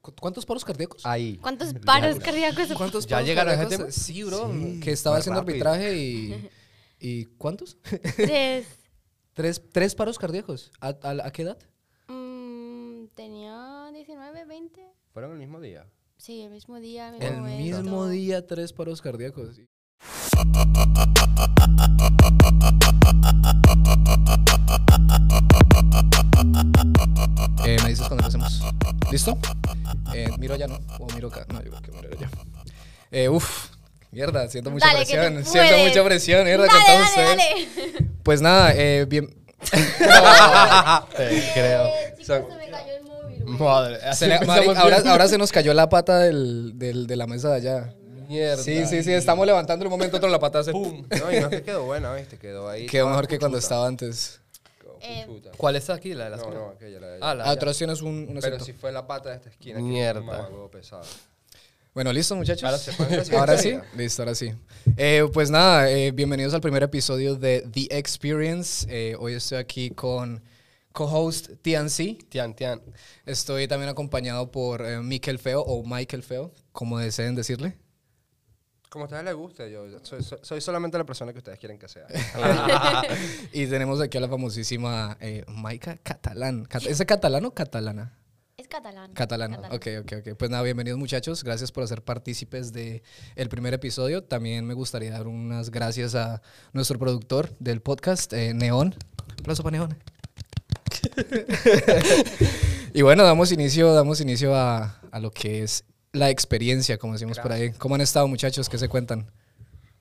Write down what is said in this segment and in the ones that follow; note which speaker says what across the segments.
Speaker 1: ¿Cu- ¿Cuántos paros cardíacos?
Speaker 2: Ahí.
Speaker 3: ¿Cuántos paros
Speaker 2: Ya,
Speaker 3: cardíacos?
Speaker 1: ¿Cuántos
Speaker 2: ¿Ya
Speaker 1: paros
Speaker 2: llegaron a ese
Speaker 1: cardíacos?
Speaker 2: tema?
Speaker 1: Sí, bro.
Speaker 2: Sí,
Speaker 1: que estaba
Speaker 2: fue
Speaker 1: haciendo
Speaker 2: rápido.
Speaker 1: arbitraje y. ¿Y cuántos?
Speaker 3: Tres.
Speaker 1: tres, tres paros cardíacos. ¿A, a- a qué edad?
Speaker 3: Mm, tenía 19, 20.
Speaker 2: Fueron el mismo día.
Speaker 3: Sí, el mismo día. mismo
Speaker 1: El
Speaker 3: momento.
Speaker 1: mismo día, tres paros cardíacos. Eh, me dices cuando empecemos. ¿Listo? Eh, miro allá, ¿no? O miro acá. No, yo creo que miro allá. Eh, uf, mierda, siento mucha
Speaker 3: Dale, que tú
Speaker 1: presión. Siento
Speaker 3: puedes.
Speaker 1: mucha presión, mierda,
Speaker 3: Dale,
Speaker 1: con todos
Speaker 3: dale,
Speaker 1: ustedes.
Speaker 3: dale.
Speaker 1: Pues nada, eh, bien.
Speaker 2: Te creo.
Speaker 3: Eh, chicos,
Speaker 2: Son-
Speaker 3: se me cayó el móvil, güey.
Speaker 2: Madre.
Speaker 1: Se le- Mari- ahora, ahora se nos cayó la pata del, del- de la mesa de allá.
Speaker 2: Mierda.
Speaker 1: Sí, sí, sí, estamos levantando un momento otro la pata hace pum.
Speaker 2: Pum. Ah, No, y no te quedó buena, ¿viste? Quedó ahí.
Speaker 1: Quedó
Speaker 2: toda
Speaker 1: mejor que cuando
Speaker 2: puchuta.
Speaker 1: estaba antes.
Speaker 3: Eh,
Speaker 2: Puchuta.
Speaker 4: ¿Cuál es aquí? La de las
Speaker 2: No, no, aquella la de
Speaker 4: Ah,
Speaker 2: allá.
Speaker 4: la de allá.
Speaker 1: Atrás tienes un, un
Speaker 2: Pero
Speaker 1: acento.
Speaker 2: si fue la pata de esta esquina. que
Speaker 4: Mierda.
Speaker 2: fue un mamahuevo pesado.
Speaker 1: Bueno, listo, muchachos.
Speaker 2: Ahora se pueden clasificar.
Speaker 1: Ahora sí, listo, ahora sí. Eh, pues nada, eh, bienvenidos al primer episodio de The Experience. Eh, hoy estoy aquí con co-host TNC.
Speaker 4: Tian, Tian.
Speaker 1: Estoy también acompañado por eh, Miquel Feo o Michael Feo, como deseen decirle.
Speaker 2: Como a ustedes les guste, yo soy, soy- soy solamente la persona que ustedes quieren que sea. Pues
Speaker 1: y tenemos aquí a la famosísima eh, Maika Catalán. Cat- ¿Es catalano o catalana?
Speaker 3: es catalán.
Speaker 1: Catalana. Ok, ok, ok. Pues nada, bienvenidos muchachos. Gracias por hacer partícipes del primer episodio. También me gustaría dar unas gracias a nuestro productor del podcast, eh, Neón. Aplauso para Neón. y bueno, damos inicio, damos inicio a, a lo que es la experiencia, como decimos por ahí. ¿Cómo han estado muchachos? ¿Qué se cuentan?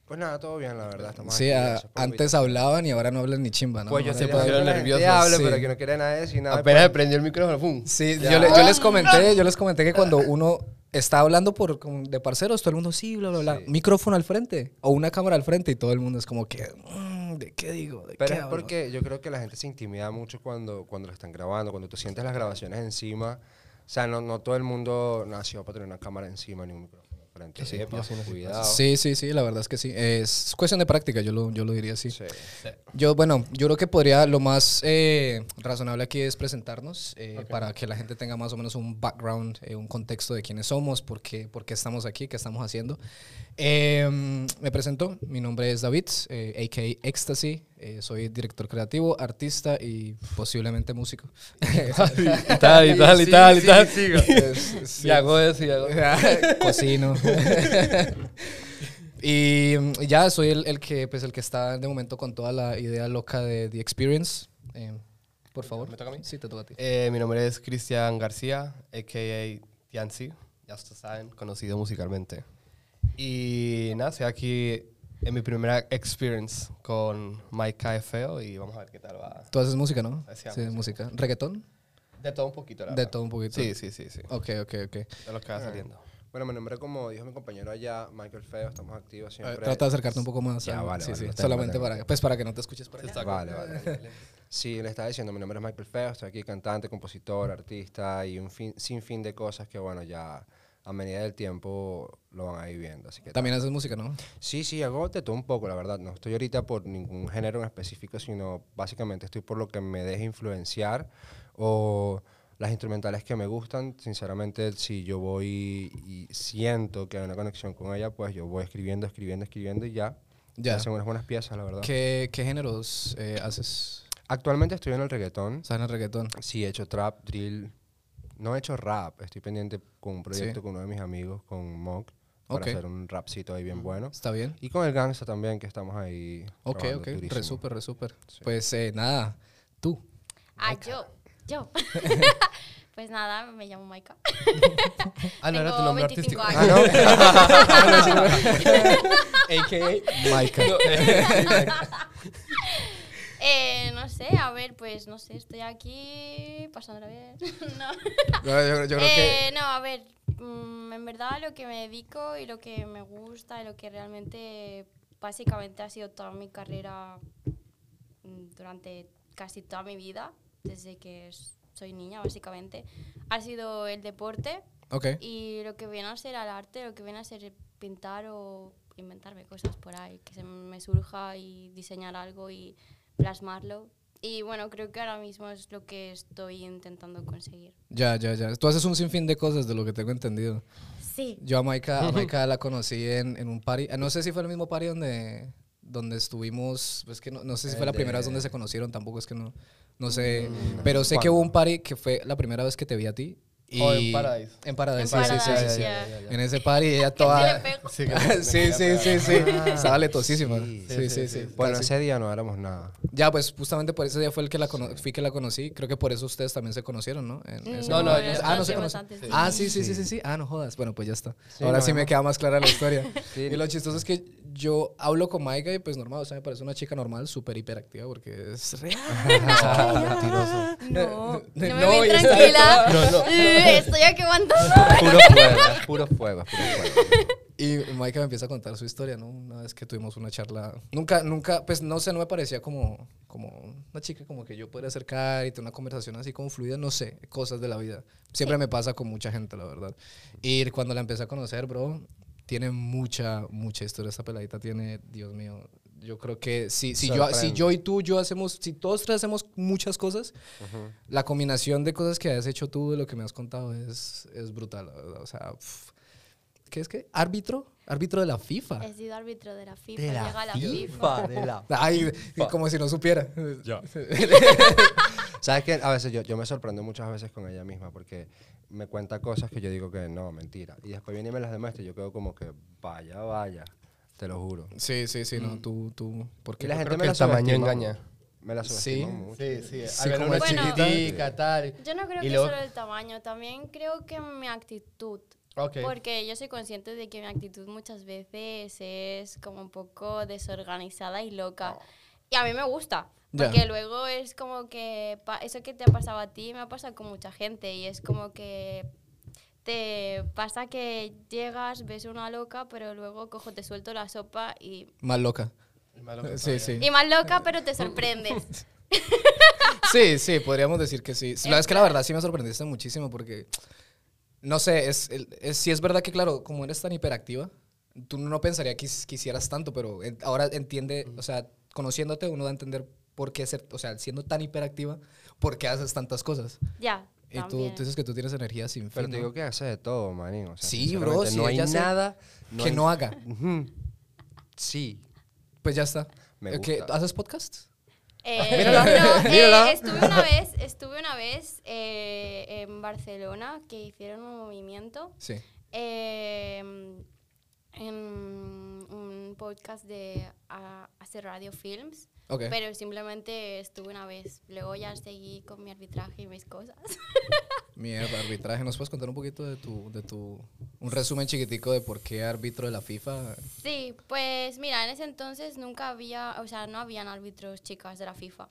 Speaker 2: Pues nada, todo bien, la verdad. Estamos
Speaker 1: Sí,
Speaker 2: aquí,
Speaker 1: a-
Speaker 2: gracias por
Speaker 1: antes hablaban y ahora no hablan ni chimba, ¿no?
Speaker 2: Pues yo
Speaker 1: Ahora
Speaker 2: se
Speaker 1: ya-
Speaker 4: pusieron nerviosos.
Speaker 2: Hable,
Speaker 1: Sí.
Speaker 2: pero que no quiere nada decir nada.
Speaker 4: Apenas le prendió el micrófono, ¡pum!
Speaker 1: Sí,
Speaker 2: Ya.
Speaker 1: yo, le- yo les comenté, yo les comenté que cuando uno está hablando por, como de parceros, todo el mundo sí, bla, bla, bla,
Speaker 2: Sí.
Speaker 1: micrófono al frente o una cámara al frente y todo el mundo es como que, "Mm, ¿de qué digo? ¿De qué
Speaker 2: Pero es
Speaker 1: hablo?".
Speaker 2: porque yo creo que la gente se intimida mucho cuando, cuando lo están grabando, cuando tú sientes las grabaciones encima. O sea, no, no todo el mundo nació para tener una cámara encima ni un micrófono frente.
Speaker 4: sí,
Speaker 2: Epa,
Speaker 4: pasa, sí,
Speaker 2: cuidado.
Speaker 1: Sí, sí, sí, la verdad es que sí. Es cuestión de práctica, yo lo, yo lo diría así.
Speaker 2: Sí.
Speaker 1: Yo, bueno, yo creo que podría, lo más eh, razonable aquí es presentarnos eh, para que la gente tenga más o menos un background, eh, un contexto de quiénes somos, por qué, por qué estamos aquí, qué estamos haciendo. Eh, me presento, mi nombre es David, eh, a.k.a. Ecstasy, eh, soy director creativo, artista y posiblemente músico. Ah,
Speaker 4: Y tal, y tal, y tal, y tal.
Speaker 1: Es- sí.
Speaker 4: Y hago eso, y hago
Speaker 1: Cocino. y mm, ya soy el, el que pues el que está de momento con toda la idea loca de The Experience. Eh, por favor. ¿Me toca a mí? Sí, te toca a ti.
Speaker 4: Eh, mi nombre es Cristian García, a.k.a. Tiancy, ya ustedes saben, conocido musicalmente. Y nada, estoy aquí en mi primera experience con Mike Feo y vamos a ver qué tal va.
Speaker 1: Tú haces música, ¿no?
Speaker 4: Sí,
Speaker 1: Sí,
Speaker 4: hago
Speaker 1: música. ¿Reggaetón?
Speaker 4: De todo un poquito, la
Speaker 1: De
Speaker 4: verdad.
Speaker 1: todo un poquito.
Speaker 4: Sí, sí, sí, sí.
Speaker 1: Ok, ok, ok.
Speaker 4: De lo que va saliendo.
Speaker 2: Bueno, me nombré como dijo mi compañero allá, Michael Feo, estamos activos siempre.
Speaker 1: Trata de acercarte un poco más.
Speaker 2: Ya,
Speaker 1: al-
Speaker 2: vale,
Speaker 1: sí,
Speaker 2: vale,
Speaker 1: sí,
Speaker 2: lo tengo,
Speaker 1: Solamente
Speaker 2: lo tengo.
Speaker 1: para, pues, para que no te escuches por allá.
Speaker 2: Vale, vale. vale. Sí, le estaba diciendo, mi nombre es Michael Feo, estoy aquí cantante, compositor, artista y un fin, sinfín de cosas que, bueno, ya a medida del tiempo lo van a ir viendo. Así que
Speaker 1: También haces música, ¿no?
Speaker 2: Sí, sí, hago de todo un poco, la verdad. No estoy ahorita por ningún género en específico, sino básicamente estoy por lo que me deje influenciar o las instrumentales que me gustan. Sinceramente, si yo voy y siento que hay una conexión con ella, pues yo voy escribiendo, escribiendo, escribiendo y ya.
Speaker 1: Ya.
Speaker 2: Ya. Hacen unas buenas piezas, la verdad.
Speaker 1: ¿Qué, qué géneros eh, haces?
Speaker 2: Actualmente estoy en el reggaetón.
Speaker 1: ¿Sabes el reggaetón?
Speaker 2: Sí, he hecho trap, drill. No he hecho rap. Estoy pendiente con un proyecto
Speaker 1: Sí.
Speaker 2: con uno de mis amigos, con Monk, para
Speaker 1: Ok.
Speaker 2: hacer un rapcito ahí bien bueno.
Speaker 1: ¿Está bien?
Speaker 2: Y con el Gangsta también, que estamos ahí.
Speaker 1: Ok,
Speaker 2: trabajando
Speaker 1: ok.
Speaker 2: durísimo.
Speaker 1: Re súper, re súper. Pues eh, nada, tú.
Speaker 3: Ah, yo. Yo. pues nada, me llamo Maika.
Speaker 4: Ah, no, era tu
Speaker 3: Tengo
Speaker 4: nombre
Speaker 3: 25
Speaker 4: artístico.
Speaker 2: Ah,
Speaker 3: años.
Speaker 4: a.k.a. Mike.
Speaker 3: Eh, no sé, a ver, pues no sé, estoy aquí pasándola bien. no.
Speaker 1: yo, creo
Speaker 3: Eh, no, a ver, mm, en verdad lo que me dedico y lo que me gusta y lo que realmente básicamente ha sido toda mi carrera mm, durante casi toda mi vida, desde que s- soy niña básicamente, ha sido el deporte
Speaker 1: Ok.
Speaker 3: y lo que viene a ser al arte, lo que viene a ser pintar o inventarme cosas por ahí, que se me surja y diseñar algo y plasmarlo. Y bueno, creo que ahora mismo es lo que estoy intentando conseguir.
Speaker 1: Ya, ya, ya. Tú haces un sinfín de cosas de lo que tengo entendido.
Speaker 3: Sí.
Speaker 1: Yo a Maika, a Maika la conocí en, en un party. eh, No sé si fue el mismo party donde, donde estuvimos. Es que no, no sé si fue la
Speaker 2: El
Speaker 1: primera
Speaker 2: de-
Speaker 1: vez donde se conocieron, tampoco es que no. No sé. Pero sé que hubo un party que fue la primera vez que te vi a ti. Y
Speaker 4: Oh, en Paradise.
Speaker 1: En Paradise, Ah, sí,
Speaker 3: En
Speaker 1: sí, sí, sí,
Speaker 3: Paradise,
Speaker 1: sí.
Speaker 3: ya.
Speaker 1: En ese party ella
Speaker 3: Se
Speaker 1: toda.
Speaker 3: le pego.
Speaker 4: Sí, que-
Speaker 1: sí, sí, sí, sí. Estaba letosísima.
Speaker 2: Sí,
Speaker 1: Sí, sí,
Speaker 4: sí,
Speaker 1: sí.
Speaker 4: sí.
Speaker 2: Bueno,
Speaker 1: Casi.
Speaker 2: ese día no éramos nada.
Speaker 1: Ya, pues justamente por ese día fue el que la cono- fui que la conocí. Creo que por eso ustedes también se conocieron, ¿no? En- en ese
Speaker 4: No, no,
Speaker 1: momento.
Speaker 4: yo-
Speaker 1: ah, no
Speaker 3: nos
Speaker 1: se
Speaker 3: vimos
Speaker 1: conocen.
Speaker 3: antes, sí.
Speaker 1: Ah, sí, sí, sí, sí, sí. Ah, no jodas. Bueno, pues ya está.
Speaker 2: Sí,
Speaker 1: Ahora
Speaker 2: nos
Speaker 1: sí me
Speaker 2: vemos.
Speaker 1: queda más clara la historia.
Speaker 2: Sí.
Speaker 1: Y lo chistoso es que yo hablo con Maika y pues normal, o sea, me parece una chica normal, súper hiperactiva porque es real.
Speaker 4: Mentiroso.
Speaker 3: No, no me
Speaker 1: No,
Speaker 3: voy
Speaker 1: y está
Speaker 3: tranquila.
Speaker 4: No, no.
Speaker 3: Eh, Estoy aquí aguantando.
Speaker 2: Puro fuego, es puro fuego, es puro fuego.
Speaker 1: Y Maika me empieza a contar su historia, ¿no? Una vez que tuvimos una charla. Nunca, nunca, pues no sé, no me parecía como, como una chica como que yo podría acercar y tener una conversación así como fluida, no sé, cosas de la vida. Siempre me pasa con mucha gente, la verdad. Y cuando la empecé a conocer, bro, tiene mucha, mucha historia. Esta peladita tiene, Dios mío. Yo creo que si, si, yo, si
Speaker 2: Sorprende.
Speaker 1: yo y tú, yo hacemos, si todos tres hacemos muchas cosas, la combinación de cosas que has hecho tú, de lo que me has contado, es, es brutal, la verdad. O sea, pf. ¿qué es que? ¿Árbitro? Árbitro de la FIFA. Ah,
Speaker 3: He sido árbitro de la FIFA. llega la FIFA.
Speaker 4: de la...
Speaker 1: Ay, como si no supiera.
Speaker 2: ¿Sabes qué? A veces yo, yo me sorprendo muchas veces con ella misma porque me cuenta cosas que yo digo que no, mentira. Y después viene y me las demuestra y yo quedo como que vaya, vaya, te lo juro.
Speaker 1: Sí, sí, sí,
Speaker 2: Mm.
Speaker 1: no, tú, tú. Porque
Speaker 2: Y la
Speaker 4: creo
Speaker 2: gente
Speaker 4: que
Speaker 2: me la
Speaker 4: el tamaño
Speaker 2: subestima
Speaker 4: engaña.
Speaker 2: mucho. Me la subestima
Speaker 1: Sí.
Speaker 2: mucho.
Speaker 4: Sí, sí.
Speaker 1: Sí,
Speaker 4: Había
Speaker 1: como
Speaker 4: una
Speaker 3: es chiquita.
Speaker 4: chiquitica, tal.
Speaker 3: Yo no creo
Speaker 4: Y
Speaker 3: que
Speaker 4: luego-
Speaker 3: solo el tamaño, también creo que mi actitud.
Speaker 4: Ok.
Speaker 3: Porque yo soy consciente de que mi actitud muchas veces es como un poco desorganizada y loca. Y a mí me gusta.
Speaker 1: Oh. Ya.
Speaker 3: Porque luego es como que pa- eso que te ha pasado a ti me ha pasado con mucha gente. Y es como que te pasa que llegas, ves una loca, pero luego cojo, te suelto la sopa y.
Speaker 1: Más loca.
Speaker 4: El malo que
Speaker 1: Sí,
Speaker 4: sabe.
Speaker 1: sí.
Speaker 3: Y más loca, pero te sorprendes.
Speaker 1: Sí, sí, podríamos decir que sí. La es que la verdad sí me sorprendiste muchísimo porque, no sé, es, el- es- sí es verdad que, claro, como eres tan hiperactiva, tú no pensaría que his- que hicieras tanto, pero en- ahora entiende,
Speaker 2: Mm.
Speaker 1: o sea, conociéndote uno da a entender por qué ser, o sea, siendo tan hiperactiva, por qué haces tantas cosas.
Speaker 3: ya.
Speaker 1: Y tú,
Speaker 3: también.
Speaker 1: tú dices que tú tienes energía sin
Speaker 2: Pero
Speaker 1: fin.
Speaker 2: te
Speaker 1: ¿no?
Speaker 2: digo que hace de todo, manín. o sea,
Speaker 1: Sí, bro,
Speaker 2: sinceramente,
Speaker 1: si
Speaker 2: no hay
Speaker 1: ella hace
Speaker 2: nada
Speaker 1: que
Speaker 2: hay-
Speaker 1: no haga.
Speaker 2: Ujú. Sí.
Speaker 1: Pues ya está.
Speaker 2: Me
Speaker 1: Eh, ¿qué?
Speaker 2: gusta.
Speaker 1: ¿Haces podcast?
Speaker 3: Eh,
Speaker 1: Mírala.
Speaker 3: no, eh,
Speaker 1: Mírala.
Speaker 3: estuve una vez, estuve una vez eh, en Barcelona que hicieron un movimiento,
Speaker 1: Sí.
Speaker 3: eh, en un podcast de ah, Hace Radio Films,
Speaker 1: Ok.
Speaker 3: pero simplemente estuve una vez. Luego ya seguí con mi arbitraje y mis cosas.
Speaker 1: Mierda, arbitraje. ¿Nos puedes contar un poquito de tu, de tu, un resumen chiquitico de por qué árbitro de la FIFA?
Speaker 3: Sí, pues mira, en ese entonces nunca había, o sea, no habían árbitros chicas de la FIFA.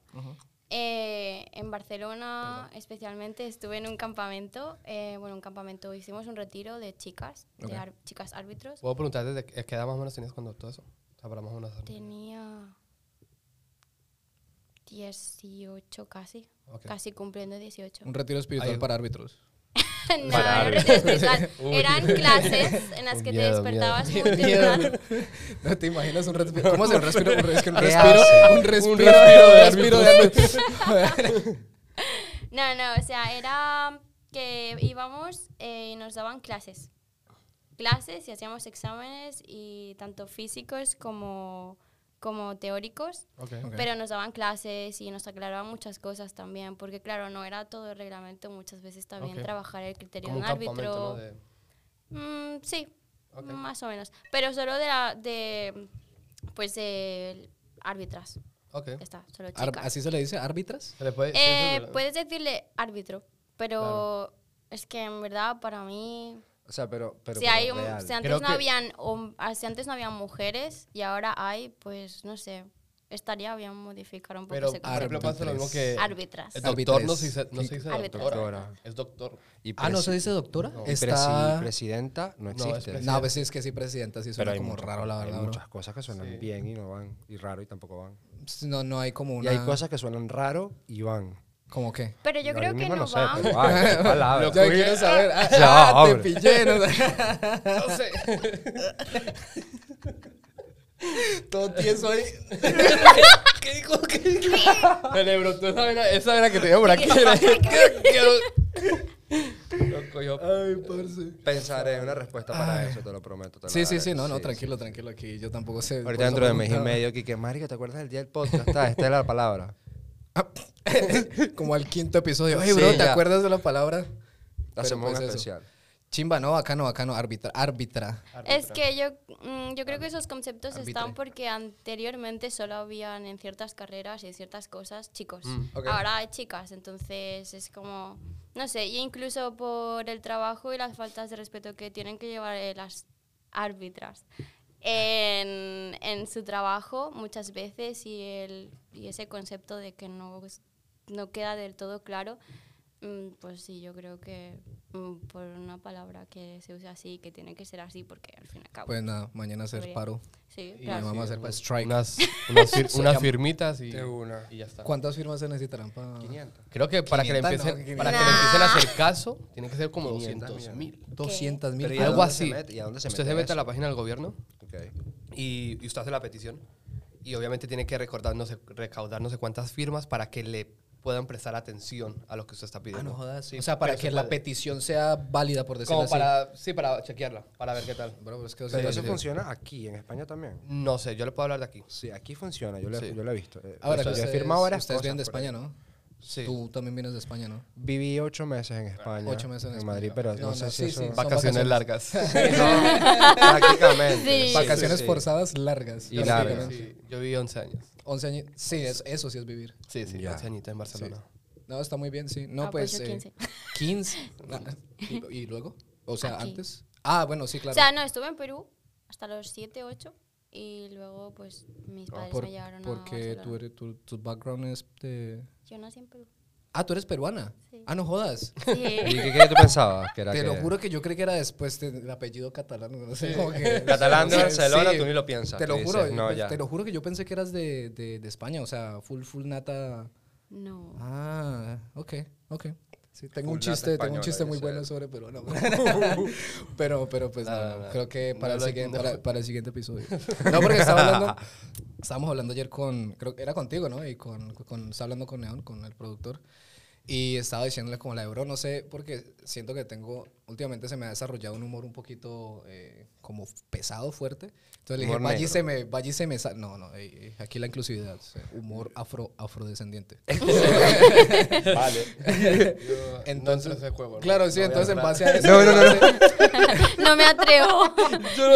Speaker 3: Eh, en Barcelona especialmente estuve en un campamento, eh, bueno, un campamento, hicimos un retiro de chicas,
Speaker 1: Ok.
Speaker 3: de ar- chicas árbitros.
Speaker 4: ¿Puedo preguntarte de qué qué edad más o menos tenías cuando todo eso? O sea, para más o menos...
Speaker 3: Tenía 18 casi,
Speaker 4: Ok.
Speaker 3: casi cumpliendo 18.
Speaker 1: Un retiro espiritual
Speaker 4: Ay,
Speaker 1: para árbitros.
Speaker 3: No,
Speaker 2: Para
Speaker 3: no
Speaker 2: árbitros.
Speaker 3: te despertar. Eran clases en las
Speaker 4: Un
Speaker 3: que te
Speaker 4: miedo,
Speaker 3: despertabas
Speaker 1: miedo.
Speaker 3: muy temprano.
Speaker 1: No te imaginas un respiro. ¿Cómo se un respiro? Un respiro. Un
Speaker 2: ¿Qué
Speaker 1: respiro,
Speaker 2: hace?
Speaker 1: un respiro, un respiro de árbitro.
Speaker 3: No, no, o sea, era que íbamos eh, y nos daban clases. Clases y hacíamos exámenes y tanto físicos como, como teóricos.
Speaker 4: Ok.
Speaker 1: Ok.
Speaker 3: Pero nos daban clases y nos aclaraban muchas cosas también, porque claro, no era todo el reglamento, muchas veces también
Speaker 4: Ok.
Speaker 3: trabajar el criterio
Speaker 4: Como
Speaker 3: de
Speaker 4: un
Speaker 3: un árbitro.
Speaker 4: campamento, ¿no? De-
Speaker 3: Mm, sí,
Speaker 4: Ok.
Speaker 3: más o menos. Pero solo de, la, de pues, de árbitras.
Speaker 4: Ok.
Speaker 3: Ya está, solo
Speaker 1: Ar-
Speaker 3: chicas.
Speaker 1: ¿Así se le dice? ¿Árbitras?
Speaker 4: ¿Se le puede...? sí,
Speaker 3: Este, Eh,
Speaker 4: eso-
Speaker 3: puedes decirle árbitro, pero
Speaker 4: Claro.
Speaker 3: es que en verdad para mí...
Speaker 2: O sea, pero. pero
Speaker 3: si,
Speaker 2: pero
Speaker 3: hay un-
Speaker 2: real.
Speaker 3: si antes
Speaker 4: Creo
Speaker 3: no
Speaker 4: que-
Speaker 3: habían, hom- ah, si antes no habían mujeres y ahora hay, pues no sé, estaría bien modificar un poco
Speaker 4: Pero,
Speaker 3: ese
Speaker 4: por ejemplo,
Speaker 1: Árbitros.
Speaker 4: pasa lo mismo que...
Speaker 3: Árbitras.
Speaker 4: El doctor
Speaker 1: Árbitros.
Speaker 4: no se dice, no se dice
Speaker 3: Árbitros.
Speaker 4: doctora.
Speaker 2: Doctora.
Speaker 4: Es doctor.
Speaker 2: Y
Speaker 1: Ah, ¿no
Speaker 2: presi-
Speaker 1: se dice doctora?
Speaker 2: y presi-
Speaker 1: Está...
Speaker 2: presidenta no
Speaker 4: es
Speaker 2: existe.
Speaker 4: presi-
Speaker 1: No, pues sí, es que sí, presidenta, sí
Speaker 2: Pero
Speaker 1: suena
Speaker 2: hay
Speaker 1: como
Speaker 2: muchas-
Speaker 1: raro, la
Speaker 2: hay
Speaker 1: verdad, bro.
Speaker 2: muchas cosas que suenan
Speaker 4: Sí.
Speaker 2: bien y no van. Y raro y tampoco van.
Speaker 1: No, no hay como una...
Speaker 2: Y hay cosas que suenan raro y van.
Speaker 1: ¿Cómo qué?
Speaker 3: Pero yo
Speaker 2: Ahora
Speaker 3: creo que
Speaker 2: mismo
Speaker 3: no,
Speaker 2: sé,
Speaker 3: van.
Speaker 2: pero van, qué palabra.
Speaker 1: Ya quiero saber. Ah,
Speaker 2: Ya,
Speaker 1: ah, te
Speaker 2: hombre.
Speaker 1: pillé. no sé.
Speaker 4: No sé.
Speaker 1: Todo tieso ahí. ¿Qué dijo? ¿Qué dijo?
Speaker 4: Cerebro, tú esa vena, esa vena que te dio por aquí. era- Loco, yo.
Speaker 2: Ay, parce. Pensaré una respuesta para eso, te lo prometo. te lo
Speaker 1: Ah. Sí, sí,
Speaker 2: daré.
Speaker 1: sí, no, no, tranquilo, tranquilo. Aquí yo tampoco sé. por
Speaker 2: Ahorita
Speaker 1: eso
Speaker 2: dentro de mes y
Speaker 1: preguntaba.
Speaker 2: medio, que Marico, ¿te acuerdas del día del podcast? Está, esta es la palabra.
Speaker 1: Como al quinto episodio. Oye, bro,
Speaker 2: Sí,
Speaker 1: ¿te
Speaker 2: ya.
Speaker 1: acuerdas de la palabra? Pero
Speaker 2: Hacemos
Speaker 1: pues
Speaker 2: un
Speaker 1: eso.
Speaker 2: especial.
Speaker 1: Chimba, no, bacano, bacano. Arbitra. Arbitra.
Speaker 3: Es que yo, mm, yo creo que esos conceptos
Speaker 1: Arbitre.
Speaker 3: están porque anteriormente solo habían en ciertas carreras y en ciertas cosas chicos.
Speaker 1: ok.
Speaker 3: Ahora hay chicas, entonces es como, no sé, y incluso por el trabajo y las faltas de respeto que tienen que llevar eh, las árbitras en, en su trabajo muchas veces y, el, y ese concepto de que no, es- no queda del todo claro. Mm, Pues sí, yo creo que mm, por una palabra que se usa así, que tiene que ser así, porque al fin y al cabo.
Speaker 1: Pues nada, mañana hacer
Speaker 3: Oye.
Speaker 1: paro.
Speaker 3: sí,
Speaker 1: Y
Speaker 3: claro.
Speaker 1: vamos a hacer pa- strike.
Speaker 4: Unas, unas, fir-
Speaker 1: Se
Speaker 4: unas
Speaker 1: llama-
Speaker 4: firmitas y,
Speaker 2: De una.
Speaker 4: y ya está.
Speaker 1: ¿Cuántas firmas se necesitarán para...?
Speaker 2: 500.
Speaker 4: Creo que para que le
Speaker 1: 500,
Speaker 4: empiecen,
Speaker 1: no,
Speaker 4: para que le empiecen a hacer caso, tiene que ser como
Speaker 2: 500
Speaker 4: 200 mil.
Speaker 1: 200 mil.
Speaker 2: Pero ¿y a
Speaker 4: Algo
Speaker 2: dónde se
Speaker 4: así.
Speaker 2: mete? ¿Y a dónde se
Speaker 4: Usted
Speaker 2: mete
Speaker 4: se mete a
Speaker 2: eso?
Speaker 4: la página del gobierno
Speaker 2: Ok.
Speaker 4: y, y usted hace la petición. Y obviamente tiene que recordar, no sé, recaudar no sé cuántas firmas para que le puedan prestar atención a lo que usted está
Speaker 1: Ah,
Speaker 4: pidiendo.
Speaker 1: no jodas.
Speaker 4: Sí,
Speaker 1: o sea, para
Speaker 4: pero se
Speaker 1: que la
Speaker 4: puede.
Speaker 1: petición sea válida, por decirlo
Speaker 4: Como
Speaker 1: así.
Speaker 4: para, sí, para chequearla, para ver qué tal.
Speaker 1: Bro, pero es que, o sea,
Speaker 2: Pero
Speaker 1: yo-
Speaker 2: eso funciona aquí, en España también.
Speaker 4: No sé, yo le puedo hablar de aquí.
Speaker 2: Sí, aquí funciona, yo lo,
Speaker 4: Sí.
Speaker 2: yo lo he visto. Eh,
Speaker 1: Ahora,
Speaker 2: yo
Speaker 1: que
Speaker 2: he
Speaker 1: ustedes,
Speaker 2: firmado varias
Speaker 1: ustedes vienen de
Speaker 2: cosas por ahí.
Speaker 1: España, ¿no?
Speaker 4: Sí.
Speaker 1: Tú también vienes de España, ¿no?
Speaker 2: Viví ocho meses en España.
Speaker 1: Ocho meses en España.
Speaker 2: Madrid, pero no,
Speaker 1: No,
Speaker 2: sé
Speaker 1: no,
Speaker 2: si
Speaker 1: sí,
Speaker 2: eso...
Speaker 1: sí. Son
Speaker 4: vacaciones
Speaker 1: vacaciones.
Speaker 4: largas.
Speaker 2: No, prácticamente.
Speaker 3: Sí.
Speaker 1: Vacaciones
Speaker 2: sí.
Speaker 1: forzadas largas.
Speaker 2: Y largas.
Speaker 1: básicamente.
Speaker 4: Sí, yo viví 11 años.
Speaker 1: 11 años. Sí, es- eso sí es vivir.
Speaker 4: Sí, sí,
Speaker 2: Ya.
Speaker 4: 11 añitos en Barcelona.
Speaker 1: No, está muy bien, sí. No,
Speaker 3: Ah, pues
Speaker 1: pues.
Speaker 3: yo
Speaker 1: eh,
Speaker 3: 15.
Speaker 1: 15. Ah, ¿Y, y luego? O sea,
Speaker 3: Aquí.
Speaker 1: antes. Ah, bueno, sí, claro.
Speaker 3: O sea, no, estuve en Perú hasta los 7, 8 y luego pues mis
Speaker 1: Ah,
Speaker 3: padres
Speaker 1: por-
Speaker 3: me llevaron a
Speaker 1: porque tú
Speaker 3: Barcelona.
Speaker 1: eres, tu, tu background es de.
Speaker 3: Yo nací en Perú.
Speaker 1: Ah, tú eres peruana.
Speaker 3: Sí.
Speaker 1: Ah, no jodas.
Speaker 3: Sí.
Speaker 2: ¿Y qué, qué tú pensabas? Que era
Speaker 1: Te
Speaker 2: que-
Speaker 1: lo juro que yo creí que era después de- del apellido catalán. No sé, como que-
Speaker 2: Catalán de
Speaker 1: Sí,
Speaker 2: Barcelona,
Speaker 1: sí.
Speaker 2: tú ni lo piensas.
Speaker 1: Te lo
Speaker 2: tú dices,
Speaker 1: juro,
Speaker 2: no,
Speaker 1: pues,
Speaker 2: ya.
Speaker 1: te lo juro que yo pensé que eras de, de, de España, o sea, full, full nata.
Speaker 3: No.
Speaker 1: Ah, ok, ok. Sí, tengo
Speaker 2: Full
Speaker 1: un
Speaker 2: nata
Speaker 1: chiste, tengo un
Speaker 2: española,
Speaker 1: chiste
Speaker 2: yo
Speaker 1: muy
Speaker 2: sé.
Speaker 1: bueno sobre Perú. no. pero, pero pues
Speaker 4: No,
Speaker 1: no,
Speaker 4: no,
Speaker 1: no,
Speaker 2: Ah,
Speaker 4: no.
Speaker 1: creo que
Speaker 4: No
Speaker 1: para,
Speaker 4: lo-
Speaker 1: el siguiente,
Speaker 4: no.
Speaker 1: para, para el siguiente episodio. No, porque estaba hablando, estábamos hablando ayer con, creo que era contigo, ¿no? Y con, con estaba hablando con Neon, con el productor. Y estaba diciéndole como la de, bro, no sé, porque siento que tengo, últimamente se me ha desarrollado un humor un poquito eh, como pesado, fuerte. Entonces le dije,
Speaker 2: Humor
Speaker 1: vaya y
Speaker 2: negro.
Speaker 1: se me, vaya y se me sa-". No, no, eh, eh, aquí la inclusividad, eh, humor afro, afrodescendiente.
Speaker 4: Vale.
Speaker 1: Entonces-
Speaker 4: ese juego, ¿no?
Speaker 1: Claro, sí,
Speaker 4: No voy a
Speaker 1: entonces en
Speaker 4: entrar.
Speaker 1: base a eso.
Speaker 2: No, no, no,
Speaker 1: en base-
Speaker 3: No me atrevo.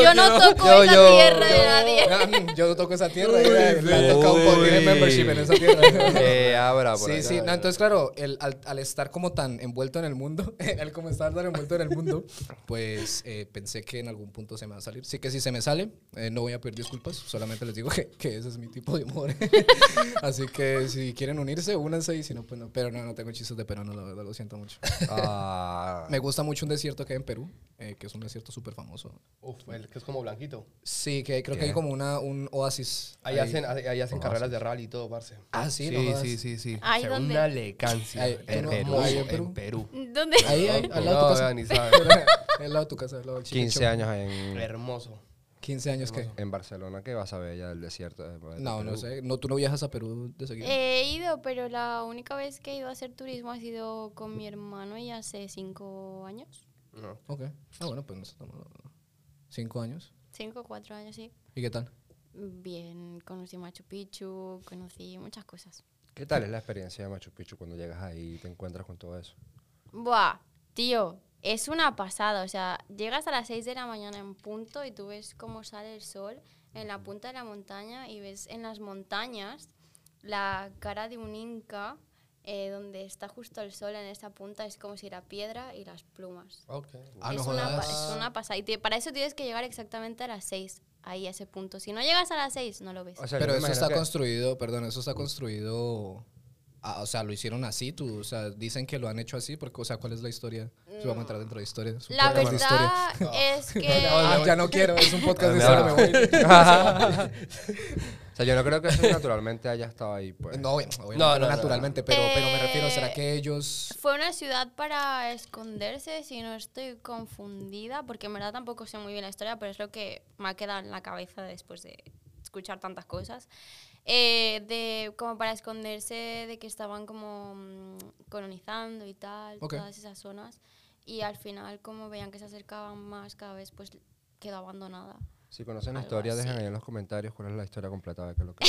Speaker 3: Yo no, toco
Speaker 2: Yo-
Speaker 3: esa
Speaker 2: yo-
Speaker 3: tierra de nadie.
Speaker 1: Ah, Yo toco esa tierra. y la- la
Speaker 2: sí.
Speaker 1: he tocado por- tiene
Speaker 2: Uy.
Speaker 1: membership en esa tierra.
Speaker 2: Eh, abra por
Speaker 1: Sí,
Speaker 2: allá.
Speaker 1: sí, no, entonces claro, el- al, al estar como tan envuelto en el mundo, al como estar tan envuelto en el mundo, pues eh, pensé que en algún punto se me va a salir. Sí que si se me sale, eh, no voy a pedir disculpas, solamente les digo que, que ese es mi tipo de humor. Así que si quieren unirse, únanse y si no, pues no. Pero no, no tengo chistes de peruano, la verdad, lo siento mucho.
Speaker 2: Ah,
Speaker 1: Me gusta mucho un desierto que hay en Perú, eh, que es un desierto súper famoso.
Speaker 4: Uf, el que es como blanquito.
Speaker 1: Sí, que creo que hay
Speaker 2: Bien.
Speaker 1: como una, un oasis.
Speaker 4: Ahí, hacen, ahí ahí hacen carreras de rally y todo, parce.
Speaker 1: Ah, sí, no
Speaker 4: sí,
Speaker 1: jodas.
Speaker 4: sí, sí, sí.
Speaker 3: Ahí
Speaker 4: O sea,
Speaker 3: donde-
Speaker 4: Una elegancia.
Speaker 1: Ahí,
Speaker 4: en,
Speaker 1: no,
Speaker 4: Perú,
Speaker 1: ahí en
Speaker 4: en
Speaker 1: Perú.
Speaker 4: Perú.
Speaker 3: ¿Dónde?
Speaker 1: Ahí, ahí, al lado de
Speaker 4: No,
Speaker 1: tu casa.
Speaker 4: ni sabe.
Speaker 1: Al lado de tu casa, al lado del
Speaker 2: 15
Speaker 1: chiquicho.
Speaker 2: años en,
Speaker 4: Hermoso.
Speaker 1: 15 años que.
Speaker 2: en Barcelona, ¿qué vas a ver ya del desierto? de- de
Speaker 1: No, no
Speaker 2: Perú?
Speaker 1: sé. No, tú no viajas a Perú de seguido.
Speaker 3: He ido, pero la única vez que he ido a hacer turismo ha sido con mi hermano y hace cinco años.
Speaker 4: No.
Speaker 1: ok. Ah, bueno, pues nos estamos. Cinco años.
Speaker 3: Cinco o cuatro años, sí.
Speaker 1: ¿Y qué tal?
Speaker 3: Bien, conocí Machu Picchu, conocí muchas cosas.
Speaker 2: ¿Qué tal es la experiencia de Machu Picchu cuando llegas ahí y te encuentras con todo eso?
Speaker 3: Buah, tío, es una pasada. O sea, llegas a las 6 de la mañana en punto y tú ves cómo sale el sol en la punta de la montaña y ves en las montañas la cara de un inca eh, donde está justo el sol en esa punta. Es como si la piedra y las plumas.
Speaker 4: Ok.
Speaker 1: Ah,
Speaker 3: es,
Speaker 1: no
Speaker 3: una, pa-
Speaker 1: jodas.
Speaker 3: es una pasada. Y te- para eso tienes que llegar exactamente a las 6, ahí a ese punto. Si no llegas a las 6, no lo ves.
Speaker 2: O sea, yo
Speaker 1: Pero
Speaker 2: me
Speaker 1: eso
Speaker 2: imagino
Speaker 1: está
Speaker 2: que-
Speaker 1: construido, perdón, eso está construido. ah, o sea, lo hicieron así, tú. O sea, dicen que lo han hecho así, porque, o sea, ¿cuál es la historia? Si vamos a entrar dentro de historia. es un
Speaker 3: la
Speaker 1: podcast de historia.
Speaker 3: verdad es que...
Speaker 1: Ah, ya no quiero, es un podcast de historia, me voy.
Speaker 2: Ah, O sea, yo no creo que eso naturalmente haya estado ahí, pues.
Speaker 1: No, obvio- obviamente
Speaker 4: no,
Speaker 1: no,
Speaker 4: no.
Speaker 1: naturalmente, Pero, pero me refiero, ¿será
Speaker 3: Eh,
Speaker 1: que ellos
Speaker 3: Fue una ciudad para esconderse, si no estoy confundida, porque en verdad tampoco sé muy bien la historia, pero es lo que me ha quedado en la cabeza después de escuchar tantas cosas. Eh, de, como para esconderse de que estaban como mm, colonizando y tal,
Speaker 1: Ok.
Speaker 3: todas esas zonas. Y al final, como veían que se acercaban más, cada vez pues quedó abandonada.
Speaker 2: Si conocen la
Speaker 3: Algo
Speaker 2: historia,
Speaker 3: así.
Speaker 2: dejen ahí en los comentarios cuál es la historia completa de que lo que.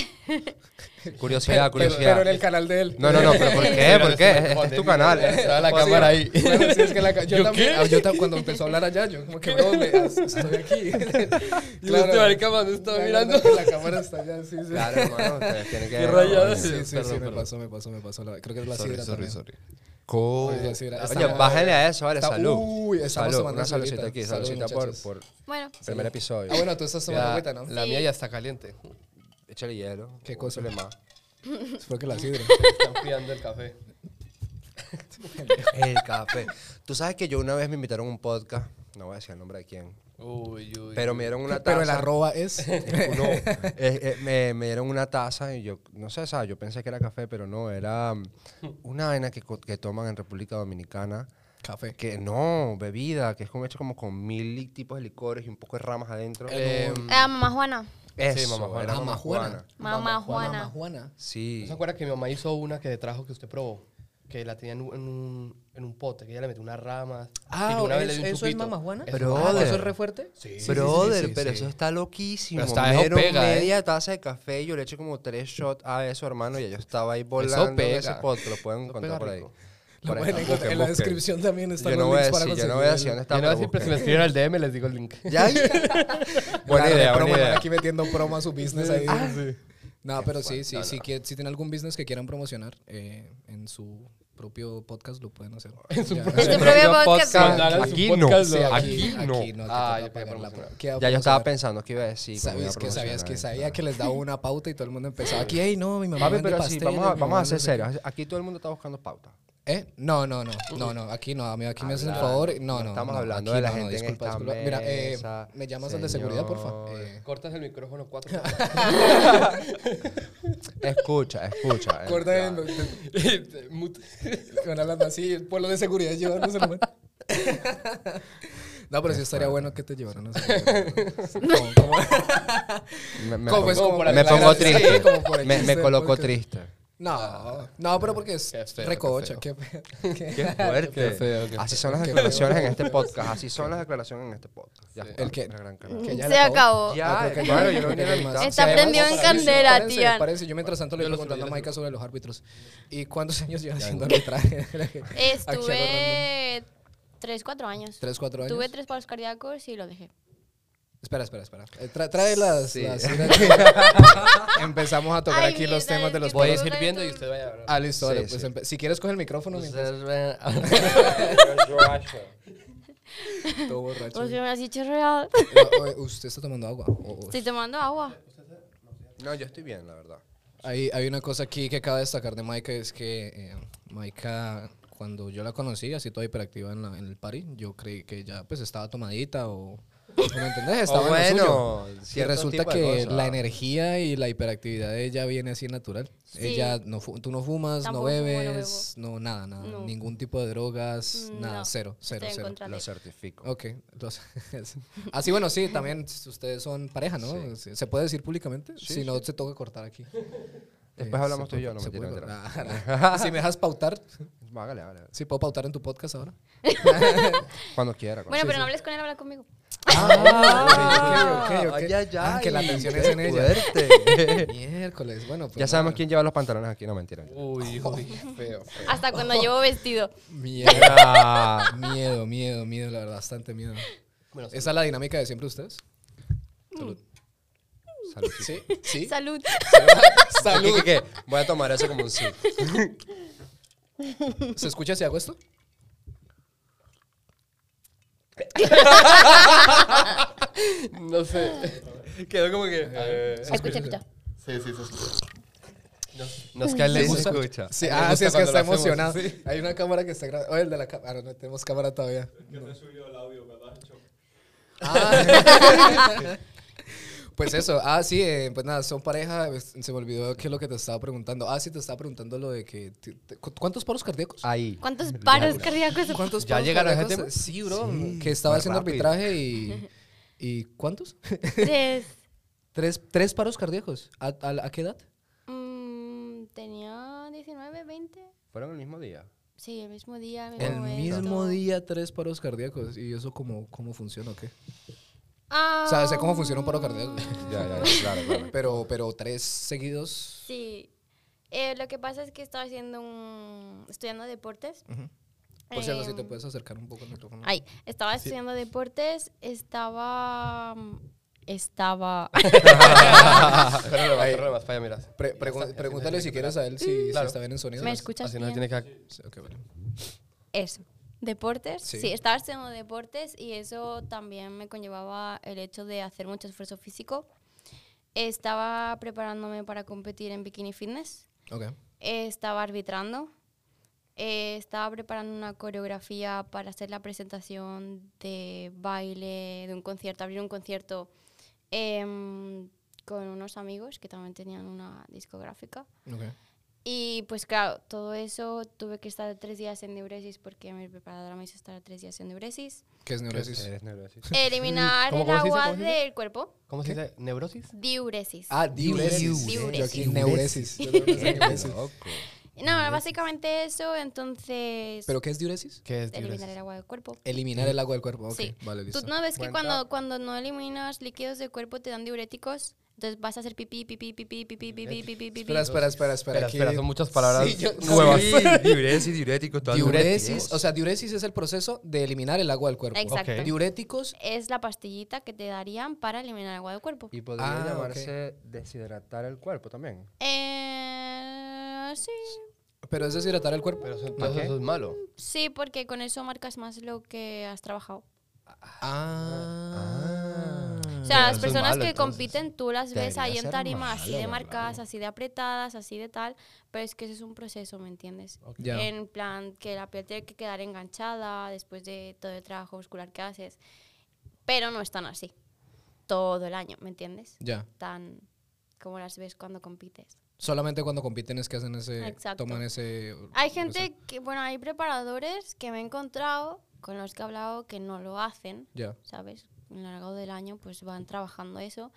Speaker 2: curiosidad, curiosidad.
Speaker 1: Pero en el canal de él.
Speaker 2: No, no, no, pero ¿por qué?
Speaker 4: Pero
Speaker 2: ¿Por qué?
Speaker 4: ese
Speaker 2: Este
Speaker 4: micrófono
Speaker 2: es tu
Speaker 4: de
Speaker 2: canal.
Speaker 4: mí, Está la
Speaker 1: Pues sí,
Speaker 4: cámara ahí.
Speaker 1: bueno, sí, es que la ca- yo,
Speaker 4: ¿Yo
Speaker 1: también,
Speaker 4: qué?
Speaker 1: ah, yo ta- cuando empezó a hablar allá, yo como que, bro, me- as- estoy aquí.
Speaker 4: este marica más estaba
Speaker 1: la-
Speaker 4: mirando.
Speaker 1: La, la cámara está allá, sí, sí.
Speaker 2: Claro, hermano, ustedes tienen que.
Speaker 4: Qué rayadas.
Speaker 1: Sí, sí, sí,
Speaker 4: Perdón,
Speaker 1: me
Speaker 4: perdón.
Speaker 1: pasó, me pasó, me pasó. la- creo que es la
Speaker 4: Sorry,
Speaker 1: sidra
Speaker 4: sorry,
Speaker 1: también.
Speaker 4: sorry.
Speaker 2: Cool.
Speaker 1: Oye, sí, gracias.
Speaker 2: Oye, bájenle a eso, vale,
Speaker 1: Está-
Speaker 2: salud.
Speaker 1: uy, estamos
Speaker 2: salud,
Speaker 1: tomando
Speaker 2: una saludcita
Speaker 1: saludita.
Speaker 2: aquí,
Speaker 1: Salud,
Speaker 2: saludcita por,
Speaker 1: muchachos.
Speaker 2: por
Speaker 3: Bueno,
Speaker 2: primer episodio.
Speaker 1: Ah, bueno, tú estás tomando
Speaker 4: Ya,
Speaker 1: agüita, ¿no?
Speaker 4: La mía ya está caliente.
Speaker 2: Échale hielo.
Speaker 1: Qué cosa.
Speaker 2: Échale más.
Speaker 1: Fue que la sidra.
Speaker 4: Están friando el café.
Speaker 2: El café. Tú sabes que yo una vez me invitaron a un podcast, no voy a decir el nombre de quién,
Speaker 4: Uy, uy.
Speaker 2: pero me dieron una taza.
Speaker 1: Pero el arroba es...
Speaker 2: Uno, eh, eh, me, me dieron una taza y yo, no sé, ¿sabes? yo pensé que era café, pero no, era mm, una vaina que, co- que toman en República Dominicana.
Speaker 1: Café.
Speaker 2: Que no, bebida, que es como hecho como con mil li- tipos de licores y un poco de ramas adentro. Em,
Speaker 4: Eh,
Speaker 3: Ah, mamá Juana.
Speaker 2: Eso,
Speaker 4: mamá Juana.
Speaker 2: era
Speaker 1: Mamá
Speaker 2: mamá
Speaker 1: Juana.
Speaker 2: Juana.
Speaker 3: Mamá
Speaker 1: Mamá
Speaker 3: Juana.
Speaker 1: Juana.
Speaker 2: Sí.
Speaker 4: ¿No se acuerda que mi mamá hizo una que trajo que usted probó? Que la tenía en un, en un, en un pote, que ella le metió unas ramas.
Speaker 1: Ah,
Speaker 4: que yo una vez
Speaker 1: ¿es-
Speaker 4: le di un
Speaker 1: ¿eso es
Speaker 4: chupito.
Speaker 1: Mamá Juana?
Speaker 4: Eso-
Speaker 2: Pero-
Speaker 1: Ah, ¿Eso
Speaker 2: Brother.
Speaker 1: es re fuerte?
Speaker 4: Sí,
Speaker 2: Brother,
Speaker 4: sí, sí, sí,
Speaker 2: pero
Speaker 4: sí.
Speaker 2: eso está loquísimo.
Speaker 4: Pero está
Speaker 2: me
Speaker 4: eso
Speaker 2: dieron
Speaker 4: pega, ¿eh?
Speaker 2: media taza de café y yo le eché como tres shots a eso, hermano, y yo estaba ahí volando en
Speaker 4: pega.
Speaker 2: ese pot, lo pueden
Speaker 4: Eso
Speaker 2: encontrar
Speaker 4: pega
Speaker 2: por ahí.
Speaker 4: rico.
Speaker 1: Lo
Speaker 2: Por ahí
Speaker 1: pueden
Speaker 2: está,
Speaker 1: encontrar.
Speaker 2: busquen,
Speaker 1: En la
Speaker 2: busquen.
Speaker 1: descripción también están
Speaker 2: Yo
Speaker 1: los
Speaker 2: no voy a
Speaker 1: links para
Speaker 2: decir, yo no voy a decir dónde
Speaker 1: conseguirlo.
Speaker 2: está,
Speaker 4: Yo no
Speaker 2: pero
Speaker 4: sé, pero si me
Speaker 2: busquen.
Speaker 4: escriben al DM les digo el link.
Speaker 3: Este
Speaker 2: Ya, Buena
Speaker 1: Claro,
Speaker 2: idea,
Speaker 1: promo,
Speaker 2: buena
Speaker 1: hermano,
Speaker 2: idea. Ah,
Speaker 1: Aquí metiendo promo a su business ahí.
Speaker 4: sí.
Speaker 1: No, pero sí, sí, sí, que- si tienen algún business que quieran promocionar eh, en su propio podcast, lo pueden hacer. Ya.
Speaker 3: Este propio podcast.
Speaker 4: Mandaran su
Speaker 2: Aquí no.
Speaker 4: podcast,
Speaker 1: Sí,
Speaker 4: lo-
Speaker 1: aquí,
Speaker 2: Aquí no.
Speaker 1: aquí no.
Speaker 4: Ah,
Speaker 1: te
Speaker 4: ya
Speaker 1: toca
Speaker 4: puede
Speaker 1: pagar la
Speaker 4: promocionar.
Speaker 1: pro- ¿Qué va a
Speaker 2: Ya yo
Speaker 1: promocionar?
Speaker 2: estaba pensando que iba a decir. cómo iba a
Speaker 1: Sabías que sabías que
Speaker 2: promocionar
Speaker 1: sabía que les daba una pauta y todo el mundo empezaba aquí, "Ey, no, mi
Speaker 2: esto.
Speaker 1: mamá
Speaker 2: Papi,
Speaker 1: vende
Speaker 2: pero sí,
Speaker 1: pasteles,
Speaker 2: vamos a,
Speaker 1: mi
Speaker 2: vamos
Speaker 1: mamá
Speaker 2: a ser
Speaker 1: no sé qué".
Speaker 2: serios. Aquí todo el mundo está buscando pauta.
Speaker 1: ¿Eh? No, no, no, no, no, aquí no, amigo, aquí me hacen el
Speaker 2: Hablando.
Speaker 1: favor, no, no.
Speaker 2: Estamos
Speaker 1: no,
Speaker 2: hablando
Speaker 1: aquí
Speaker 2: de la
Speaker 1: no, no,
Speaker 2: gente en
Speaker 1: disculpa,
Speaker 2: esta
Speaker 1: disculpa. Mira, eh,
Speaker 2: mesa,
Speaker 1: me llamas al de seguridad, porfa.
Speaker 2: señor.
Speaker 1: Eh,
Speaker 4: Cortas el micrófono cuatro.
Speaker 2: Escucha, escucha. eh,
Speaker 1: Corta en-
Speaker 2: escucha.
Speaker 4: Mute.
Speaker 1: Con Alan así, el pueblo de seguridad llevándose el man. No, pero sí estaría bueno que te llevaran a seguridad. Como- como-
Speaker 2: Me- Me
Speaker 1: Como- es
Speaker 2: pongo-
Speaker 1: como por el-
Speaker 2: me pongo
Speaker 1: sí, como por
Speaker 2: triste.
Speaker 1: el
Speaker 2: Me-
Speaker 1: chiste
Speaker 2: Me
Speaker 1: del
Speaker 2: colocó
Speaker 1: podcast.
Speaker 2: triste.
Speaker 1: No, no, pero porque es
Speaker 4: Qué feo, qué
Speaker 1: recocha,
Speaker 4: feo.
Speaker 1: qué feo. Qué-
Speaker 2: Qué fuerte.
Speaker 4: Qué feo, qué
Speaker 2: Así son las
Speaker 1: Qué
Speaker 2: declaraciones en este podcast. Así son las declaraciones en este podcast. Ya
Speaker 4: Sí.
Speaker 2: está,
Speaker 1: El que-
Speaker 2: la gran cara.
Speaker 1: que ya
Speaker 3: Se
Speaker 1: la
Speaker 3: acabó.
Speaker 2: Ya,
Speaker 1: creo que
Speaker 2: claro,
Speaker 1: ya.
Speaker 2: yo no tenía la mitad.
Speaker 3: Está
Speaker 1: Sí,
Speaker 3: prendido
Speaker 1: vamos
Speaker 3: en
Speaker 1: para eso.
Speaker 3: candela,
Speaker 1: Párense,
Speaker 3: tía.
Speaker 1: párense. Yo mientras tanto le
Speaker 4: Yo lo
Speaker 1: estoy
Speaker 4: suelto,
Speaker 1: preguntando a
Speaker 4: yo lo
Speaker 1: Maika sobre los árbitros. ¿Y cuántos años llevan haciendo arbitraje? Acción random.
Speaker 3: Estuve tres, cuatro años.
Speaker 1: ¿Tres, cuatro años?
Speaker 3: Tuve tres paros cardíacos y lo dejé.
Speaker 1: Espera, espera, espera. Eh, tra- trae las...
Speaker 2: Sí.
Speaker 1: las- que- Empezamos a tocar
Speaker 3: Ay,
Speaker 1: aquí los
Speaker 3: mierda,
Speaker 1: temas
Speaker 3: es
Speaker 1: de los...
Speaker 3: que
Speaker 4: Voy a
Speaker 1: paros.
Speaker 4: ir sirviendo y usted vaya a hablar.
Speaker 1: Ah, listo, dale,
Speaker 2: Sí,
Speaker 1: pues
Speaker 2: sí.
Speaker 1: empe- Si quieres, coge el micrófono mientras... Todo borracho.
Speaker 3: Porque Pues me has dicho real.
Speaker 1: Eh, oye, ¿Usted está tomando agua? O- o-
Speaker 3: Estoy tomando agua.
Speaker 2: No, yo estoy bien, la verdad.
Speaker 1: Hay, hay una cosa aquí que acaba de destacar de Maika, es que eh, Maika, cuando yo la conocí, así toda hiperactiva en, la- en el party, yo creí que ya pues estaba tomadita o... ¿Me entendés? Estaba
Speaker 2: O
Speaker 1: en lo
Speaker 2: bueno,
Speaker 1: suyo. Y
Speaker 2: cierto
Speaker 1: resulta
Speaker 2: tipo de
Speaker 1: que
Speaker 2: cosa.
Speaker 1: la energía y la hiperactividad de ella viene así natural.
Speaker 3: Sí.
Speaker 1: Ella no fu- tú no fumas,
Speaker 3: Tampoco
Speaker 1: no
Speaker 3: fumo, no
Speaker 1: bebes, no, nada, nada,
Speaker 3: No.
Speaker 1: ningún tipo de drogas,
Speaker 3: Mm,
Speaker 1: nada,
Speaker 3: no.
Speaker 1: cero, cero,
Speaker 3: Estoy en
Speaker 1: cero.
Speaker 3: contra de
Speaker 2: Lo
Speaker 3: eso.
Speaker 2: certifico.
Speaker 1: Ok, los- así bueno, sí, también ustedes son pareja, ¿no? ¿Se puede decir públicamente? si no, se toca cortar aquí.
Speaker 2: Después
Speaker 1: Eh,
Speaker 2: hablamos
Speaker 1: se
Speaker 2: tú y yo,
Speaker 1: puede-
Speaker 2: no
Speaker 1: se
Speaker 2: mentira,
Speaker 1: puede-
Speaker 2: mentira.
Speaker 1: Nah, nah. si me dejas pautar,
Speaker 2: Vágale, vágale.
Speaker 1: si puedo pautar en tu podcast ahora.
Speaker 2: Cuando quiera. cuando
Speaker 3: Bueno, pero no hables con él, habla conmigo.
Speaker 1: Ah, ok, ok, ok.
Speaker 2: Ay, ay,
Speaker 1: Ah, que la
Speaker 2: ay,
Speaker 1: atención
Speaker 2: qué
Speaker 1: es en ella.
Speaker 2: fuerte.
Speaker 1: Miércoles, bueno, pues
Speaker 2: Ya sabemos
Speaker 1: nada.
Speaker 2: quién lleva los pantalones aquí, no mentira. mentira.
Speaker 4: Uy, uy, feo.
Speaker 3: Hasta cuando llevo vestido.
Speaker 1: Miedo,
Speaker 2: Ah,
Speaker 1: miedo, miedo, miedo, la verdad, bastante miedo.
Speaker 4: Bueno,
Speaker 1: ¿Esa es la dinámica de siempre ustedes? Salud.
Speaker 2: salud.
Speaker 1: ¿Sí? ¿Sí?
Speaker 3: Salud.
Speaker 1: Salud.
Speaker 2: ¿Qué, qué, qué? Voy a tomar eso como un sí.
Speaker 1: ¿Se escucha si hago esto?
Speaker 4: No sé. Quedó como que. eh,
Speaker 3: Escucha, escucha.
Speaker 4: Sí, sí, sí. Nos, nos cae le
Speaker 1: Sí, se
Speaker 4: gusta.
Speaker 2: escucha.
Speaker 1: Sí,
Speaker 4: Le
Speaker 1: ah,
Speaker 4: gusta
Speaker 1: sí, es que
Speaker 4: cuando
Speaker 1: está
Speaker 4: lo hacemos,
Speaker 1: emocionado.
Speaker 4: sí.
Speaker 1: Hay una cámara que está grabando. Oye, el de la cámara. no tenemos cámara todavía. Ah. Pues eso, ah, sí, eh, pues nada, son pareja, es- se me olvidó qué es lo que te estaba preguntando. Ah, sí, te estaba preguntando lo de que... te- te- ¿cu- ¿Cuántos paros cardíacos?
Speaker 2: Ahí.
Speaker 3: ¿Cuántos paros cardíacos?
Speaker 1: ¿Cuántos
Speaker 4: Ah, ¿Ya
Speaker 1: paros
Speaker 4: llegaron a ese
Speaker 1: cardíacos? Sí, bro, que
Speaker 2: fue
Speaker 1: estaba haciendo
Speaker 2: rápido.
Speaker 1: arbitraje y... ¿Y cuántos?
Speaker 3: Tres.
Speaker 1: ¿Tres, tres paros cardíacos? ¿A, a- a qué edad?
Speaker 3: Mm, tenía 19, 20.
Speaker 2: ¿Fueron el mismo día?
Speaker 3: Sí, el mismo día. El mismo,
Speaker 1: El
Speaker 3: momento.
Speaker 1: mismo día, tres paros cardíacos. ¿Y eso cómo, cómo funciona o qué?
Speaker 3: Ah, mm.
Speaker 1: O sea, sé cómo funciona un paro cardíaco.
Speaker 2: Ya, ya, ya, claro, claro.
Speaker 1: Pero, pero tres seguidos.
Speaker 3: Sí. Eh, lo que pasa es que estaba haciendo un... estudiando deportes.
Speaker 1: Por cierto, si te
Speaker 3: Em,
Speaker 1: puedes acercar un poco al micrófono.
Speaker 3: Ay, estaba estudiando deportes, estaba... mm, Estaba...
Speaker 4: Pero no, pero no más, para allá, mira.
Speaker 1: Pre- pregun- pregúntale si quieres a él si, si
Speaker 4: Claro.
Speaker 1: está bien en sonido.
Speaker 3: ¿Me escuchas
Speaker 4: Así no
Speaker 3: bien?
Speaker 4: tiene que.
Speaker 1: Sí, ok, vale.
Speaker 3: Eso. Deportes.
Speaker 1: Sí.
Speaker 3: Sí. estaba haciendo deportes y eso también me conllevaba el hecho de hacer mucho esfuerzo físico. Estaba preparándome para competir en bikini fitness.
Speaker 1: Ok.
Speaker 3: Eh, estaba arbitrando. Eh, estaba preparando una coreografía para hacer la presentación de baile de un concierto, abrir un concierto em, con unos amigos que también tenían una discográfica.
Speaker 1: ok.
Speaker 3: Y pues claro, todo eso tuve que estar tres días en neuresis porque mi preparadora me hizo estar tres días en neuresis.
Speaker 1: ¿Qué es neurosis?
Speaker 4: Este, Eh,
Speaker 2: Eres neurosis.
Speaker 3: Eliminar
Speaker 4: ¿Cómo-
Speaker 3: el
Speaker 4: cómo se dice?
Speaker 3: agua
Speaker 4: ¿Cómo se dice?
Speaker 3: del cuerpo,
Speaker 4: ¿Cómo se dice? ¿Neurosis?
Speaker 3: diuresis.
Speaker 1: Ah, diuresis.
Speaker 3: Diuresis.
Speaker 1: Yo aquí, neuresis.
Speaker 4: Diuresis.
Speaker 2: Loco.
Speaker 3: No, básicamente eso, entonces
Speaker 1: ¿Pero qué es diuresis?
Speaker 4: ¿Qué es
Speaker 3: eliminar
Speaker 4: diuresis?
Speaker 3: el agua del cuerpo.
Speaker 1: Eliminar el agua del cuerpo. Ok,
Speaker 3: Sí.
Speaker 1: vale, listo.
Speaker 3: Tú no ves que
Speaker 2: Buen
Speaker 3: cuando,
Speaker 2: dato.
Speaker 3: cuando no eliminas líquidos del cuerpo te dan diuréticos, entonces vas a hacer pipí, pipí, pipí, pipí, pipí, pipí, pipí.
Speaker 1: Espera, espera, espera, espera.
Speaker 4: Espera,
Speaker 1: aquí-
Speaker 4: espera, son muchas palabras
Speaker 1: Sí, yo-
Speaker 4: nuevas.
Speaker 1: sí.
Speaker 5: diuresis, diurético, todas
Speaker 1: Diuresis, o sea, diuresis es el proceso de eliminar el agua del cuerpo.
Speaker 3: Exacto.
Speaker 4: Ok.
Speaker 1: Diuréticos,
Speaker 3: Es la pastillita que te darían para eliminar el agua del cuerpo.
Speaker 2: Y podría
Speaker 1: Ah,
Speaker 2: llamarse deshidratar el cuerpo también.
Speaker 3: Eh, sí,
Speaker 1: pero es deshidratar el cuerpo.
Speaker 4: Pero eso, todo
Speaker 2: Ok.
Speaker 4: eso es malo.
Speaker 3: sí, porque con eso marcas más lo que has trabajado.
Speaker 1: Ah.
Speaker 3: O sea,
Speaker 4: eso
Speaker 3: las
Speaker 4: es
Speaker 3: personas
Speaker 4: malo,
Speaker 3: que
Speaker 4: entonces.
Speaker 3: compiten, tú las ves
Speaker 2: Debería
Speaker 3: ahí en
Speaker 2: ser
Speaker 3: tarima, así de
Speaker 2: malo,
Speaker 3: marcadas, así de apretadas, así de tal, pero es que ese es un proceso, ¿me entiendes?
Speaker 1: Ya.
Speaker 3: En plan, que la piel tiene que quedar enganchada después de todo el trabajo muscular que haces, pero no están así todo el año, ¿me entiendes?
Speaker 1: Ya.
Speaker 3: Tan como las ves cuando compites.
Speaker 1: Solamente cuando compiten es que hacen ese.
Speaker 3: Exacto.
Speaker 1: Toman ese.
Speaker 3: Hay gente que, bueno, hay preparadores que me he encontrado, con los que he hablado, que no lo hacen.
Speaker 1: Ya.
Speaker 3: ¿sabes? A lo largo del año pues van trabajando eso.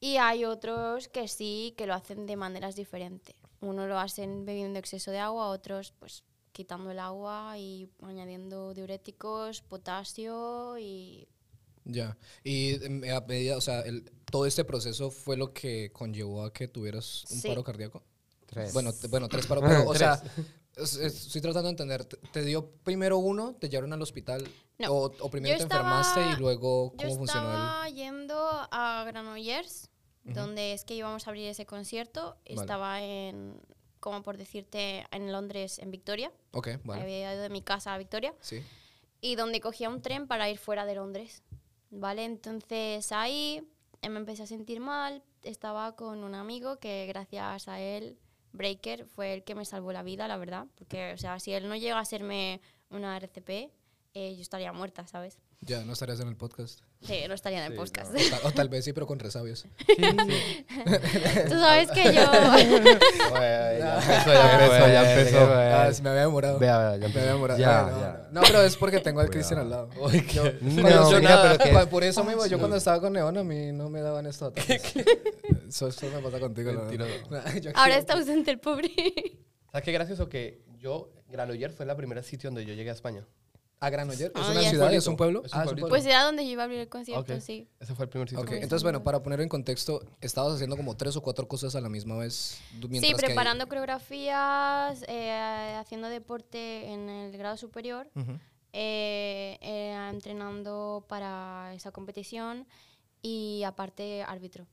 Speaker 3: Y hay otros que sí, que lo hacen de maneras diferentes. Uno lo hacen bebiendo exceso de agua, otros pues quitando el agua y añadiendo diuréticos, potasio y...
Speaker 1: Ya. Y em, a medida, o sea, el- todo este proceso fue lo que conllevó a que tuvieras un
Speaker 3: Sí.
Speaker 1: paro cardíaco.
Speaker 2: Tres.
Speaker 1: Bueno, t- bueno, tres paros. Pero, o sea, es- es- estoy tratando de entender. ¿Te- ¿Te dio primero uno, te llevaron al hospital?
Speaker 3: No.
Speaker 1: O, o primero
Speaker 3: Yo
Speaker 1: te enfermaste
Speaker 3: estaba-
Speaker 1: y luego
Speaker 3: Yo
Speaker 1: cómo funcionó
Speaker 3: estaba yendo a Granollers, donde es que íbamos a abrir ese concierto.
Speaker 1: Vale.
Speaker 3: Estaba en, como por decirte, en Londres, en Victoria.
Speaker 1: el. Ok, vale.
Speaker 3: Había ido de mi casa a Victoria.
Speaker 1: Sí.
Speaker 3: y donde cogía un tren para ir fuera de Londres, ¿vale? Entonces ahí eh, me empecé a sentir mal, estaba con un amigo que gracias a él, Breaker, fue el que me salvó la vida, la verdad, porque, o sea, si él no llega a hacerme una RCP, eh, yo estaría muerta, ¿sabes?
Speaker 1: Ya, no estarías en el podcast.
Speaker 3: Sí, no estaría en el podcast.
Speaker 1: O, ta- o tal vez sí, pero con resabios.
Speaker 3: Tú sabes que yo...
Speaker 4: Ya empezó, ya empezó, ya empezó.
Speaker 1: Ah, sí, me había demorado.
Speaker 2: Vea, vea, ya
Speaker 1: me había
Speaker 2: empezó.
Speaker 1: demorado.
Speaker 2: Ya,
Speaker 1: Ah, no,
Speaker 2: ya.
Speaker 1: no. No, pero es porque tengo al Cristian al lado. Yo-
Speaker 2: No,
Speaker 1: cuando yo-
Speaker 2: mira, pero que-
Speaker 1: pa- por eso mismo, yo cuando estaba con Neón, a mí no me daban estos ataques. Eso, eso me pasa contigo. la verdad. Yo aquí-
Speaker 3: Ahora está ausente el pobre.
Speaker 4: ¿Sabes qué gracioso? Que yo, Granollers fue el primer sitio donde yo llegué a España.
Speaker 1: A Granollers. ¿Es
Speaker 3: Ah,
Speaker 1: una
Speaker 3: ya.
Speaker 1: ciudad? ¿Es un pueblo?
Speaker 4: Es un
Speaker 1: Ah,
Speaker 4: pueblito.
Speaker 3: Pues era donde yo iba a abrir el concierto,
Speaker 4: Ok.
Speaker 3: Pues, sí.
Speaker 4: Ese fue el primer sitio
Speaker 1: Ok,
Speaker 4: que
Speaker 1: Entonces, bueno, para poner en contexto, estabas haciendo como tres o cuatro cosas a la misma vez. du- Mientras
Speaker 3: Sí,
Speaker 1: que-
Speaker 3: preparando coreografías, eh, haciendo deporte en el grado superior.
Speaker 1: Ujú.
Speaker 3: eh, eh, entrenando para esa competición y aparte árbitro.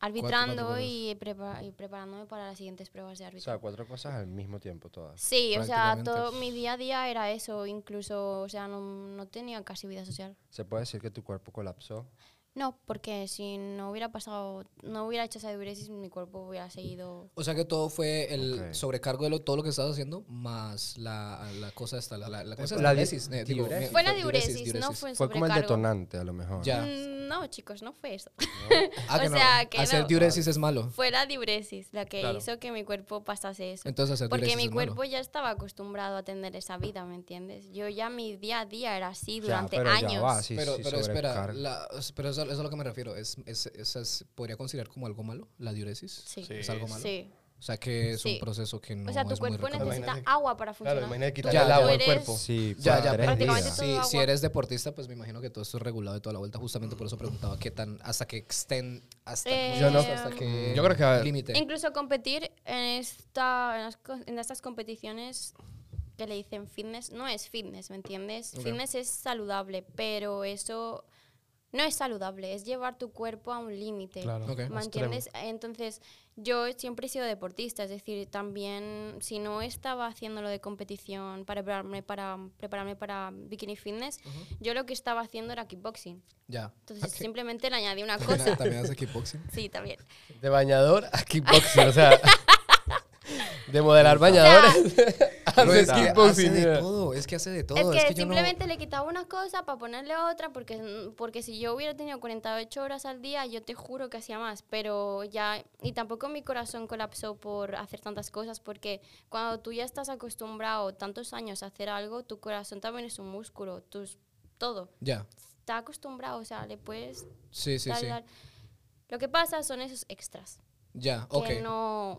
Speaker 3: Arbitrando
Speaker 1: cuatro
Speaker 3: y, prepa- y preparándome para las siguientes pruebas de
Speaker 2: O
Speaker 3: árbitro.
Speaker 2: sea, cuatro cosas al mismo tiempo todas.
Speaker 3: sí, o sea,
Speaker 1: prácticamente.
Speaker 3: todo mi día a día era eso, incluso, o sea, no, no tenía casi vida social.
Speaker 2: ¿Se puede decir que tu cuerpo colapsó?
Speaker 3: No, porque si no hubiera pasado, no hubiera hecho esa diuresis, mi cuerpo hubiera seguido.
Speaker 1: O sea que todo fue el
Speaker 2: Ok.
Speaker 1: sobrecargo de lo- todo lo que estabas haciendo, más la, la cosa esta, la, la, la cosa
Speaker 2: La di-
Speaker 1: diuresis. eh, digo,
Speaker 2: diuresis.
Speaker 1: mi-
Speaker 3: Fue la diuresis, no
Speaker 1: diuresis.
Speaker 3: fue el
Speaker 2: Fue como el
Speaker 3: sobrecargo.
Speaker 2: detonante, a lo mejor.
Speaker 1: Ya.
Speaker 3: Mm, No, chicos, no fue eso.
Speaker 1: Ah,
Speaker 3: o
Speaker 1: que no,
Speaker 3: sea, que
Speaker 1: hacer
Speaker 3: no.
Speaker 1: diuresis es malo.
Speaker 3: Fue la diuresis la que
Speaker 4: Claro.
Speaker 3: hizo que mi cuerpo pasase eso.
Speaker 1: Entonces hacer
Speaker 3: Porque
Speaker 1: diuresis
Speaker 3: mi
Speaker 1: es malo.
Speaker 3: cuerpo ya estaba acostumbrado a tener esa vida, ¿me entiendes? Yo ya mi día a día era así
Speaker 2: Ya,
Speaker 3: durante
Speaker 2: pero ya
Speaker 3: años.
Speaker 2: va, sí,
Speaker 1: pero
Speaker 2: sí,
Speaker 1: pero espera,
Speaker 2: sobrecarga.
Speaker 1: la- es- pero eso, eso es a lo que me refiero. Es, es, esa es- ¿Podría considerar como algo malo la diuresis?
Speaker 3: Sí.
Speaker 4: Sí.
Speaker 1: ¿Es algo malo?
Speaker 3: Sí.
Speaker 1: O sea, que es un
Speaker 3: Sí.
Speaker 1: proceso que no
Speaker 3: o sea, tu
Speaker 1: es muy
Speaker 3: cuerpo
Speaker 1: recomendable.
Speaker 3: necesita
Speaker 4: Imagínate-
Speaker 3: agua para
Speaker 4: Claro,
Speaker 3: funcionar.
Speaker 4: imagínate
Speaker 3: Tú-
Speaker 4: quitarle
Speaker 1: Ya,
Speaker 4: el
Speaker 1: ya.
Speaker 4: agua al
Speaker 3: Tú
Speaker 4: cuerpo.
Speaker 3: eres-
Speaker 2: Sí,
Speaker 1: Ya, ya,
Speaker 2: tres
Speaker 3: prácticamente
Speaker 2: días.
Speaker 3: todo
Speaker 1: Si,
Speaker 3: agua.
Speaker 1: si eres deportista, pues me imagino que todo esto es regulado de toda la vuelta. Justamente por eso preguntaba qué tan, hasta qué extend, hasta,
Speaker 3: Eh,
Speaker 1: qué-
Speaker 3: Yo no-
Speaker 1: hasta qué
Speaker 4: Yo creo que-
Speaker 1: límite.
Speaker 3: Incluso competir en, esta, en, las co- en estas competiciones que le dicen fitness, no es fitness, ¿me entiendes?
Speaker 1: Ok.
Speaker 3: Fitness es saludable, pero eso no es saludable, es llevar tu cuerpo a un límite.
Speaker 4: Claro.
Speaker 1: Ok.
Speaker 3: ¿Me entiendes? Entonces, yo siempre he sido deportista, es decir, también si no estaba haciendo lo de competición para prepararme para, prepararme para Bikini Fitness, yo lo que estaba haciendo era kickboxing.
Speaker 1: Ya.
Speaker 3: Entonces,
Speaker 1: Ok.
Speaker 3: simplemente le añadí una
Speaker 1: También-
Speaker 3: cosa.
Speaker 1: También hace kickboxing.
Speaker 3: sí, también.
Speaker 4: De bañador a kickboxing, o sea, de modelar bañadores a
Speaker 1: Pero
Speaker 4: hacer
Speaker 1: es que hace
Speaker 4: kickboxing.
Speaker 1: de
Speaker 4: mira.
Speaker 1: todo, es que hace de todo.
Speaker 3: Es que,
Speaker 1: es que yo no-
Speaker 3: simplemente le quitaba una cosa para ponerle otra, porque, mm, porque si yo hubiera tenido 48 horas al día, yo te juro que hacía más, pero ya, y tampoco mi corazón colapsó por hacer tantas cosas, porque cuando tú ya estás acostumbrado tantos años a hacer algo, tu corazón también es un músculo, tus, todo,
Speaker 1: Ya.
Speaker 3: está acostumbrado, o sea, le puedes
Speaker 1: Sí, sí,
Speaker 3: dar-
Speaker 1: sí.
Speaker 3: dar. Lo que pasa son esos extras,
Speaker 1: Ya, ok.
Speaker 3: que no...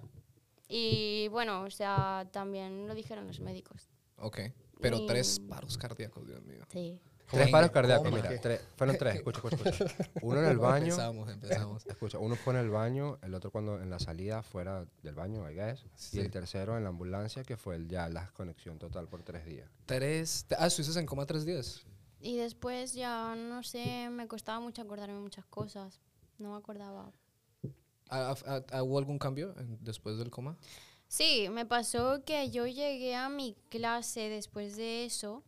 Speaker 3: Y bueno, o sea, también lo dijeron los médicos.
Speaker 1: Ok. Pero
Speaker 3: Y-
Speaker 1: tres paros cardíacos, Dios mío.
Speaker 3: Sí.
Speaker 2: Tres
Speaker 1: en
Speaker 2: paros
Speaker 1: coma.
Speaker 2: cardíacos, mira. tres- fueron tres, escucha, escucha, escucha. Uno en el baño.
Speaker 1: Empezamos, empezamos.
Speaker 2: Escucha, uno fue en el baño, el otro cuando en la salida fuera del baño, I guess,
Speaker 4: Sí.
Speaker 2: y el tercero en la ambulancia, que fue el ya la conexión total por tres días.
Speaker 1: Tres. Ah, estuviste en coma tres días.
Speaker 3: Y después ya, no sé, me costaba mucho acordarme de muchas cosas. No me acordaba.
Speaker 1: ¿Ah, ah, ah, ¿Hubo algún cambio en- después del coma?
Speaker 3: Sí, me pasó que yo llegué a mi clase después de eso,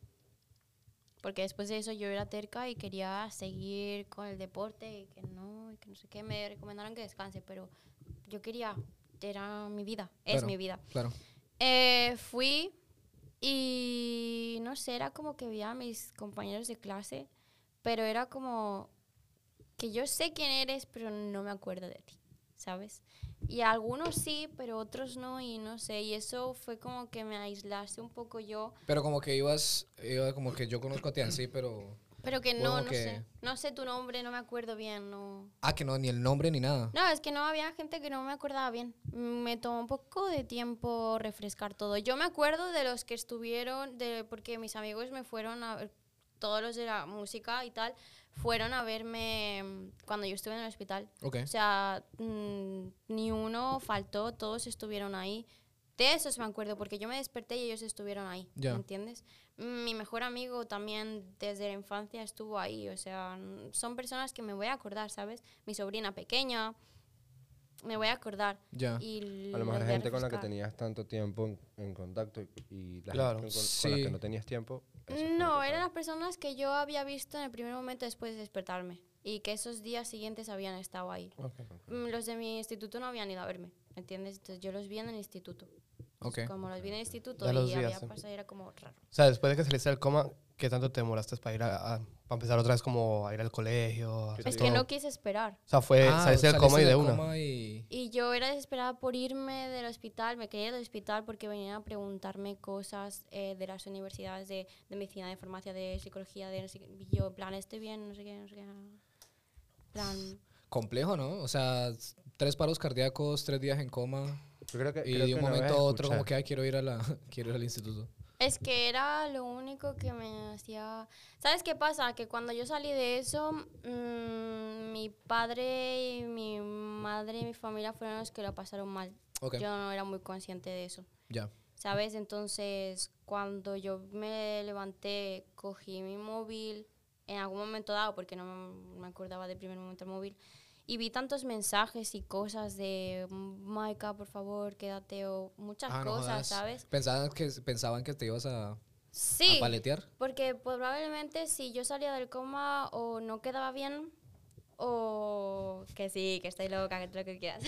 Speaker 3: porque después de eso yo era terca y quería seguir con el deporte y que no, y que no sé qué. Me recomendaron que descanse, pero yo quería, era mi vida, es
Speaker 1: Claro,
Speaker 3: mi vida.
Speaker 1: Claro.
Speaker 3: Eh, fui y no sé, era como que vi a mis compañeros de clase, pero era como que yo sé quién eres, pero no me acuerdo de ti, ¿sabes? Y algunos sí, pero otros no, y no sé, y eso fue como que me aislaste un poco yo,
Speaker 1: Pero como que ibas, iba como que yo conozco a Tian, sí, pero...
Speaker 3: pero que
Speaker 1: Fue
Speaker 3: no,
Speaker 1: como
Speaker 3: no
Speaker 1: que-
Speaker 3: sé, no sé tu nombre, no me acuerdo bien, no.
Speaker 1: Ah, que no, ni el nombre ni nada.
Speaker 3: No, es que no había gente que no me acordaba bien. Me tomó un poco de tiempo refrescar todo. Yo me acuerdo de los que estuvieron, de, porque mis amigos me fueron a ver, todos los de la música y tal, fueron a verme mm, cuando yo estuve en el hospital.
Speaker 1: Ok.
Speaker 3: O sea, mm, ni uno faltó, todos estuvieron ahí. De esos me acuerdo, porque yo me desperté y ellos estuvieron ahí,
Speaker 1: Ya.
Speaker 3: ¿me entiendes? Mm, Mi mejor amigo también desde la infancia estuvo ahí, o sea, n- son personas que me voy a acordar, ¿sabes? Mi sobrina pequeña, me voy a acordar.
Speaker 1: Ya.
Speaker 3: Y
Speaker 2: A lo mejor
Speaker 3: voy
Speaker 2: gente con la que
Speaker 3: refrescar.
Speaker 2: tenías tanto tiempo en, en contacto y la
Speaker 4: Claro.
Speaker 2: gente con,
Speaker 1: Sí.
Speaker 2: con la que no tenías tiempo. eso fue lo
Speaker 3: No,
Speaker 2: que fue.
Speaker 3: eran las personas que yo había visto en el primer momento después de despertarme y que esos días siguientes habían estado ahí. Mm, Los de mi instituto no habían ido a verme, ¿entiendes? Entonces yo los vi en el instituto.
Speaker 1: Ok.
Speaker 3: pues Como los vi en el instituto
Speaker 4: Ya los
Speaker 3: y
Speaker 4: vi
Speaker 3: había
Speaker 4: hace-
Speaker 3: pasado, era como raro.
Speaker 4: O sea, después de que saliste del coma, ¿qué tanto te demoraste para ir a, a- para empezar otra vez como a ir al colegio? a
Speaker 2: Sí,
Speaker 4: hacer
Speaker 3: Es
Speaker 4: todo?
Speaker 3: que no quise esperar.
Speaker 4: O sea, fue
Speaker 1: Ah,
Speaker 4: Eh, saliste del coma y de una.
Speaker 1: coma y-
Speaker 3: Y yo era desesperada por irme del hospital, me quería ir del hospital porque venían a preguntarme cosas eh, de las universidades de, de medicina, de farmacia, de psicología, de no sé qué. Y yo, en plan, estoy bien, no sé qué, no sé qué. En plan,
Speaker 1: Complejo, ¿no? O sea, s- tres paros cardíacos, tres días en coma.
Speaker 2: Yo creo que,
Speaker 1: Y
Speaker 2: creo
Speaker 1: de
Speaker 2: que
Speaker 1: un
Speaker 2: una
Speaker 1: momento
Speaker 2: vez
Speaker 1: a otro como
Speaker 2: escuché-
Speaker 1: que, ay, quiero ir, a la, quiero ir al instituto.
Speaker 3: Es que era lo único que me hacía... ¿Sabes qué pasa? Que cuando yo salí de eso, mm, mi padre y mi madre y mi familia fueron los que lo pasaron mal.
Speaker 1: Ok,
Speaker 3: Yo no era muy consciente de eso,
Speaker 1: ya.
Speaker 3: ¿sabes? Entonces, cuando yo me levanté, cogí mi móvil en algún momento dado, porque no me- me acordaba del primer momento el móvil, y vi tantos mensajes y cosas de, Maika, por favor, quédate, o muchas
Speaker 1: Ah, no
Speaker 3: cosas,
Speaker 1: jodas.
Speaker 3: ¿sabes?
Speaker 1: Pensaban que, pensaban que te ibas a, a
Speaker 3: Sí.
Speaker 1: paletear.
Speaker 3: Porque probablemente si yo salía del coma o no quedaba bien o que sí, que estoy loca, que lo que quieras.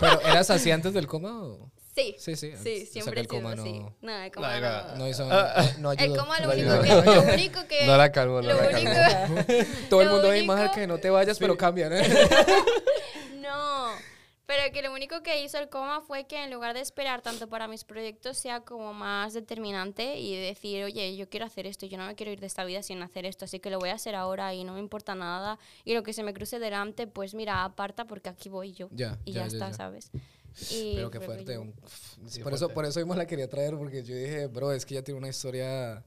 Speaker 1: ¿Pero eras así antes del coma o...?
Speaker 5: Sí.
Speaker 1: Sí, sí. O
Speaker 5: Sí,
Speaker 1: sea,
Speaker 5: siempre
Speaker 1: que el
Speaker 5: he sido
Speaker 1: coma
Speaker 5: así.
Speaker 1: no-
Speaker 5: No, el coma
Speaker 4: No,
Speaker 5: no.
Speaker 4: no.
Speaker 1: No hizo.
Speaker 4: Ah,
Speaker 1: no, no
Speaker 3: El
Speaker 1: ayudó.
Speaker 3: coma lo
Speaker 1: No
Speaker 3: único
Speaker 1: ayudó.
Speaker 3: que... Lo único que
Speaker 4: No la calmo, no
Speaker 3: Eh, lo
Speaker 4: la calmo.
Speaker 3: único...
Speaker 1: Todo el
Speaker 3: lo
Speaker 1: mundo ahí,
Speaker 3: único-
Speaker 1: más que no te vayas, pero cambian. ¿eh?
Speaker 3: No, pero que lo único que hizo el coma fue que en lugar de esperar tanto para mis proyectos sea como más determinante y decir, oye, yo quiero hacer esto, yo no me quiero ir de esta vida sin hacer esto, así que lo voy a hacer ahora y no me importa nada. Y lo que se me cruce delante, pues mira, aparta porque aquí voy yo.
Speaker 1: Ya,
Speaker 3: y
Speaker 1: ya, ya,
Speaker 3: ya, está,
Speaker 1: ya.
Speaker 3: ¿sabes? Y
Speaker 1: Pero qué
Speaker 3: fue
Speaker 1: fuerte.
Speaker 3: rollo.
Speaker 1: un- por, Eso, por eso mismo la quería traer, porque yo dije, bro, es que ya tiene una historia.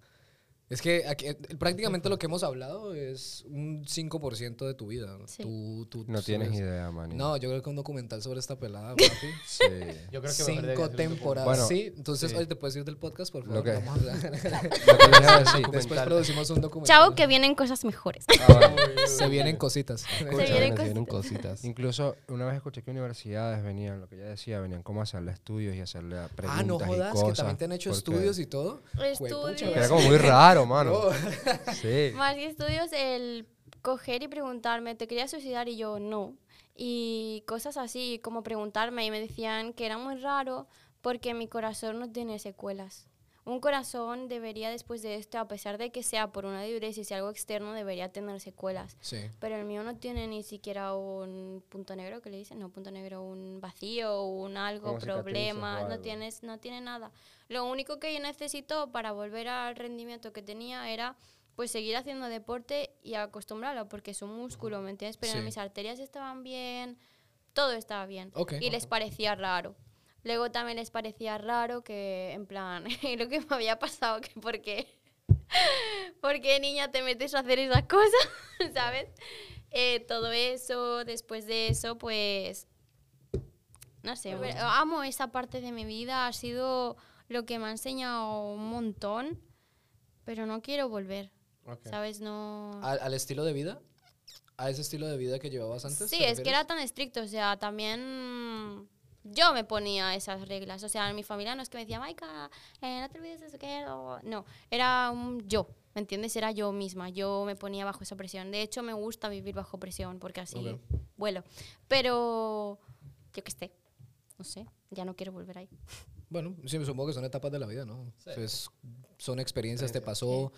Speaker 1: Es que aquí- eh, prácticamente lo que hemos hablado es un 5% de tu vida.
Speaker 3: Sí.
Speaker 1: Tú, tú-
Speaker 2: No
Speaker 1: tú
Speaker 2: tienes
Speaker 1: sabes.
Speaker 2: idea, man.
Speaker 1: No, yo creo que un documental sobre esta pelada, papi.
Speaker 2: Sí.
Speaker 4: Yo
Speaker 1: Cinco temporadas.
Speaker 2: Bueno,
Speaker 1: sí, entonces,
Speaker 4: sí.
Speaker 1: hoy ¿te puedes ir del podcast, por favor?
Speaker 2: Lo que-
Speaker 1: Vamos a hablar.
Speaker 2: Lo que les iba a decir.
Speaker 1: Después producimos un documental.
Speaker 3: Chao, que vienen cosas mejores.
Speaker 1: Se vienen cositas.
Speaker 3: Se vienen cosas.
Speaker 4: cositas.
Speaker 2: Incluso una vez escuché que universidades venían, lo que ya decía, venían como a hacerle estudios y hacerle preguntas
Speaker 1: Ah, no
Speaker 2: y
Speaker 1: jodas, que
Speaker 2: cosas,
Speaker 1: también te han hecho
Speaker 2: porque-
Speaker 1: estudios y todo.
Speaker 3: Estudios.
Speaker 2: Era como muy raro, mano.
Speaker 1: No.
Speaker 2: Sí.
Speaker 3: Más que estudios, el coger y preguntarme, ¿te querías suicidar? Y yo, no. Y cosas así, como preguntarme, y me decían que era muy raro porque mi corazón no tiene secuelas. Un corazón debería, después de esto, a pesar de que sea por una diuresis y algo externo, debería tener secuelas.
Speaker 1: Sí.
Speaker 3: Pero el mío no tiene ni siquiera un punto negro, que le dicen, no, punto negro, un vacío, un algo,
Speaker 2: Como cicatrices o
Speaker 3: problema, no,
Speaker 2: algo.
Speaker 3: tienes, no tiene nada. Lo único que yo necesito para volver al rendimiento que tenía era pues seguir haciendo deporte y acostumbrarlo, porque es un músculo, ¿me entiendes? Pero
Speaker 1: Sí.
Speaker 3: mis arterias estaban bien, todo estaba bien.
Speaker 1: Ok.
Speaker 3: Y les parecía raro. Luego también les parecía raro que, en plan, lo que me había pasado, que porque... ¿Por qué niña te metes a hacer esas cosas? ¿Sabes? Eh, todo eso, después de eso, pues... No sé, pero amo esa parte de mi vida, ha sido lo que me ha enseñado un montón, pero no quiero volver, ¿sabes? No...
Speaker 1: ¿Al, al estilo de vida? ¿A ese estilo de vida que llevabas antes? te
Speaker 3: Sí, es que
Speaker 1: refieres?
Speaker 3: era tan estricto, o sea, también yo me ponía esas reglas, o sea, en mi familia no es que me decía, Maika, eh, no te olvides de eso que... o- No, era un yo, ¿me entiendes? Era yo misma, yo me ponía bajo esa presión. De hecho, me gusta vivir bajo presión porque así
Speaker 1: Ok.
Speaker 3: vuelo. Pero, yo qué sé, no sé, ya no quiero volver ahí.
Speaker 1: Bueno, sí, me supongo que son etapas de la vida, ¿no? Entonces, son experiencias, te pasó.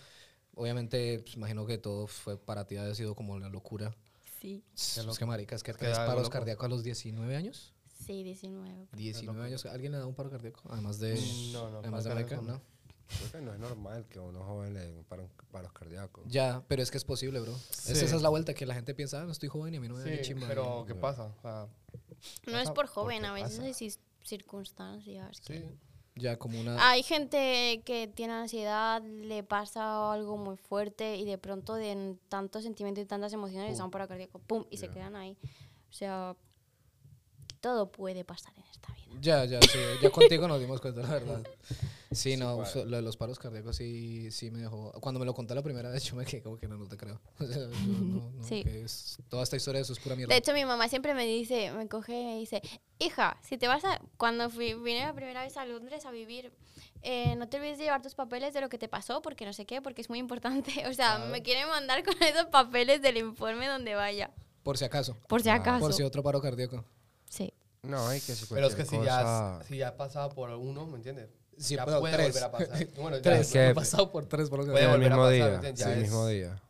Speaker 1: Obviamente, pues, imagino que todo fue para ti, ha sido como una locura.
Speaker 3: Sí.
Speaker 1: Es que maricas, que
Speaker 4: que
Speaker 1: tres
Speaker 4: algo
Speaker 1: paros
Speaker 4: loco.
Speaker 1: cardíacos a los 19 años.
Speaker 3: Sí, 19.
Speaker 1: 19 años. ¿Alguien le da un paro cardíaco? Además de.
Speaker 4: Mm, No, no,
Speaker 1: además
Speaker 4: paro
Speaker 1: de Maika,
Speaker 4: cardíaco no.
Speaker 1: ¿no?
Speaker 2: Creo que no es normal que a unos jóvenes le den paros, paros cardíacos.
Speaker 1: Ya, pero es que es posible, bro. Es-
Speaker 4: Sí.
Speaker 1: esa es la vuelta que la gente piensa, ah, no estoy joven y a mí no me da ni
Speaker 4: Sí,
Speaker 1: chimba.
Speaker 4: pero ¿qué pasa? O sea,
Speaker 3: No es
Speaker 4: Pasa
Speaker 3: por joven,
Speaker 4: porque
Speaker 3: a veces
Speaker 4: pasa.
Speaker 3: hay cis- circunstancias. que-
Speaker 4: sí.
Speaker 1: Ya, como una.
Speaker 3: Hay gente que tiene ansiedad, le pasa algo muy fuerte y de pronto de en tantos sentimientos y tantas emociones les da un paro cardíaco, pum, y se quedan ahí. O sea, todo puede pasar en esta vida.
Speaker 1: Ya, ya, sí. Ya contigo nos dimos cuenta, la verdad. Sí, no, so- lo de los paros cardíacos sí, sí me dejó. Cuando me lo conté la primera vez, yo me quedé como que no, no te creo. O sea, yo no, no,
Speaker 3: Sí.
Speaker 1: que es- toda esta historia de eso es pura mierda.
Speaker 3: De hecho, mi mamá siempre me dice, me coge y me dice, hija, si te vas a... Cuando fui, vine la primera vez a Londres a vivir, eh, no te olvides de llevar tus papeles de lo que te pasó, porque no sé qué, porque es muy importante. O sea, me quiere mandar con esos papeles del informe donde vaya.
Speaker 1: por si acaso.
Speaker 3: Por si acaso.
Speaker 1: Por si otro paro cardíaco.
Speaker 3: Sí.
Speaker 2: No, hay que si
Speaker 4: Pero es que si
Speaker 2: cualquier
Speaker 4: ya,
Speaker 2: cosa-
Speaker 4: si ya pasaba por uno, ¿me entiendes?
Speaker 1: Sí,
Speaker 4: ya
Speaker 1: pero
Speaker 4: puede
Speaker 1: tres.
Speaker 4: volver a pasar. Bueno, ya,
Speaker 1: Tres.
Speaker 2: Que-
Speaker 1: He pasado por tres paros
Speaker 4: Puede
Speaker 2: en
Speaker 1: cardíacos.
Speaker 2: el
Speaker 4: volver
Speaker 2: mismo
Speaker 4: a pasar,
Speaker 2: día.
Speaker 4: entonces,
Speaker 2: sí,
Speaker 4: ya
Speaker 2: el
Speaker 4: es-
Speaker 2: mismo día.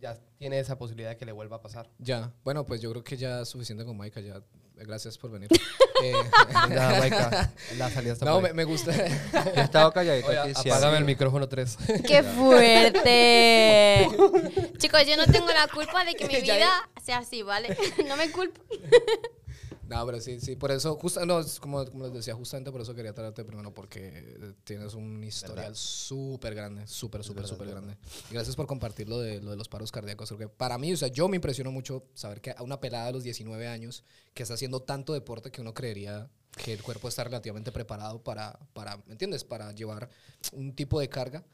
Speaker 4: ya tiene esa posibilidad de que le vuelva a pasar.
Speaker 1: Ya. Bueno, pues yo creo que ya es suficiente con Maika. Ya. Gracias por venir. Eh,
Speaker 4: Ya, Maika, la salida está
Speaker 1: no,
Speaker 4: por
Speaker 1: me,
Speaker 4: ahí.
Speaker 1: me gusta.
Speaker 2: Yo he estado calladito
Speaker 4: Oye,
Speaker 2: aquí. si
Speaker 4: apágame el
Speaker 2: alguien-
Speaker 4: micrófono 3.
Speaker 3: ¡Qué fuerte! Chicos, yo no tengo la culpa de que mi
Speaker 1: Ya
Speaker 3: vida sea así, ¿vale? No me culpo.
Speaker 1: No, pero sí, sí, por eso, justa, no, es como, como les decía, justamente por eso quería traerte primero, porque eh, tienes un historial súper grande, súper, súper, súper grande. Y gracias por compartir lo de, lo de los paros cardíacos, porque para mí, o sea, yo me impresionó mucho saber que a una pelada de los 19 años que está haciendo tanto deporte que uno creería que el cuerpo está relativamente preparado para, para ¿me entiendes?, para llevar un tipo de carga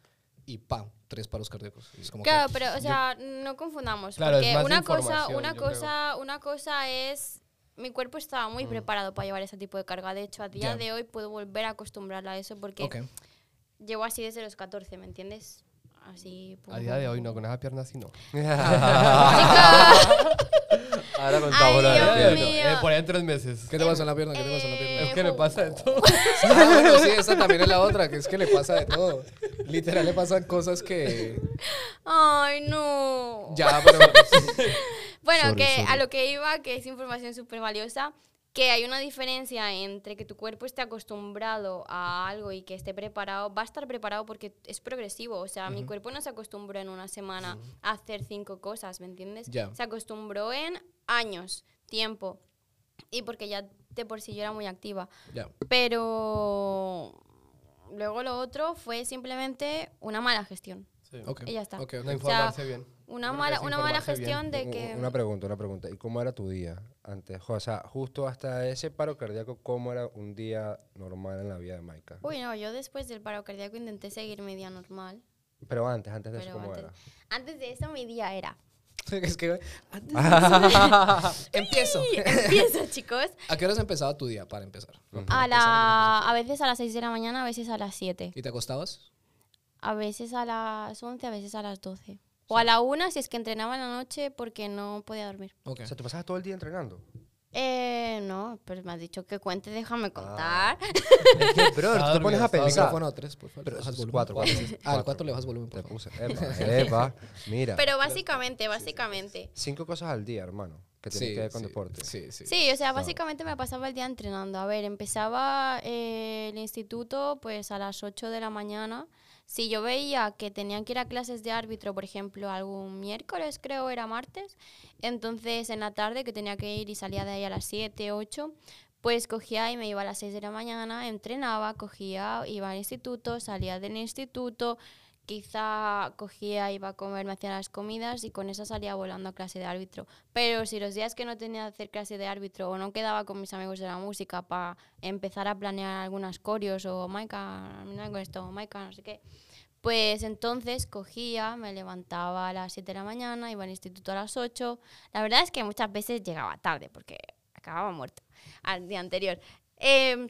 Speaker 1: y ¡pam!, tres paros cardíacos. Es como que-
Speaker 3: Claro, pero, o sea, no confundamos.
Speaker 4: Claro, es
Speaker 3: porque
Speaker 4: más
Speaker 3: una cosa,
Speaker 4: información,
Speaker 3: una
Speaker 4: yo creo.
Speaker 3: cosa, una cosa es. Mi cuerpo estaba
Speaker 4: Mm.
Speaker 3: muy preparado para llevar ese tipo de carga. De hecho, a día
Speaker 1: Ya.
Speaker 3: de hoy puedo volver a acostumbrarla a eso porque
Speaker 1: Ok.
Speaker 3: llevo así desde los 14, ¿me entiendes? Así. pum,
Speaker 4: A día
Speaker 3: pum,
Speaker 4: de hoy
Speaker 3: pum.
Speaker 4: no, con esa pierna así no.
Speaker 3: Chicos,
Speaker 4: Ahora con
Speaker 3: Ay,
Speaker 4: Paola.
Speaker 3: Dios
Speaker 4: ya, ya,
Speaker 3: mío.
Speaker 4: no. Eh, por ahí tres meses.
Speaker 1: ¿Qué te pasa en la pierna? ¿Qué te pasa en la
Speaker 3: Eh,
Speaker 1: pierna?
Speaker 4: Es que me pasa de todo.
Speaker 1: Ah, bueno, sí, esa también es la otra, que es que le pasa de todo. Literal le pasan cosas que
Speaker 3: Ay,
Speaker 2: Oh.
Speaker 3: no.
Speaker 1: ya, pero
Speaker 3: Bueno,
Speaker 2: Sorry,
Speaker 3: que a
Speaker 2: sorry.
Speaker 3: lo que iba, que es información súper valiosa, que hay una diferencia entre que tu cuerpo esté acostumbrado a algo y que esté preparado, va a estar preparado porque es progresivo, o sea, mi cuerpo no se acostumbró en una semana a hacer cinco cosas, ¿me entiendes?
Speaker 1: Ya.
Speaker 3: Se acostumbró en años, tiempo, y porque ya de por sí yo era muy activa.
Speaker 1: ya.
Speaker 3: Pero luego lo otro fue simplemente una mala gestión.
Speaker 1: ok,
Speaker 3: Y ya está.
Speaker 1: ok, ok.
Speaker 4: No informarse bien.
Speaker 3: Una
Speaker 4: Yo creo que
Speaker 3: mala,
Speaker 4: es
Speaker 3: una mala
Speaker 4: informarse bien.
Speaker 3: gestión de
Speaker 2: Un-
Speaker 3: que...
Speaker 2: Una pregunta, una pregunta. ¿Y cómo era tu día antes? O sea, justo hasta ese paro cardíaco, ¿cómo era un día normal en la vida de Maika?
Speaker 3: Uy, no, yo después del paro cardíaco intenté seguir mi día normal.
Speaker 2: Pero antes, antes de eso,
Speaker 3: Pero
Speaker 2: ¿cómo
Speaker 3: antes,
Speaker 2: era?
Speaker 3: antes de eso mi día era.
Speaker 1: Es que antes
Speaker 2: Ah.
Speaker 1: de- empiezo.
Speaker 3: Y empiezo, chicos.
Speaker 1: ¿A qué horas empezaba tu día para empezar?
Speaker 3: A, la, a veces a las 6 de la mañana, a veces a las 7.
Speaker 1: ¿Y te acostabas?
Speaker 3: A veces a las 11, a veces a las 12. O a la 1 si es que entrenaba en la noche porque no podía dormir.
Speaker 1: Ok.
Speaker 2: O sea, ¿tú pasabas todo el día entrenando?
Speaker 3: Eh, no, pero me has dicho que cuente, déjame contar.
Speaker 2: Es que, bro,
Speaker 4: Estaba
Speaker 2: tú te pones
Speaker 4: dormido,
Speaker 2: a
Speaker 4: estaba
Speaker 2: pensar.
Speaker 1: Micrófono 3, por favor.
Speaker 2: Pero
Speaker 1: Bajas
Speaker 2: es
Speaker 1: volumen.
Speaker 2: cuatro, cuatro, es
Speaker 1: Ah, al
Speaker 2: cuatro.
Speaker 1: 4 le bajas volumen, por
Speaker 2: Te
Speaker 1: favor.
Speaker 2: puse, epa, epa, mira.
Speaker 3: Pero básicamente, básicamente.
Speaker 2: Cinco cosas al día, hermano, que tienen que ver con
Speaker 1: sí,
Speaker 2: deporte.
Speaker 1: Sí, sí.
Speaker 3: Sí, o sea, básicamente me pasaba el día entrenando. A ver, empezaba eh, el instituto pues a las 8 de la mañana. Si yo veía que tenían que ir a clases de árbitro, por ejemplo, algún miércoles creo, era martes, entonces en la tarde que tenía que ir y salía de ahí a las 7, 8, pues cogía y me iba a las 6 de la mañana, entrenaba, cogía, iba al instituto, salía del instituto, quizá cogía, iba a comer, me hacía las comidas y con eso salía volando a clase de árbitro. Pero si los días que no tenía que hacer clase de árbitro o no quedaba con mis amigos de la música para empezar a planear algunas corios o Maika, mira con esto, Maika, no sé qué, pues entonces cogía, me levantaba a las 7 de la mañana, iba al instituto a las 8. La verdad es que muchas veces llegaba tarde porque acababa muerta al día anterior. Em,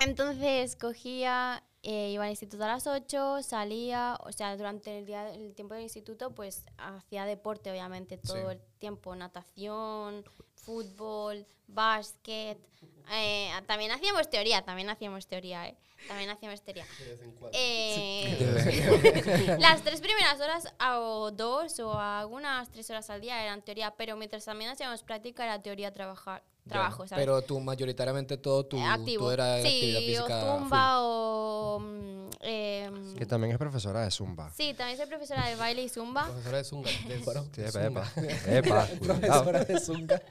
Speaker 3: entonces cogía, eh, iba al instituto a las 8, salía, o sea, durante el, día, el tiempo del instituto, pues hacía deporte, obviamente, todo el tiempo, natación, fútbol, básquet. eh, también hacíamos teoría, también hacíamos teoría, ¿eh? También hacíamos teoría. Eh, las tres primeras horas a- o dos o algunas tres horas al día eran teoría, pero mientras también hacíamos práctica era teoría trabajar,
Speaker 1: Ya.
Speaker 3: trabajo, ¿sabes?
Speaker 1: Pero tú mayoritariamente todo tu,
Speaker 3: Eh, activo.
Speaker 1: todo era actividad
Speaker 3: sí, o
Speaker 1: física.
Speaker 3: zumba o... mm, em,
Speaker 2: Que también es profesora de Zumba.
Speaker 3: sí, también soy profesora de baile y zumba.
Speaker 4: Profesora de Zunga. de Este
Speaker 2: Sí, epa,
Speaker 4: Zunga.
Speaker 2: epa. Epa,
Speaker 1: full.
Speaker 2: cuidado.
Speaker 1: Profesora Ah, de Zunga.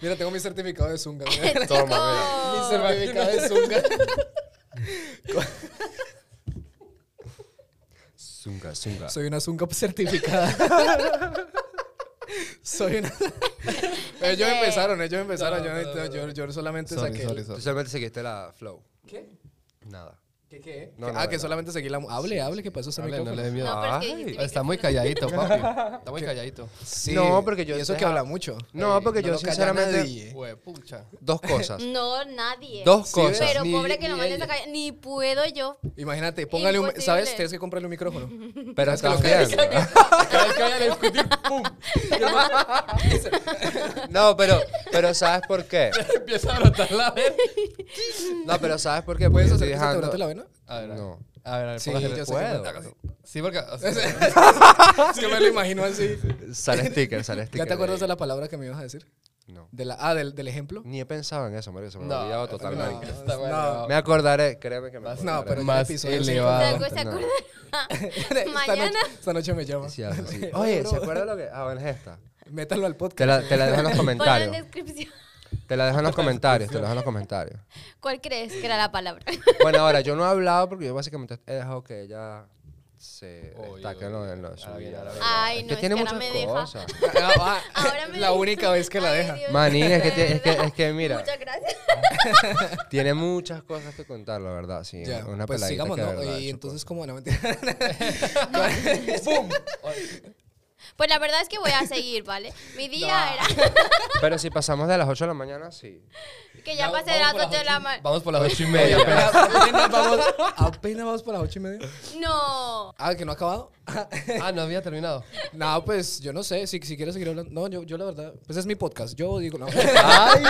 Speaker 1: Mira, tengo mi certificado de Zunga. mira. Mi
Speaker 3: Chicos,
Speaker 1: certificado de Zunga.
Speaker 2: Zunga, Zunga.
Speaker 1: Soy una Zunga certificada. Soy una. ellos empezaron, ellos empezaron. yo, yo- yo solamente
Speaker 4: Sorry,
Speaker 1: saqué.
Speaker 4: sorry,
Speaker 2: Tú
Speaker 4: sorry.
Speaker 2: solamente seguiste la flow.
Speaker 1: ¿Qué?
Speaker 2: Nada.
Speaker 1: ¿Qué qué?
Speaker 2: No,
Speaker 1: Que-
Speaker 2: no,
Speaker 1: ah, que
Speaker 2: no.
Speaker 1: solamente seguí la. mu- Hable, hable, que pasó ese
Speaker 4: Habla, no
Speaker 1: micrófono.
Speaker 4: le dé miedo.
Speaker 3: No, pero es que
Speaker 2: Ay,
Speaker 3: dijiste
Speaker 4: Ah, Está muy calladito, papi. Está muy calladito.
Speaker 1: Sí.
Speaker 2: No, porque yo
Speaker 1: Y eso que
Speaker 2: deja-
Speaker 1: habla mucho.
Speaker 2: No, porque yo
Speaker 1: Eh, lo calla
Speaker 2: sinceramente...
Speaker 1: nadie.
Speaker 4: Hue pucha.
Speaker 2: Dos cosas.
Speaker 3: No, nadie.
Speaker 2: Dos
Speaker 1: Sí,
Speaker 2: cosas.
Speaker 3: pero
Speaker 1: ni-
Speaker 3: pobre que lo
Speaker 1: ni
Speaker 3: mandes
Speaker 1: ella.
Speaker 3: a calle. Ni puedo yo.
Speaker 1: Imagínate, póngale un.
Speaker 3: Imposible.
Speaker 1: ¿Sabes? Tienes que comprarle un micrófono.
Speaker 2: Pero
Speaker 1: Es que lo
Speaker 2: estás
Speaker 1: que-
Speaker 2: viendo. No, pero, pero ¿sabes por qué?
Speaker 4: Empieza a brotar la vez.
Speaker 2: No, pero ¿sabes por qué? Porque
Speaker 1: ¿Puedes hacer
Speaker 2: estoy
Speaker 1: que se te brote la
Speaker 2: dejando...
Speaker 1: vena?
Speaker 4: A ver, a ver.
Speaker 2: No.
Speaker 4: A ver, a ver,
Speaker 1: Sí,
Speaker 4: póngase-
Speaker 1: yo sé
Speaker 2: puedo.
Speaker 4: Sí, porque. o sea,
Speaker 1: Es que me lo imagino así.
Speaker 2: Sale sticker, sale sticker.
Speaker 1: ¿Ya te acuerdas de la palabra que me ibas a decir?
Speaker 2: No.
Speaker 1: De la, ah, del, del ejemplo.
Speaker 2: Ni he pensado en eso, Mario. Se me
Speaker 4: No,
Speaker 2: olvidaba
Speaker 4: no,
Speaker 2: totalmente.
Speaker 4: esta madre
Speaker 1: no.
Speaker 2: Me acordaré, créeme que me
Speaker 4: Más-
Speaker 1: No, pero
Speaker 2: acordaré.
Speaker 1: ya
Speaker 4: Más
Speaker 1: episodio
Speaker 4: elevado.
Speaker 3: Algo se
Speaker 2: no.
Speaker 3: acordará.
Speaker 1: Esta
Speaker 3: Mañana.
Speaker 1: noche- Esta noche me llama.
Speaker 2: Sí, hace así.
Speaker 1: Oye,
Speaker 2: Oye,
Speaker 1: bro.
Speaker 2: ¿se acuerda lo que...? Ah, bueno, es esta.
Speaker 1: Métalo al podcast.
Speaker 2: Te la, te la dejo en los
Speaker 3: Ponlo en
Speaker 2: comentarios.
Speaker 3: descripción.
Speaker 2: Te la dejo en los comentarios, te la dejo en los comentarios.
Speaker 3: ¿Cuál crees que era la palabra?
Speaker 2: Bueno, ahora, yo no he hablado porque yo básicamente he dejado que ella se
Speaker 4: Oye,
Speaker 2: destaque en lo en lo de su
Speaker 4: oye,
Speaker 2: vida.
Speaker 4: ahora
Speaker 2: la
Speaker 4: bien.
Speaker 2: verdad.
Speaker 3: Ay, no, es que ahora me deja.
Speaker 2: cosas.
Speaker 1: Ah, ah,
Speaker 3: Ahora me
Speaker 1: la
Speaker 3: deja.
Speaker 1: única vez que la
Speaker 3: Ay,
Speaker 1: deja.
Speaker 3: Dios,
Speaker 2: Manín, es que
Speaker 3: de
Speaker 2: tie- es que-
Speaker 3: verdad.
Speaker 2: es que mira.
Speaker 3: Muchas gracias.
Speaker 2: Tiene muchas cosas que contar, la verdad, sí.
Speaker 1: Ya,
Speaker 2: una
Speaker 1: pues
Speaker 2: peladita
Speaker 1: sigamos,
Speaker 2: que de
Speaker 1: ¿no?
Speaker 2: verdad ha
Speaker 1: Y
Speaker 2: hecho
Speaker 1: entonces,
Speaker 2: cosas.
Speaker 1: como no mentira.
Speaker 3: Pues la verdad es que voy a seguir, ¿vale? Mi día era
Speaker 2: Pero si pasamos de las 8 de la mañana, sí.
Speaker 3: que ya
Speaker 1: Ya
Speaker 3: pasé de
Speaker 1: vamos
Speaker 3: las
Speaker 1: por las
Speaker 3: 8 de la mañana.
Speaker 4: Vamos por las ocho y
Speaker 1: Oye,
Speaker 4: media.
Speaker 1: apenas, apenas vamos, apenas vamos para las ocho y media.
Speaker 3: No.
Speaker 1: Ah, que no ha acabado.
Speaker 4: Ah, no había terminado.
Speaker 1: no, pues yo no sé, si, si quieres seguir hablando. No, yo, yo la verdad, pues es mi podcast. Yo digo, no.
Speaker 4: Ay.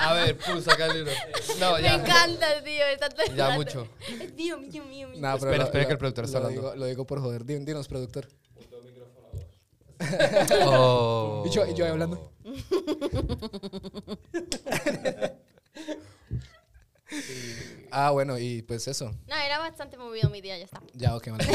Speaker 4: A ver, pum, saca el libro. No,
Speaker 3: Me
Speaker 4: ya.
Speaker 3: encanta, tío. Está todo el
Speaker 4: Ya
Speaker 3: rato.
Speaker 4: mucho.
Speaker 3: Tío, mío, mío, mío.
Speaker 1: Nah, pero
Speaker 4: Espera,
Speaker 1: lo-
Speaker 4: espera
Speaker 1: lo-
Speaker 4: que el productor está
Speaker 1: lo
Speaker 4: hablando.
Speaker 1: digo- lo digo por joder. Din- Dinos, productor.
Speaker 4: Oh.
Speaker 1: Y yo, y yo ahí hablando. Ah, bueno, y pues eso.
Speaker 3: No, era bastante movido mi día, ya está.
Speaker 1: Ya, ok, vale.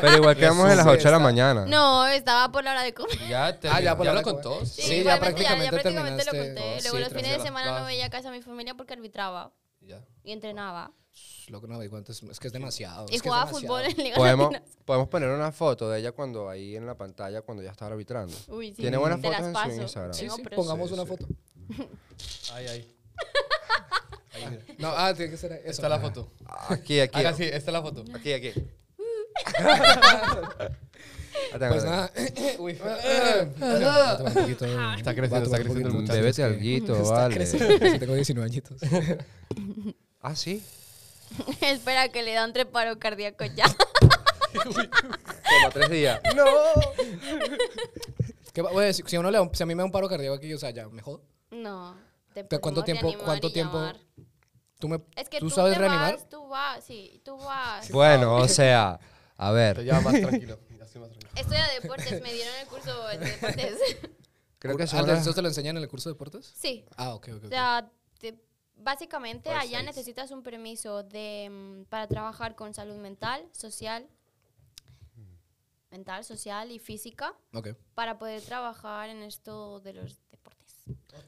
Speaker 2: Pero igual quedamos en las 8 de la mañana.
Speaker 3: No, estaba por la hora de comer.
Speaker 4: Ya te
Speaker 1: Ah, ya, por la hora
Speaker 4: habla con
Speaker 1: que voy.
Speaker 4: todos.
Speaker 1: Sí, ya
Speaker 3: igualmente
Speaker 1: prácticamente terminaste.
Speaker 3: lo conté.
Speaker 1: Sí,
Speaker 3: Luego los fines de
Speaker 4: terminaste.
Speaker 3: semana no veía a casa a mi familia porque arbitraba
Speaker 4: Ya.
Speaker 3: y entrenaba.
Speaker 1: Lo que no digo antes es que es demasiado.
Speaker 3: y
Speaker 1: es que es
Speaker 3: jugaba
Speaker 1: demasiado.
Speaker 3: fútbol ¿eh? en Liga
Speaker 2: Podemos,
Speaker 3: Latina.
Speaker 2: podemos poner una foto de ella cuando ahí en la pantalla, cuando ya estaba arbitrando.
Speaker 3: Uy, sí.
Speaker 2: Tiene buenas
Speaker 3: Te
Speaker 2: fotos
Speaker 3: las
Speaker 2: en su
Speaker 3: paso.
Speaker 2: Instagram.
Speaker 1: Sí,
Speaker 3: Tengo
Speaker 1: sí,
Speaker 3: pros.
Speaker 1: pongamos
Speaker 2: Sí,
Speaker 1: una
Speaker 2: sí.
Speaker 1: foto.
Speaker 4: Ay, ay. Ahí, mira.
Speaker 1: No, ah, tiene que ser eso.
Speaker 4: Está la foto.
Speaker 2: Aquí, aquí.
Speaker 4: Acá sí, está la foto.
Speaker 2: Aquí, aquí. Ah, tengo,
Speaker 1: Pues
Speaker 2: tengo.
Speaker 1: nada. Uy. Voy a tomar un poquito de- voy
Speaker 4: Está
Speaker 1: a tomar un
Speaker 4: creciendo, está creciendo el
Speaker 1: poquito.
Speaker 4: muchacho.
Speaker 2: Bébete alguito, vale.
Speaker 1: Creciendo, sí, Tengo 19 añitos.
Speaker 2: Ah, sí.
Speaker 3: Espera, que le dan tres paros cardíacos ya.
Speaker 2: Como tres días. No.
Speaker 1: ¿Qué va- güey, si, si a uno le da un- si a mí me da un paro cardíaco aquí, o sea, ya, ¿me jodo?
Speaker 3: No. Te
Speaker 1: ¿Te- ¿Cuánto
Speaker 3: podemos
Speaker 1: tiempo?
Speaker 3: reanimar
Speaker 1: ¿Cuánto
Speaker 3: y
Speaker 1: tiempo?
Speaker 3: llamar.
Speaker 1: ¿Tú, me,
Speaker 3: Es que
Speaker 1: ¿tú
Speaker 3: tú,
Speaker 1: sabes
Speaker 3: te
Speaker 1: reanimar?
Speaker 3: Vas, tú vas, sí, tú vas.
Speaker 2: Bueno, o sea, a
Speaker 4: Te
Speaker 2: ver.
Speaker 4: lleva más tranquilo. Ya estoy más tranquilo.
Speaker 3: Estoy a deportes, me dieron el curso de deportes.
Speaker 2: Creo que
Speaker 1: Ah,
Speaker 2: son
Speaker 1: ¿te-
Speaker 2: las-
Speaker 1: ¿Eso te lo enseñan en el curso de deportes?
Speaker 3: sí.
Speaker 1: Ah, ok, ok.
Speaker 3: O
Speaker 1: ok.
Speaker 3: sea, te- básicamente
Speaker 4: First
Speaker 3: allá
Speaker 4: aids.
Speaker 3: necesitas un permiso de, mm, para trabajar con salud mental, social, mental, social y física
Speaker 1: Ok,
Speaker 3: para poder trabajar en esto de los deportes.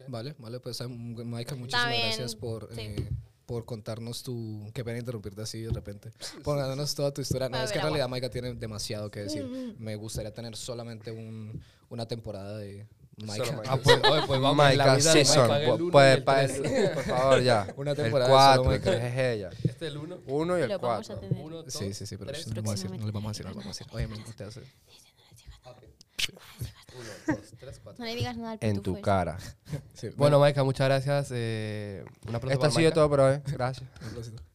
Speaker 1: vale, vale. Pues, um, Maika, muchísimas
Speaker 3: También,
Speaker 1: gracias por,
Speaker 3: sí.
Speaker 1: eh, por contarnos tu... Qué pena interrumpirte así de repente. Por darnos toda tu historia. No,
Speaker 3: Voy a
Speaker 1: es que en
Speaker 3: beber
Speaker 1: realidad Maika tiene demasiado que decir. Me gustaría tener solamente un, una temporada de
Speaker 4: Solo
Speaker 1: Maika.
Speaker 4: Mike. Ah, pues, oye, pues vamos en la
Speaker 2: Micah
Speaker 4: vida de Mike.
Speaker 2: Season.
Speaker 4: Paga el
Speaker 2: Pu-
Speaker 4: uno
Speaker 2: puede-
Speaker 4: y el
Speaker 2: pa-
Speaker 4: tres.
Speaker 2: por favor, ya.
Speaker 1: Una
Speaker 2: el
Speaker 1: temporada solo
Speaker 2: 4, el
Speaker 1: Micah.
Speaker 2: 3 es ella.
Speaker 4: Este es el 1.
Speaker 2: 1 y el
Speaker 3: Lo vamos a
Speaker 2: 4.
Speaker 3: tener.
Speaker 4: Uno, dos,
Speaker 1: Sí, sí, sí, pero pues, no
Speaker 4: tres.
Speaker 1: le vamos a decir, no le vamos a decir, no le vamos a decir. Oye, mismo te hace...
Speaker 4: Uno, dos, tres,
Speaker 3: No
Speaker 4: cuatro.
Speaker 3: le digas nada al
Speaker 2: En
Speaker 3: pitufo este.
Speaker 2: tu
Speaker 3: ese.
Speaker 2: cara.
Speaker 1: Sí,
Speaker 4: Bueno, Maika, muchas gracias. Eh, un aplauso
Speaker 2: Esto ha
Speaker 4: para
Speaker 2: sido
Speaker 4: Maika.
Speaker 2: todo por hoy. Gracias.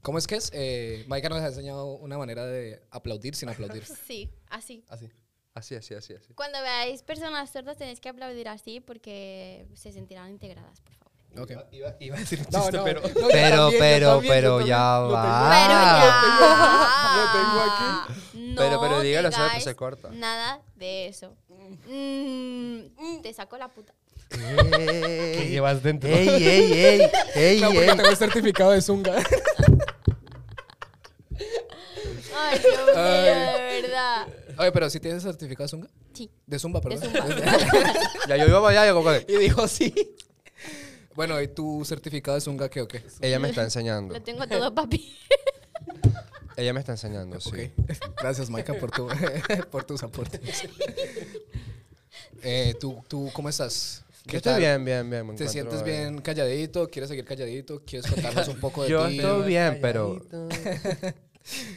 Speaker 1: ¿Cómo es que es? Eh, Maika nos ha enseñado una manera de aplaudir sin aplaudir.
Speaker 3: Sí, así.
Speaker 4: Así.
Speaker 2: Así, así, así, así.
Speaker 3: Cuando veáis personas sordas tenéis que aplaudir así porque se sentirán integradas, por favor.
Speaker 1: Ok.
Speaker 4: Iba, iba a decir un
Speaker 1: No,
Speaker 4: chiste,
Speaker 1: no,
Speaker 4: pero...
Speaker 1: no, yo
Speaker 2: Pero,
Speaker 1: también, yo
Speaker 2: pero,
Speaker 1: también, yo
Speaker 2: pero
Speaker 1: también.
Speaker 2: ya
Speaker 1: Lo
Speaker 2: Ah.
Speaker 3: pero
Speaker 1: Ah,
Speaker 3: ya. Lo tengo aquí.
Speaker 2: Pero- pero dígalo, sabe que se corta.
Speaker 3: Nada de eso. Mm, te saco la puta.
Speaker 4: ¿Qué
Speaker 2: Ey,
Speaker 4: llevas dentro?
Speaker 2: ey, ey, ey, ey,
Speaker 1: Claro, porque
Speaker 2: ey.
Speaker 1: tengo el certificado de Zunga.
Speaker 3: Ay, Dios mío,
Speaker 1: Ay.
Speaker 3: de verdad.
Speaker 1: Oye, pero si tienes certificado de Zunga.
Speaker 3: Sí.
Speaker 1: De Zumba, perdón.
Speaker 2: Ya yo iba para allá, yo como que-
Speaker 1: y dijo sí. Bueno, ¿y tu certificado de Zunga qué o qué?
Speaker 2: Ella me está enseñando.
Speaker 3: Lo tengo todo, papi.
Speaker 2: Ella me está enseñando, sí.
Speaker 1: Ok. Gracias, Maika, por, tu, por tus aportes. Eh, ¿tú, ¿Tú cómo estás?
Speaker 2: Yo estoy
Speaker 1: tal?
Speaker 2: bien, bien, bien. me
Speaker 1: ¿Te
Speaker 2: encuentro
Speaker 1: sientes bien calladito? ¿Quieres seguir calladito? ¿Quieres contarnos un poco de
Speaker 2: Yo
Speaker 1: ti?
Speaker 2: estoy bien, pero...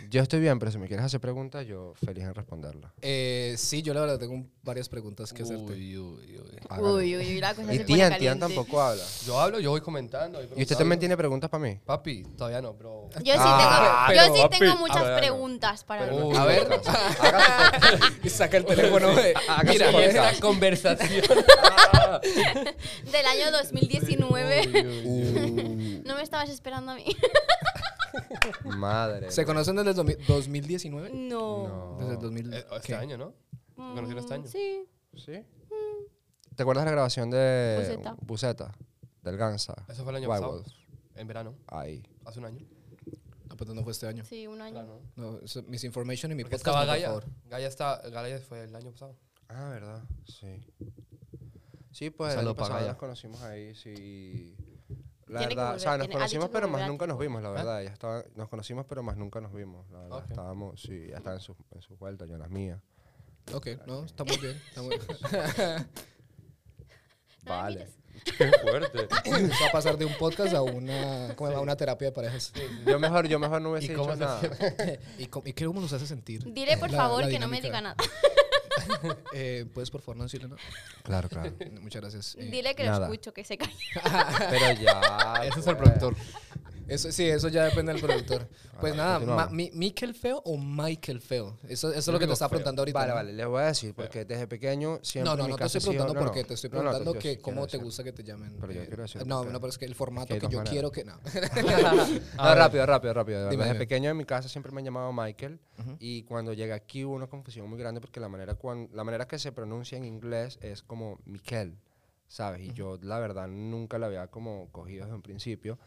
Speaker 2: Yo estoy bien, pero si me quieres hacer preguntas, yo feliz en responderlas.
Speaker 1: Eh, sí, yo la verdad tengo varias preguntas que hacerte.
Speaker 4: Uy, uy, uy.
Speaker 2: Hágalo.
Speaker 3: Uy, uy, uy, la cosa
Speaker 2: Y
Speaker 3: se pone
Speaker 2: Tian, Tian
Speaker 3: caliente.
Speaker 2: tampoco habla.
Speaker 4: Yo hablo, yo voy comentando.
Speaker 2: ¿Y usted también tiene preguntas para mí?
Speaker 4: Papi, todavía no, bro.
Speaker 3: Yo sí,
Speaker 2: Ah,
Speaker 3: tengo, yo
Speaker 1: pero,
Speaker 3: sí
Speaker 2: papi,
Speaker 3: tengo
Speaker 2: a
Speaker 3: muchas
Speaker 2: ver, a ver.
Speaker 3: preguntas para
Speaker 4: Pero
Speaker 3: mí.
Speaker 4: no.
Speaker 1: A ver, y saca el teléfono. eh.
Speaker 2: Haga
Speaker 1: Mira,
Speaker 2: su podcast.
Speaker 1: esta conversación.
Speaker 3: del año
Speaker 4: Oh,
Speaker 3: 2019.
Speaker 4: Uy, uy.
Speaker 2: Uh,
Speaker 3: No me estabas esperando a mí.
Speaker 2: Madre.
Speaker 1: ¿Se conocen desde el domi- 2019?
Speaker 3: No.
Speaker 1: Desde el 2000.
Speaker 4: Eh, Este
Speaker 1: ¿qué?
Speaker 4: año, ¿no? ¿Me conocieron este
Speaker 3: Mm,
Speaker 4: año?
Speaker 3: Sí.
Speaker 2: ¿Sí? ¿Te acuerdas la grabación de
Speaker 3: Buceta.
Speaker 2: Buceta? Del Gansa.
Speaker 4: Eso fue el año
Speaker 2: Wild
Speaker 4: pasado.
Speaker 2: Wolves.
Speaker 4: En verano,
Speaker 2: Ahí.
Speaker 4: hace un año.
Speaker 1: No, pues no fue este año.
Speaker 3: Sí, un año.
Speaker 4: Claro.
Speaker 1: No, eso- mis information y mi
Speaker 4: Porque
Speaker 1: podcast,
Speaker 4: estaba
Speaker 1: no, por
Speaker 4: Gaia.
Speaker 1: favor.
Speaker 4: Gaia, está, Gaia fue el año pasado.
Speaker 2: Ah, ¿verdad? Sí. Sí, pues el
Speaker 4: Saludo
Speaker 2: año
Speaker 4: para
Speaker 2: pasado
Speaker 4: Gaia.
Speaker 2: nos conocimos ahí, sí. La
Speaker 3: Tiene que
Speaker 2: verdad, o sea,
Speaker 3: volver,
Speaker 2: nos
Speaker 3: tiene- ha
Speaker 2: conocimos,
Speaker 3: dicho que
Speaker 2: pero más
Speaker 3: volverá.
Speaker 2: nunca nos vimos, la verdad. Ella estaba, nos conocimos, pero más nunca nos vimos, la verdad.
Speaker 4: ¿Eh? Ok.
Speaker 2: Estábamos, sí, ella estaba en sus en sus vueltas, yo en las mías.
Speaker 1: Ok, no, estamos bien. Estamos bien.
Speaker 3: No me
Speaker 2: Vale.
Speaker 3: mires.
Speaker 2: Qué fuerte.
Speaker 1: Eso va a pasar de un podcast a una, ¿cómo se llama? una terapia de parejas.
Speaker 2: Yo mejor, yo mejor no hubiese
Speaker 4: ¿Y
Speaker 2: dicho
Speaker 4: cómo se
Speaker 2: nada.
Speaker 4: hacía?
Speaker 1: ¿Y, cómo- y qué cómo nos hace sentir?
Speaker 3: Dile, por
Speaker 1: La-
Speaker 3: favor,
Speaker 1: la
Speaker 3: que no me
Speaker 1: dinámica.
Speaker 3: diga nada.
Speaker 1: Eh, ¿Puedes por favor no decirle nada?
Speaker 2: Claro, claro.
Speaker 1: No, Muchas gracias. Eh,
Speaker 3: Dile que lo
Speaker 2: nada.
Speaker 3: escucho, que se calle.
Speaker 2: Pero ya. pues.
Speaker 4: Ese es
Speaker 2: güey.
Speaker 4: el productor.
Speaker 1: Eso, sí, eso ya depende del productor. Pues
Speaker 2: Ah,
Speaker 1: nada,
Speaker 2: continuamos.
Speaker 1: Ma- Mi- ¿Miquel Feo o Michael Feo? Eso, eso es lo que
Speaker 4: digo
Speaker 1: te está
Speaker 4: Feo.
Speaker 1: preguntando ahorita.
Speaker 2: Vale,
Speaker 1: ¿no?
Speaker 2: vale, les voy a decir, porque desde pequeño siempre.
Speaker 1: No, no,
Speaker 2: en mi
Speaker 1: no te
Speaker 2: casa
Speaker 1: estoy
Speaker 2: he sido-
Speaker 1: preguntando
Speaker 2: no, no.
Speaker 1: por qué, te estoy
Speaker 2: No, no,
Speaker 1: preguntando
Speaker 2: yo sí
Speaker 1: que
Speaker 2: quiero
Speaker 1: cómo te
Speaker 2: decir.
Speaker 1: gusta que te llamen. eh,
Speaker 2: Pero yo quiero decir
Speaker 1: No,
Speaker 2: que-
Speaker 1: no, pero es que el
Speaker 2: que
Speaker 1: formato
Speaker 2: hay
Speaker 1: que,
Speaker 2: dos
Speaker 1: yo
Speaker 2: maneras.
Speaker 1: quiero que no.
Speaker 2: No, rápido, rápido, rápido. de verdad.
Speaker 1: Ah, Dime,
Speaker 2: Desde
Speaker 1: dime.
Speaker 2: pequeño en mi casa siempre me han llamado Michael y cuando llegué aquí hubo una confusión muy grande porque la manera, cuan- la manera que se pronuncia en inglés es como Miquel, ¿sabes? Y yo la verdad nunca la había como cogido desde un principio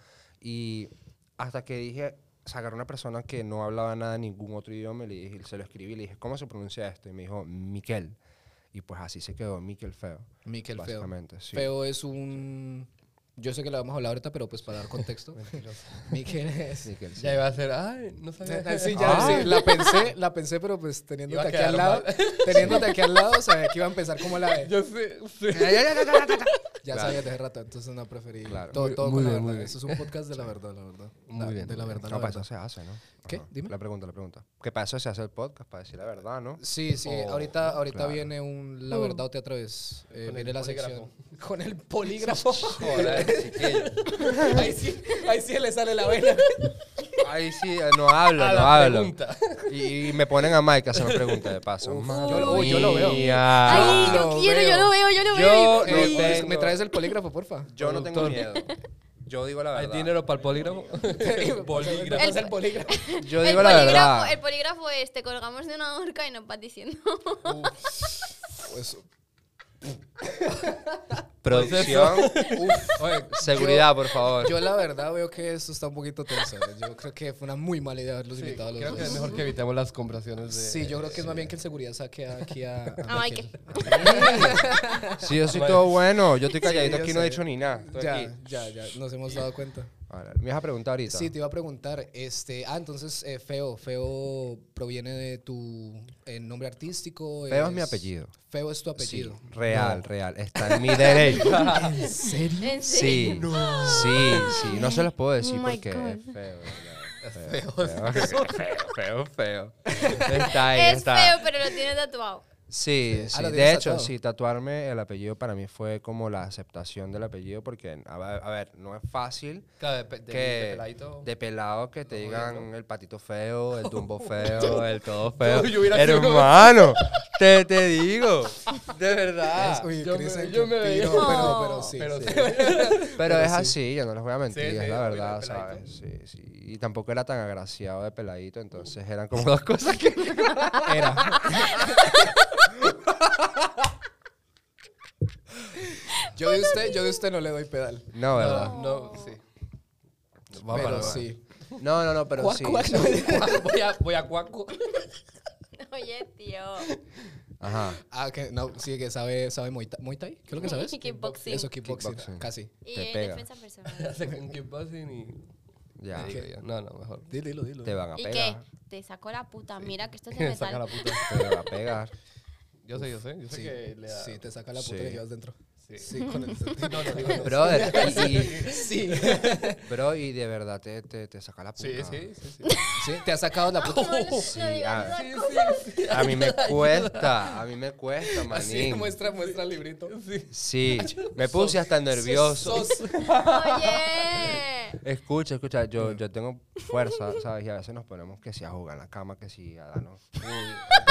Speaker 2: y hasta que dije sacar una persona que no hablaba nada en ningún otro idioma y le dije, se lo escribí y le dije, ¿cómo se pronuncia esto? Y me dijo, Miquel. Y pues así se quedó Miquel Feo.
Speaker 1: Miquel Feo.
Speaker 2: básicamente, sí.
Speaker 1: Feo es un... Yo sé que lo vamos a hablar ahorita, pero pues para dar contexto. Miquel es...
Speaker 2: Miquel, sí.
Speaker 4: Ya iba a ser, ay, no sabía.
Speaker 1: Sí, ya,
Speaker 4: Ah.
Speaker 1: sí, la pensé, la pensé, pero pues
Speaker 4: Iba
Speaker 1: teniéndote
Speaker 4: a
Speaker 1: aquí al
Speaker 4: quedar
Speaker 1: lado, teniéndote aquí al lado, o sea, que iba a empezar como la de...
Speaker 4: Yo sé, sí.
Speaker 1: Ya sabía desde rato, entonces no preferí.
Speaker 2: Claro.
Speaker 1: Todo,
Speaker 4: Muy-
Speaker 1: todo
Speaker 4: muy
Speaker 1: con la
Speaker 4: bien, muy
Speaker 1: verdad.
Speaker 4: bien.
Speaker 1: Esto es un podcast de la verdad, la verdad.
Speaker 4: Muy
Speaker 1: La-
Speaker 4: bien,
Speaker 1: De la verdad, la
Speaker 2: No, para
Speaker 1: verdad.
Speaker 2: eso se hace, ¿no?
Speaker 1: ¿Qué?
Speaker 2: Ajá.
Speaker 1: Dime.
Speaker 2: La pregunta, la pregunta. Que para eso se hace el podcast, para decir la verdad, ¿no?
Speaker 1: Sí, sí,
Speaker 4: Oh, Uh.
Speaker 1: ahorita, ahorita
Speaker 2: claro.
Speaker 1: viene un La verdad otra vez. Eh,
Speaker 4: Con el
Speaker 1: viene la
Speaker 4: polígrafo.
Speaker 1: sección. Con el polígrafo.
Speaker 2: chiquillo.
Speaker 1: ahí, sí, ahí sí le sale la vena.
Speaker 2: Ahí sí, eh, no hablo,
Speaker 4: A
Speaker 2: no
Speaker 4: la
Speaker 2: hablo.
Speaker 4: pregunta.
Speaker 2: Y, y me ponen a Mike a hacer una pregunta de paso. Madre
Speaker 1: yo- uy, yo lo veo.
Speaker 2: mía.
Speaker 3: Ay,
Speaker 1: Ah,
Speaker 3: yo
Speaker 1: lo
Speaker 3: quiero, yo
Speaker 1: veo.
Speaker 3: lo veo, yo lo
Speaker 2: Yo
Speaker 3: veo.
Speaker 2: no
Speaker 3: Ay.
Speaker 2: tengo-
Speaker 1: ¿Me traes el polígrafo, porfa?
Speaker 2: Yo no tengo miedo.
Speaker 4: Productor.
Speaker 2: Yo digo la
Speaker 4: ¿Hay
Speaker 2: verdad.
Speaker 4: dinero para el polígrafo?
Speaker 1: Polígrafo.
Speaker 3: El-
Speaker 1: el polígrafo.
Speaker 2: Yo
Speaker 3: El
Speaker 2: digo la
Speaker 3: polígrafo-
Speaker 2: verdad.
Speaker 3: El polígrafo es, te colgamos de una horca y nos vas diciendo.
Speaker 1: Pues,
Speaker 2: Producción.
Speaker 1: oye,
Speaker 2: Seguridad, por favor.
Speaker 1: Yo la verdad veo que esto está un poquito tenso. Yo creo que fue una muy mala idea haberlos invitado a los
Speaker 4: Creo que
Speaker 1: dos.
Speaker 4: es mejor que evitemos las conversaciones de...
Speaker 1: Sí, yo creo que es más bien que el seguridad saque aquí a,
Speaker 3: A Ah, Michael.
Speaker 2: Sí, yo soy todo bueno. Yo estoy calladito
Speaker 1: yo
Speaker 2: aquí, no he
Speaker 1: sé.
Speaker 2: dicho ni nada. Estoy
Speaker 1: Ya,
Speaker 2: aquí.
Speaker 1: ya, ya, nos hemos dado cuenta.
Speaker 2: Ahora, me vas a preguntar ahorita.
Speaker 1: Sí, te iba a preguntar, este, ah, entonces eh, Feo, Feo proviene de tu eh, nombre artístico.
Speaker 2: Feo es mi apellido.
Speaker 1: Feo es tu apellido.
Speaker 2: Sí, real, real. Está en mi derecho.
Speaker 1: ¿En serio?
Speaker 3: En serio.
Speaker 2: Sí, sí, sí. No se los puedo decir
Speaker 3: Oh my
Speaker 2: porque
Speaker 3: God.
Speaker 2: es feo. Es feo, feo, feo, feo. Está ahí,
Speaker 3: Es
Speaker 2: está.
Speaker 3: feo, pero lo tiene tatuado.
Speaker 2: Sí,
Speaker 1: Ah,
Speaker 2: sí.
Speaker 1: lo
Speaker 2: De
Speaker 1: tienes
Speaker 2: hecho,
Speaker 1: tatuado.
Speaker 2: sí, tatuarme el apellido para mí fue como la aceptación del apellido porque, a ver, a ver, no es fácil
Speaker 4: Claro, de, pe- de-
Speaker 2: que
Speaker 4: de peladito.
Speaker 2: de pelado que te
Speaker 4: jodiendo.
Speaker 2: digan el patito feo, el tumbo feo, el todo feo.
Speaker 4: yo hubiera sido-
Speaker 2: Hermano, te, te digo, de verdad.
Speaker 1: Uy,
Speaker 4: Ah, yo
Speaker 1: Chris
Speaker 4: me-
Speaker 1: en
Speaker 4: yo me
Speaker 1: piro,
Speaker 4: veía.
Speaker 1: pero, pero sí.
Speaker 4: Pero
Speaker 1: sí.
Speaker 4: sí.
Speaker 2: Pero es así, yo no les voy a mentir,
Speaker 4: Sí,
Speaker 2: es
Speaker 4: sí,
Speaker 2: la
Speaker 4: obvio,
Speaker 2: verdad,
Speaker 4: el peladito.
Speaker 2: ¿sabes? Sí, sí. Y tampoco era tan agraciado de peladito, entonces eran como dos cosas que era.
Speaker 1: Yo de usted, yo de usted no le doy pedal.
Speaker 2: No, ¿verdad?
Speaker 4: No, no, sí.
Speaker 1: pero
Speaker 4: para-
Speaker 1: sí.
Speaker 2: No, no, no, pero
Speaker 1: Cuac,
Speaker 2: sí.
Speaker 1: cuac,
Speaker 2: sí.
Speaker 1: no.
Speaker 4: voy, a, voy a Cuaco.
Speaker 3: Oye, tío.
Speaker 2: Ajá.
Speaker 1: Ah, que no, sí, que sabe, sabe Muay Thai. ¿Muay Thai? ¿Qué es lo que sabes?
Speaker 3: Kickboxing.
Speaker 1: Eso, kickboxing,
Speaker 2: Kickboxing.
Speaker 1: casi.
Speaker 3: Y
Speaker 2: Te
Speaker 3: eh,
Speaker 2: pega.
Speaker 3: defensa personal.
Speaker 4: Hace un kickboxing y...
Speaker 2: Ya.
Speaker 4: Digo yo, No, no, mejor.
Speaker 1: Dilo, dilo, dilo.
Speaker 2: Te van a
Speaker 3: ¿Y qué?
Speaker 2: pegar.
Speaker 3: Te sacó la puta. Mira que esto es de
Speaker 4: Me Saca la
Speaker 3: metal.
Speaker 4: puta.
Speaker 2: Te van a pegar.
Speaker 4: Yo sé, yo sé. Yo sé
Speaker 1: Sí,
Speaker 4: que le da...
Speaker 1: sí, te saca la puta
Speaker 2: Sí.
Speaker 1: que llevas dentro.
Speaker 4: Sí.
Speaker 1: Sí, con el
Speaker 4: No, no, digo, no.
Speaker 2: Brother, y, y-
Speaker 1: Sí.
Speaker 2: bro, y de verdad te, te, te saca la puta.
Speaker 4: Sí, sí, sí, sí.
Speaker 1: Sí, te ha sacado la puta.
Speaker 2: Sí, a, a mí me cuesta, a mí me cuesta,
Speaker 1: Así,
Speaker 2: manín.
Speaker 1: muestra, muestra el librito. Sí.
Speaker 2: Sí, me puse hasta nervioso. ah.
Speaker 3: Oye.
Speaker 2: Escucha, escucha, yo, yo tengo fuerza, ¿sabes? Y a veces nos ponemos que si a jugar en la cama, que si a darnos.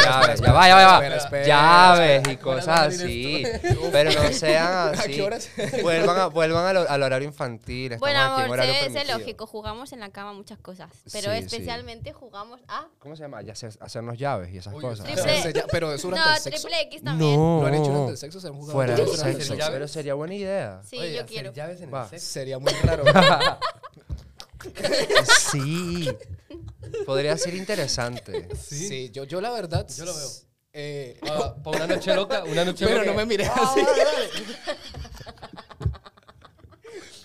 Speaker 2: Llaves, ya va, ya va, ya
Speaker 1: espera,
Speaker 2: va.
Speaker 1: espera,
Speaker 2: Llaves y
Speaker 4: Ahora va
Speaker 2: cosas
Speaker 4: a salir
Speaker 2: así. Pero no sean
Speaker 1: ¿A
Speaker 2: así.
Speaker 1: qué horas?
Speaker 2: Vuelvan, a- vuelvan al, al horario infantil. Estamos
Speaker 3: Bueno,
Speaker 2: aquí en
Speaker 3: amor,
Speaker 2: horario
Speaker 3: sé, sé
Speaker 2: permitido.
Speaker 3: lógico, jugamos en la cama muchas cosas, pero
Speaker 2: Sí, sí.
Speaker 3: especialmente jugamos a
Speaker 2: ¿Cómo se llama? Ya hacer- hacernos llaves y esas
Speaker 4: Uy,
Speaker 2: cosas.
Speaker 3: Triple-
Speaker 1: Se- se- ya- Pero es durante
Speaker 3: No,
Speaker 1: el sexo.
Speaker 3: triple X también.
Speaker 1: ¿Lo han hecho durante el sexo? ¿Se han jugado
Speaker 2: Fuera del
Speaker 1: durante el
Speaker 2: sexo.
Speaker 4: llaves.
Speaker 2: Pero sería buena idea.
Speaker 3: Sí,
Speaker 4: Oye,
Speaker 3: yo
Speaker 4: hacer
Speaker 3: quiero.
Speaker 4: llaves en el
Speaker 2: Va.
Speaker 4: sexo.
Speaker 1: Sería muy raro.
Speaker 2: Sí. Podría ser interesante.
Speaker 1: Sí, yo, yo la verdad.
Speaker 4: Yo lo veo.
Speaker 1: eh,
Speaker 4: Ah, pa' una noche loca, una noche
Speaker 1: pero
Speaker 4: loca.
Speaker 1: no me mires así.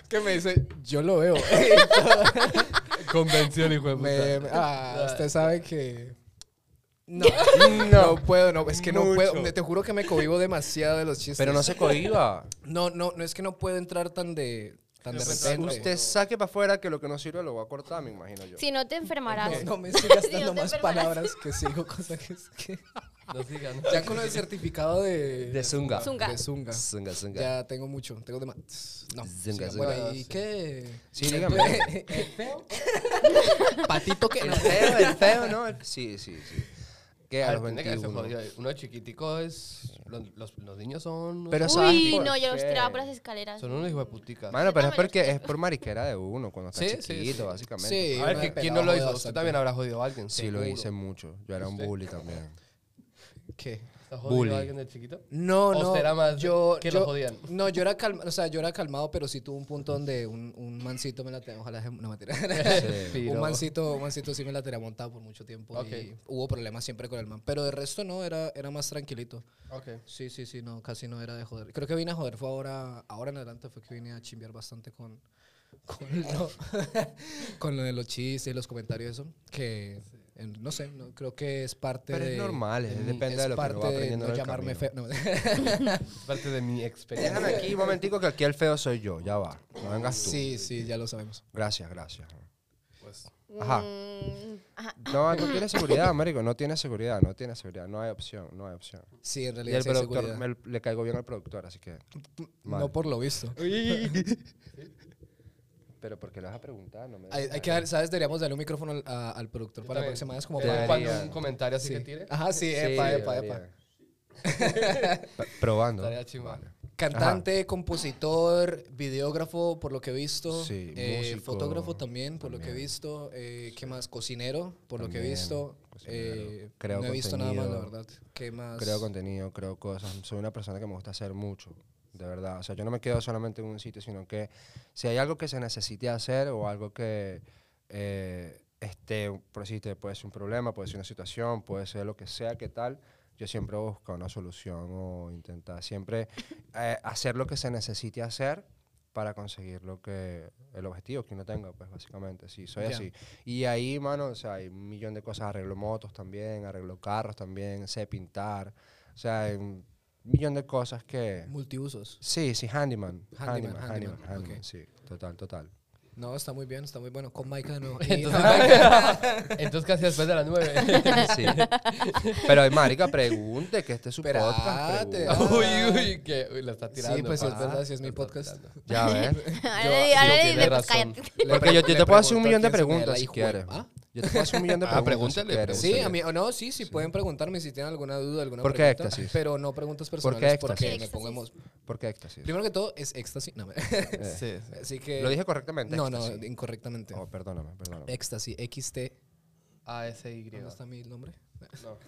Speaker 1: que me dice, yo lo veo.
Speaker 4: Convención, hijo de
Speaker 1: Me-
Speaker 4: puta.
Speaker 1: me- ah, usted sabe que. No, no puedo, no, es que no
Speaker 4: Mucho.
Speaker 1: puedo. Te juro que me cohibo demasiado de los chistes.
Speaker 2: Pero no se cohiba.
Speaker 1: No, no, no es que no puedo entrar tan de, tan de
Speaker 4: Pero pensaba
Speaker 1: repente.
Speaker 2: Pues Usted saque para afuera que lo que no sirve lo voy a cortar, me imagino yo.
Speaker 3: Si no te enfermarás.
Speaker 1: No, no me sigas
Speaker 3: Dios
Speaker 1: dando
Speaker 3: te
Speaker 1: más
Speaker 3: perdone.
Speaker 1: palabras que sigo, cosa que es que.
Speaker 4: No sigan.
Speaker 1: Ya con el certificado de...
Speaker 2: De Zunga.
Speaker 3: Zunga.
Speaker 1: De Zunga.
Speaker 2: Zunga, Zunga.
Speaker 1: Ya tengo mucho, tengo de más. No.
Speaker 2: Zunga,
Speaker 1: siga
Speaker 2: zunga.
Speaker 1: por ahí. ¿Y qué?
Speaker 2: Sí, dígame.
Speaker 1: Patito que no.
Speaker 2: El feo, el feo, ¿no? El- Sí, sí, sí. Que a
Speaker 4: Ah,
Speaker 2: los
Speaker 4: tiene que ser
Speaker 2: 21.
Speaker 4: jodido. Uno chiquitico es. Los, los- los niños son.
Speaker 2: Pero
Speaker 4: son,
Speaker 2: ¿sabes
Speaker 3: Uy,
Speaker 2: por
Speaker 3: no, yo los
Speaker 2: qué?
Speaker 3: tiraba por las escaleras.
Speaker 4: son unos hijos de putica.
Speaker 2: Mano, pero es
Speaker 3: Dame los
Speaker 2: porque es por mariquera de uno cuando está
Speaker 4: Sí, sí,
Speaker 2: chiquito,
Speaker 4: sí.
Speaker 2: básicamente.
Speaker 1: Sí.
Speaker 4: a ver,
Speaker 1: uno
Speaker 4: que-
Speaker 1: de
Speaker 4: ¿quién
Speaker 1: pelado
Speaker 4: no lo
Speaker 1: jode
Speaker 4: hizo? Usted
Speaker 1: bastante.
Speaker 4: también habrá jodido a alguien.
Speaker 2: Sí, lo
Speaker 4: seguro.
Speaker 2: hice mucho. Yo era un
Speaker 4: ¿Usted?
Speaker 2: bully también.
Speaker 1: ¿Qué?
Speaker 4: ¿Has jodido
Speaker 2: Bully.
Speaker 4: a alguien de chiquito?
Speaker 1: No,
Speaker 4: ¿O
Speaker 1: no.
Speaker 4: usted era más
Speaker 1: yo,
Speaker 4: que
Speaker 1: yo-
Speaker 4: lo jodían?
Speaker 1: No, yo era calmado, o sea, yo era calmado, pero sí tuve un punto donde un, un mancito me la tenía, ojalá se- no me
Speaker 4: Sí,
Speaker 1: un
Speaker 4: no.
Speaker 1: mancito, un mancito sí me la tenía montada por mucho tiempo
Speaker 4: Ok.
Speaker 1: y hubo problemas siempre con el man, pero de resto no, era, era más tranquilito.
Speaker 4: Ok.
Speaker 1: Sí, sí, sí, no, casi no era de joder. Creo que vine a joder, fue ahora, ahora en adelante fue que vine a chimbear bastante con, con, lo, con lo de los chistes y los comentarios y eso, que en- no sé, no, creo que es parte
Speaker 2: Pero
Speaker 1: de...
Speaker 2: es normal, es- depende
Speaker 1: es
Speaker 2: de lo que uno va
Speaker 1: parte de no
Speaker 2: aprendiendo en el
Speaker 1: llamarme
Speaker 2: camino.
Speaker 1: feo. no,
Speaker 4: Es parte de mi experiencia.
Speaker 2: Déjame aquí un momentico que aquí el feo soy yo, ya va. No vengas tú.
Speaker 1: sí, sí, ya lo sabemos.
Speaker 2: Gracias, gracias.
Speaker 4: Pues,
Speaker 2: Ajá.
Speaker 3: Mm, ajá.
Speaker 2: No, no tiene seguridad, marico, no tiene seguridad, no tiene seguridad, no hay opción, no hay opción.
Speaker 1: Sí, en
Speaker 2: Y
Speaker 1: realidad
Speaker 2: el
Speaker 1: sí hay
Speaker 2: productor,
Speaker 1: seguridad.
Speaker 2: me- le caigo bien al productor, así que... mal.
Speaker 1: No por lo visto.
Speaker 2: Pero porque le vas a preguntar, no me...
Speaker 1: Hay, hay que dar, ¿sabes? Deberíamos darle un micrófono al, a- al productor para la
Speaker 4: también.
Speaker 1: próxima vez como
Speaker 4: ¿Te
Speaker 1: para...
Speaker 2: Debería.
Speaker 4: cuando un comentario así
Speaker 1: Sí. Ah,
Speaker 4: que tire?
Speaker 1: Ajá, sí, epa, epa, epa.
Speaker 2: Probando.
Speaker 4: Estaría chimba.
Speaker 1: Cantante, compositor, videógrafo, por lo que he visto.
Speaker 2: Sí,
Speaker 1: Eh,
Speaker 2: músico
Speaker 1: fotógrafo también, por lo que he
Speaker 2: también.
Speaker 1: visto. Eh, ¿Qué más? Cocinero, por lo que he
Speaker 2: También,
Speaker 1: visto.
Speaker 2: cocinero.
Speaker 1: Eh,
Speaker 2: Creo
Speaker 1: no he visto nada más, la
Speaker 2: contenido.
Speaker 1: verdad. ¿Qué más?
Speaker 2: Creo contenido, creo cosas. Soy una persona que me gusta hacer mucho, de verdad. O sea, yo no me quedo solamente en un sitio, sino que si hay algo que se necesite hacer o algo que eh, esté, por decirte, puede ser un problema, puede ser una situación, puede ser lo que sea, que tal, yo siempre busco una solución o intentar siempre eh, hacer lo que se necesite hacer para conseguir lo que el objetivo que uno tenga, pues básicamente, sí, soy
Speaker 1: Ya.
Speaker 2: así. Y ahí, mano, o sea, hay un millón de cosas, arreglo motos también, arreglo carros también, sé pintar, o sea, hay un millón de cosas que...
Speaker 1: Multiusos.
Speaker 2: Sí, sí, handyman.
Speaker 1: Handyman,
Speaker 2: Handyman, handyman,
Speaker 1: handyman,
Speaker 2: handyman,
Speaker 1: ok.
Speaker 2: sí, total, total.
Speaker 1: No, está muy bien, está muy bueno. Con Maika de nuevo.
Speaker 4: Entonces, casi después de las nueve.
Speaker 2: Sí. Pero, ay, marica, pregunte, que este es su podcast.
Speaker 1: Espérate.
Speaker 2: pregunte.
Speaker 4: uy, uy, que uy, la está tirando.
Speaker 1: Ah. sí, pues es
Speaker 4: pa.
Speaker 1: verdad, sí es mi
Speaker 4: Lo está
Speaker 1: podcast.
Speaker 4: tirando.
Speaker 2: Ya ves.
Speaker 3: Ahora le di- ahora le di-
Speaker 4: tiene
Speaker 3: pues,
Speaker 4: razón.
Speaker 3: cállate.
Speaker 2: Porque yo, yo te puedo hacer un
Speaker 1: pregunto
Speaker 2: millón de
Speaker 1: a quién se me da
Speaker 2: preguntas
Speaker 1: la
Speaker 2: si
Speaker 1: hijo de-
Speaker 2: quieres.
Speaker 1: ¿Ah?
Speaker 2: Yo te puedo hacer un millón de
Speaker 4: Ah,
Speaker 2: preguntas si
Speaker 4: pregúntale,
Speaker 2: quieres.
Speaker 1: Sí, a mí, o no, sí, sí, pueden preguntarme si tienen alguna duda, alguna
Speaker 2: ¿Por qué
Speaker 1: pregunta.
Speaker 2: éxtasis?
Speaker 1: Pero no preguntas
Speaker 2: qué
Speaker 1: personales porque
Speaker 2: éxtasis?
Speaker 1: me pongo emo-
Speaker 2: ¿Por qué éxtasis?
Speaker 1: Primero que todo, es éxtasis. No, me-
Speaker 4: Sí, sí.
Speaker 1: así que...
Speaker 2: ¿Lo dije correctamente?
Speaker 1: No, no,
Speaker 2: éxtasis?
Speaker 1: incorrectamente.
Speaker 2: Oh, perdóname, perdóname.
Speaker 1: Éxtasis, XT.
Speaker 4: A, S, Y.
Speaker 1: ¿Dónde está mi nombre?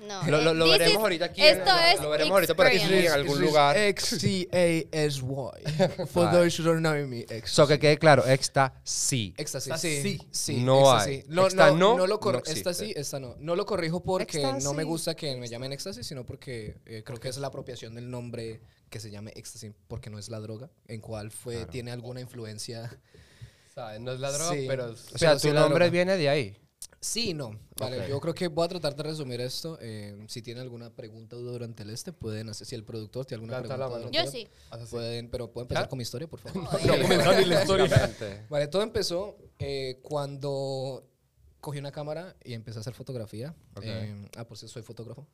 Speaker 3: No,
Speaker 2: Lo, lo- lo
Speaker 3: this
Speaker 2: veremos
Speaker 3: is-
Speaker 2: ahorita aquí. en-
Speaker 3: Esto es.
Speaker 2: Lo veremos ahorita por aquí
Speaker 3: experience.
Speaker 2: en algún lugar.
Speaker 1: X-T-A-S-Y. For those who don't know me,
Speaker 2: So que quede claro, éxtasis.
Speaker 1: Éxtasis,
Speaker 4: Esta
Speaker 1: sí,
Speaker 4: sí.
Speaker 1: sí.
Speaker 2: No
Speaker 1: éxtasis.
Speaker 2: hay.
Speaker 1: No,
Speaker 2: Esta
Speaker 1: no,
Speaker 2: no,
Speaker 1: no lo cor-
Speaker 2: no
Speaker 1: esta sí,
Speaker 2: existe.
Speaker 1: esta no. No lo corrijo porque no me
Speaker 2: Éxtasis.
Speaker 1: gusta que me llamen éxtasis, sino porque eh, creo que es la apropiación del nombre que se llame éxtasis porque no es la droga, en cual fue tiene alguna influencia.
Speaker 4: ¿Sabes? No es la droga,
Speaker 1: Sí.
Speaker 4: pero.
Speaker 2: O sea,
Speaker 1: Pero sí
Speaker 2: tu
Speaker 1: la
Speaker 2: nombre
Speaker 1: droga.
Speaker 2: viene de ahí.
Speaker 1: Sí, y no. Vale,
Speaker 2: Ok.
Speaker 1: yo creo que voy a tratar de resumir esto. eh, si tienen alguna pregunta o duda durante el este, pueden hacer. Si el productor tiene alguna
Speaker 4: Levanta la
Speaker 1: pregunta.
Speaker 4: mano.
Speaker 1: durante
Speaker 3: Yo
Speaker 1: el- este,
Speaker 3: sí.
Speaker 4: Haz así.
Speaker 1: Pueden, pero pueden empezar
Speaker 4: ¿Ah?
Speaker 1: con mi historia, por favor.
Speaker 4: No comenzó ni la historia.
Speaker 1: Vale, todo empezó eh, cuando cogí una cámara y empecé a hacer fotografía.
Speaker 2: Ok.
Speaker 1: Eh, ah, por si soy fotógrafo.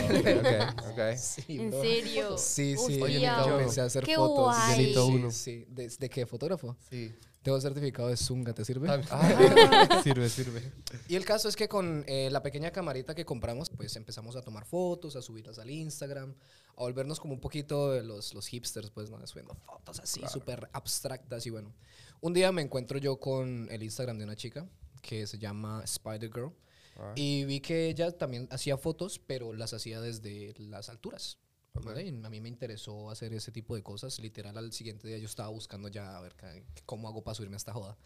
Speaker 2: Ok, ok, ok.
Speaker 1: Sí,
Speaker 3: ¿En
Speaker 1: bro.
Speaker 3: serio?
Speaker 1: Sí,
Speaker 3: Hostia.
Speaker 1: sí. yo
Speaker 4: Oye, Nico,
Speaker 1: empecé a hacer
Speaker 3: qué
Speaker 1: fotos.
Speaker 3: guay.
Speaker 1: Sí,
Speaker 4: Necesito
Speaker 1: sí,
Speaker 4: uno.
Speaker 1: sí. ¿De, de qué fotógrafo?
Speaker 4: Sí.
Speaker 1: Tengo certificado de Zunga, ¿te sirve? Ah.
Speaker 4: sirve, sirve.
Speaker 1: Y el caso es que con eh, la pequeña camarita que compramos, pues empezamos a tomar fotos, a subirlas al Instagram, a volvernos como un poquito de los, los hipsters, pues, ¿no? Subiendo fotos así, súper abstractas. Y bueno, un día me encuentro yo con el Instagram de una chica que se llama Spider Girl.
Speaker 2: Ah.
Speaker 1: Y vi que ella también hacía fotos, pero las hacía desde las alturas. ¿vale? Y a mí me interesó hacer ese tipo de cosas. Literal, al siguiente día yo estaba buscando ya a ver ca- cómo hago para subirme a esta joda.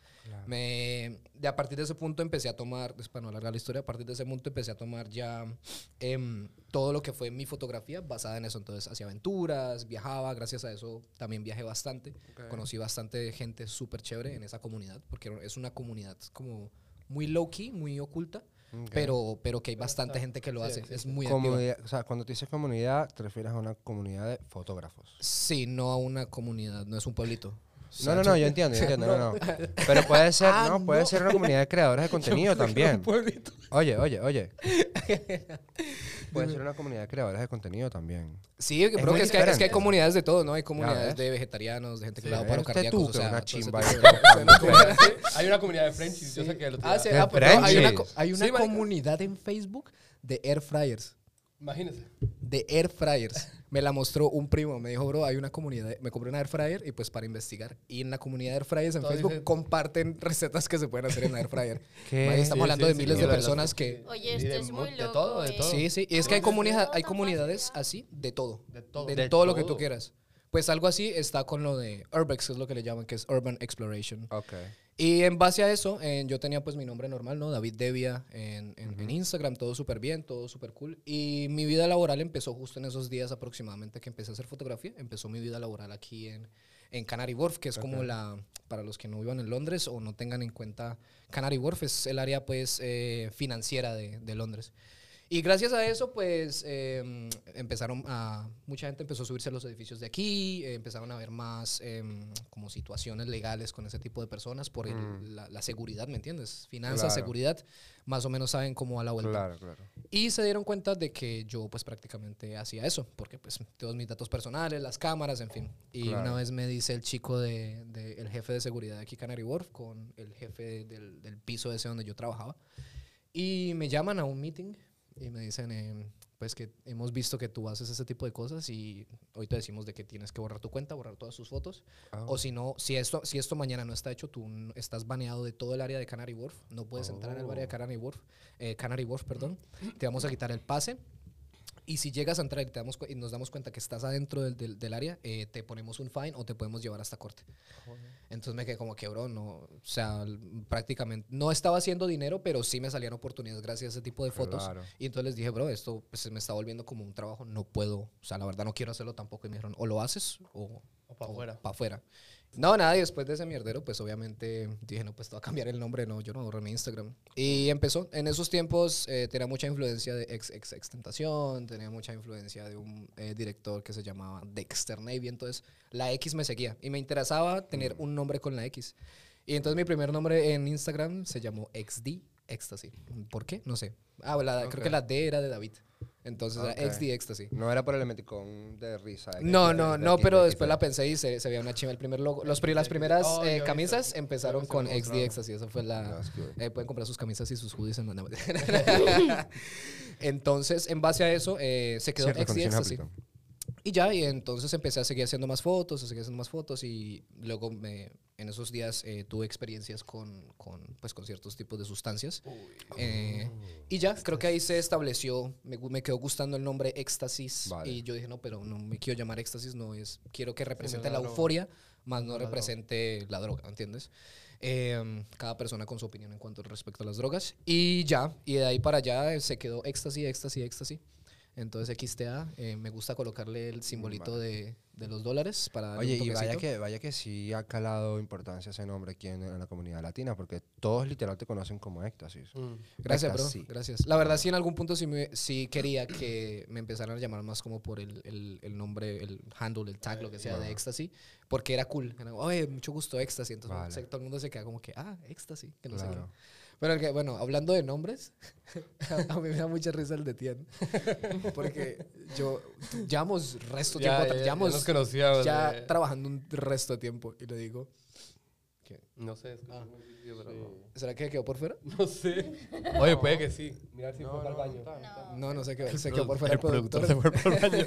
Speaker 1: Me, de a partir de ese punto empecé a tomar, pues, para no alargar la historia, a partir de ese punto empecé a tomar ya em, todo lo que fue mi fotografía basada en eso. Entonces hacía aventuras, viajaba, gracias a eso también viajé bastante. Conocí bastante gente súper chévere en esa comunidad, porque era- es una comunidad como muy low-key, muy oculta,
Speaker 2: Ok.
Speaker 1: pero, pero que hay bastante gente que lo hace. Es muy activa.
Speaker 2: Comunidad- o sea, cuando tú dices comunidad, te refieres a una comunidad de fotógrafos.
Speaker 1: Sí, no a una comunidad, no es un pueblito.
Speaker 2: No, no, no, yo entiendo, yo entiendo, no, no. Pero puede ser,
Speaker 1: Ah,
Speaker 2: no, puede
Speaker 1: no.
Speaker 2: ser una comunidad de creadores de contenido también. Oye, oye, oye. Puede ser una comunidad de creadores de contenido también.
Speaker 1: Sí, yo creo
Speaker 2: muy
Speaker 1: que es, que es que hay
Speaker 2: diferente.
Speaker 1: comunidades de todo, ¿no? Hay comunidades
Speaker 2: ves.
Speaker 1: de vegetarianos, de gente que
Speaker 2: Sí,
Speaker 1: le da
Speaker 2: ¿ves?
Speaker 1: paro
Speaker 2: Usted
Speaker 1: cardíaco.
Speaker 2: tú,
Speaker 1: o
Speaker 2: que
Speaker 1: sea,
Speaker 2: una
Speaker 1: todo ese
Speaker 2: chimba
Speaker 1: tipo
Speaker 2: ahí.
Speaker 1: de cosas.
Speaker 4: Hay una comunidad de Frenchies, yo sé que el otro
Speaker 5: Ah, sí,
Speaker 2: De
Speaker 4: día.
Speaker 5: ah, pues, no, hay una,
Speaker 2: Frenchies.
Speaker 5: co- hay una
Speaker 4: Sí, marica.
Speaker 5: comunidad en Facebook de air fryers.
Speaker 4: Imagínense.
Speaker 1: de air fryers. Me la mostró un primo, me dijo, bro, hay una comunidad, me compré una air fryer y pues para investigar. Y en la comunidad de air fryers en
Speaker 4: Todo
Speaker 1: Facebook
Speaker 4: dice-
Speaker 1: comparten recetas que se pueden hacer en air fryer.
Speaker 2: ¿Qué?
Speaker 1: Ahí
Speaker 4: Sí,
Speaker 1: estamos hablando
Speaker 4: sí,
Speaker 1: de
Speaker 4: sí,
Speaker 1: miles
Speaker 4: sí,
Speaker 1: de
Speaker 4: lo de las-
Speaker 1: personas que...
Speaker 3: Oye,
Speaker 4: Y
Speaker 3: esto
Speaker 4: de
Speaker 3: es
Speaker 4: mu-
Speaker 3: muy
Speaker 4: de
Speaker 3: loco.
Speaker 4: todo, de
Speaker 3: eh.
Speaker 4: todo.
Speaker 1: Sí, sí, y es que hay,
Speaker 3: Todo,
Speaker 1: comunidad,
Speaker 3: todo,
Speaker 1: hay
Speaker 3: todo.
Speaker 1: comunidades así de todo.
Speaker 4: De todo.
Speaker 1: De,
Speaker 4: De
Speaker 1: todo lo que tú
Speaker 4: todo.
Speaker 1: quieras. Pues algo así está con lo de Urbex, que es lo que le llaman, que es Urban Exploration.
Speaker 2: Ok.
Speaker 1: Y en base a eso, eh, yo tenía pues mi nombre normal, ¿no? David Devia en, en- en Instagram, todo súper bien, todo súper cool. Y mi vida laboral empezó justo en esos días aproximadamente que empecé a hacer fotografía. Empezó mi vida laboral aquí en, en Canary Wharf, que es como la, para los que no vivan en Londres o no tengan en cuenta, Canary Wharf es el área pues eh, financiera de, de Londres. Y gracias a eso, pues eh, empezaron a. Mucha gente empezó a subirse a los edificios de aquí, eh, empezaron a ver más eh, como situaciones legales con ese tipo de personas por el-
Speaker 2: Mm.
Speaker 1: la, la seguridad, ¿me entiendes? Finanzas,
Speaker 2: Claro.
Speaker 1: seguridad, más o menos saben cómo a la vuelta.
Speaker 2: Claro, claro.
Speaker 1: Y se dieron cuenta de que yo, pues prácticamente hacía eso, porque pues todos mis datos personales, las cámaras, en fin. Y
Speaker 2: Claro.
Speaker 1: una vez me dice el chico del de, el jefe de seguridad de aquí, Canary Wharf, con el jefe del, del piso ese donde yo trabajaba. Y me llaman a un meeting y me dicen, em, pues que hemos visto que tú haces ese tipo de cosas y hoy te decimos de que tienes que borrar tu cuenta, borrar todas tus fotos.
Speaker 2: Ah,
Speaker 1: O si no, si esto, si esto mañana no está hecho, tú n- estás baneado de todo el área de Canary Wharf. No puedes entrar al área de Canary Wharf, eh, Canary Wharf, perdón. Te vamos a quitar el pase. Y si llegas a entrar y, te damos cu- y nos damos cuenta que estás adentro del, del- del área, eh, te ponemos un fine o te podemos llevar hasta corte. Entonces me quedé como que, bro, no, o sea, l- prácticamente no estaba haciendo dinero, pero sí me salían oportunidades gracias a ese tipo de fotos.
Speaker 2: Claro.
Speaker 1: Y entonces les dije, bro, esto pues, se me está volviendo como un trabajo, no puedo, o sea, la verdad no quiero hacerlo tampoco. Y me dijeron, o lo haces o,
Speaker 4: O pa' afuera.
Speaker 1: pa' afuera. No, nada, y después de ese mierdero, pues obviamente dije, no, pues te voy a cambiar el nombre, no, yo no borro mi Instagram. Y empezó, en esos tiempos eh, tenía mucha influencia de ex, ex, Extentación, tenía mucha influencia de un eh, director que se llamaba Dexter Navy, entonces la X me seguía y me interesaba
Speaker 4: Mm.
Speaker 1: tener un nombre con la X. Y entonces mi primer nombre en Instagram se llamó XD Ecstasy. ¿Por qué? No sé. Ah, la- creo que la D era de David. Entonces
Speaker 2: Ok.
Speaker 1: era XD Ecstasy.
Speaker 2: No era por el emoticón de risa. de que-
Speaker 1: No,
Speaker 2: de-
Speaker 1: no,
Speaker 2: de-
Speaker 1: no,
Speaker 2: de-
Speaker 1: pero
Speaker 2: de-
Speaker 1: después
Speaker 2: de-
Speaker 1: la pensé y se, se veía una chima el primer logo. Los, pri- las
Speaker 4: Sí,
Speaker 1: primeras
Speaker 4: oh,
Speaker 1: eh,
Speaker 4: yo he
Speaker 1: camisas
Speaker 4: visto.
Speaker 1: empezaron
Speaker 4: Creo que
Speaker 1: con
Speaker 4: se me
Speaker 1: XD
Speaker 4: mostraron.
Speaker 1: Ecstasy. Esa fue
Speaker 2: No,
Speaker 1: la...
Speaker 2: es que-
Speaker 1: eh, pueden comprar sus camisas y sus hoodies en la nave. Entonces, en base a eso, eh, se quedó
Speaker 2: Ciertas
Speaker 1: XD
Speaker 2: condiciones
Speaker 1: Ecstasy.
Speaker 2: aplican.
Speaker 1: Y ya, y entonces empecé a seguir haciendo más fotos, a seguir haciendo más fotos y luego me- en esos días eh, tuve experiencias con, con, pues, con ciertos tipos de sustancias. Eh, y ya, creo que ahí se estableció, me, gu- me quedó gustando el nombre éxtasis
Speaker 2: Vale.
Speaker 1: y yo dije, no, pero no me quiero llamar éxtasis, no es, quiero que represente
Speaker 4: la
Speaker 1: la
Speaker 4: droga.
Speaker 1: euforia, más no
Speaker 4: la droga.
Speaker 1: represente la droga, ¿entiendes? Eh, cada persona con su opinión en cuanto respecto a las drogas. Y ya, y de ahí para allá eh, se quedó éxtasis, éxtasis, éxtasis. Entonces XTA, eh, me gusta colocarle el simbolito de, de los dólares para darle
Speaker 2: Oye,
Speaker 1: un
Speaker 2: y vaya
Speaker 1: toquecito.
Speaker 2: que, vaya que sí ha calado importancia ese nombre aquí en, en la comunidad latina, porque todos literal te conocen como éxtasis.
Speaker 1: Mm,
Speaker 4: Mm.
Speaker 1: Gracias, bro.
Speaker 2: Éxtasis.
Speaker 1: Gracias. La verdad, sí, en algún punto sí, me- sí quería que me empezaran a llamar más como por el, el- el nombre, el handle, el tag, lo que sea de Éxtasy, porque era cool. Era, Oye, mucho gusto, Éxtasy. Entonces
Speaker 2: Vale.
Speaker 1: se- todo el mundo se queda como que, ah, Éxtasy, que no sé qué.
Speaker 2: Claro.
Speaker 1: Pero que, bueno, hablando de nombres, a, a mí me da mucha risa el de Tian, porque yo, llevamos resto tiempo,
Speaker 4: Ya,
Speaker 1: atra-
Speaker 4: ya, ya
Speaker 1: llevamos-
Speaker 4: nos conocíamos.
Speaker 1: ya
Speaker 4: eh.
Speaker 1: trabajando un resto de tiempo y le digo,
Speaker 4: No sé, escuché
Speaker 1: Ah.
Speaker 4: un vídeo, pero-
Speaker 1: ¿será que quedó por fuera?
Speaker 4: No sé. Oye, puede que sí. Mirar si fue para el baño.
Speaker 3: No.
Speaker 1: No, no sé qué, se quedó por fuera el productor.
Speaker 5: se fue por el baño.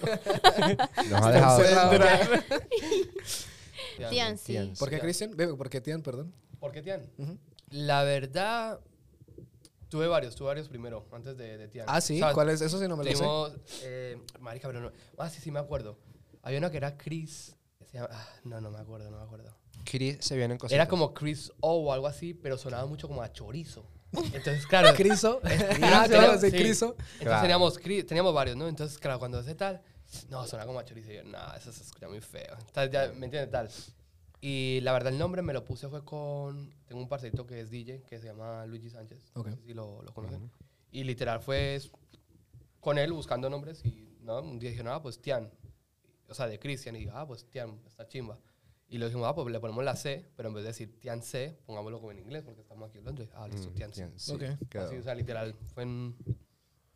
Speaker 2: Nos ha dejado.
Speaker 1: encerrado.
Speaker 2: ¿no?
Speaker 4: Tian.
Speaker 3: Tian, sí.
Speaker 2: Tian.
Speaker 1: ¿Por qué Cristian? Bebe, ¿por qué Tian? Perdón.
Speaker 4: ¿Por qué Tian?
Speaker 1: Ujú.
Speaker 4: La verdad, tuve varios, tuve varios primero, antes de, de Tian.
Speaker 1: Ah, sí,
Speaker 4: O sea,
Speaker 1: ¿cuál es? Eso sí no me lo sé.
Speaker 4: Tenemos, eh, marica, pero no. Ah, sí, sí, me acuerdo. Había una que era Chris. se llama- ah, no, no me acuerdo, no me acuerdo.
Speaker 2: Chris se vienen cosas.
Speaker 4: Era como Chris O o algo así, pero sonaba mucho como a chorizo. Entonces, claro.
Speaker 1: Criso.
Speaker 4: Ah,
Speaker 1: Ah, claro,
Speaker 4: teníamos-
Speaker 1: sí,
Speaker 4: sí.
Speaker 1: Criso.
Speaker 4: Entonces
Speaker 2: Claro.
Speaker 4: teníamos, cri- teníamos varios, ¿no? Entonces, claro, cuando hace tal, no, suena como a chorizo. Y yo, no, eso se escucha muy feo. Tal, ya, ¿Me entiendes? Tal. Y la verdad, el nombre me lo puse fue con. Tengo un parcerito que es DJ, que se llama Luigi Sánchez.
Speaker 1: Ok.
Speaker 4: No sé si lo, lo conocen. Y literal fue es- con él buscando nombres y ¿no? un día dije, no, ah, pues Tian. O sea, de Cristian. Y dije, ah, pues Tian, está chimba. Y lo dijimos, ah, pues le ponemos la C, pero en vez de decir Tian C, pongámoslo como en inglés porque estamos aquí en Londres. Ah, listo,
Speaker 2: Mm,
Speaker 4: Tian C.
Speaker 2: Tian, sí,
Speaker 1: Ok.
Speaker 2: quedó.
Speaker 4: Así, o sea, literal, fue en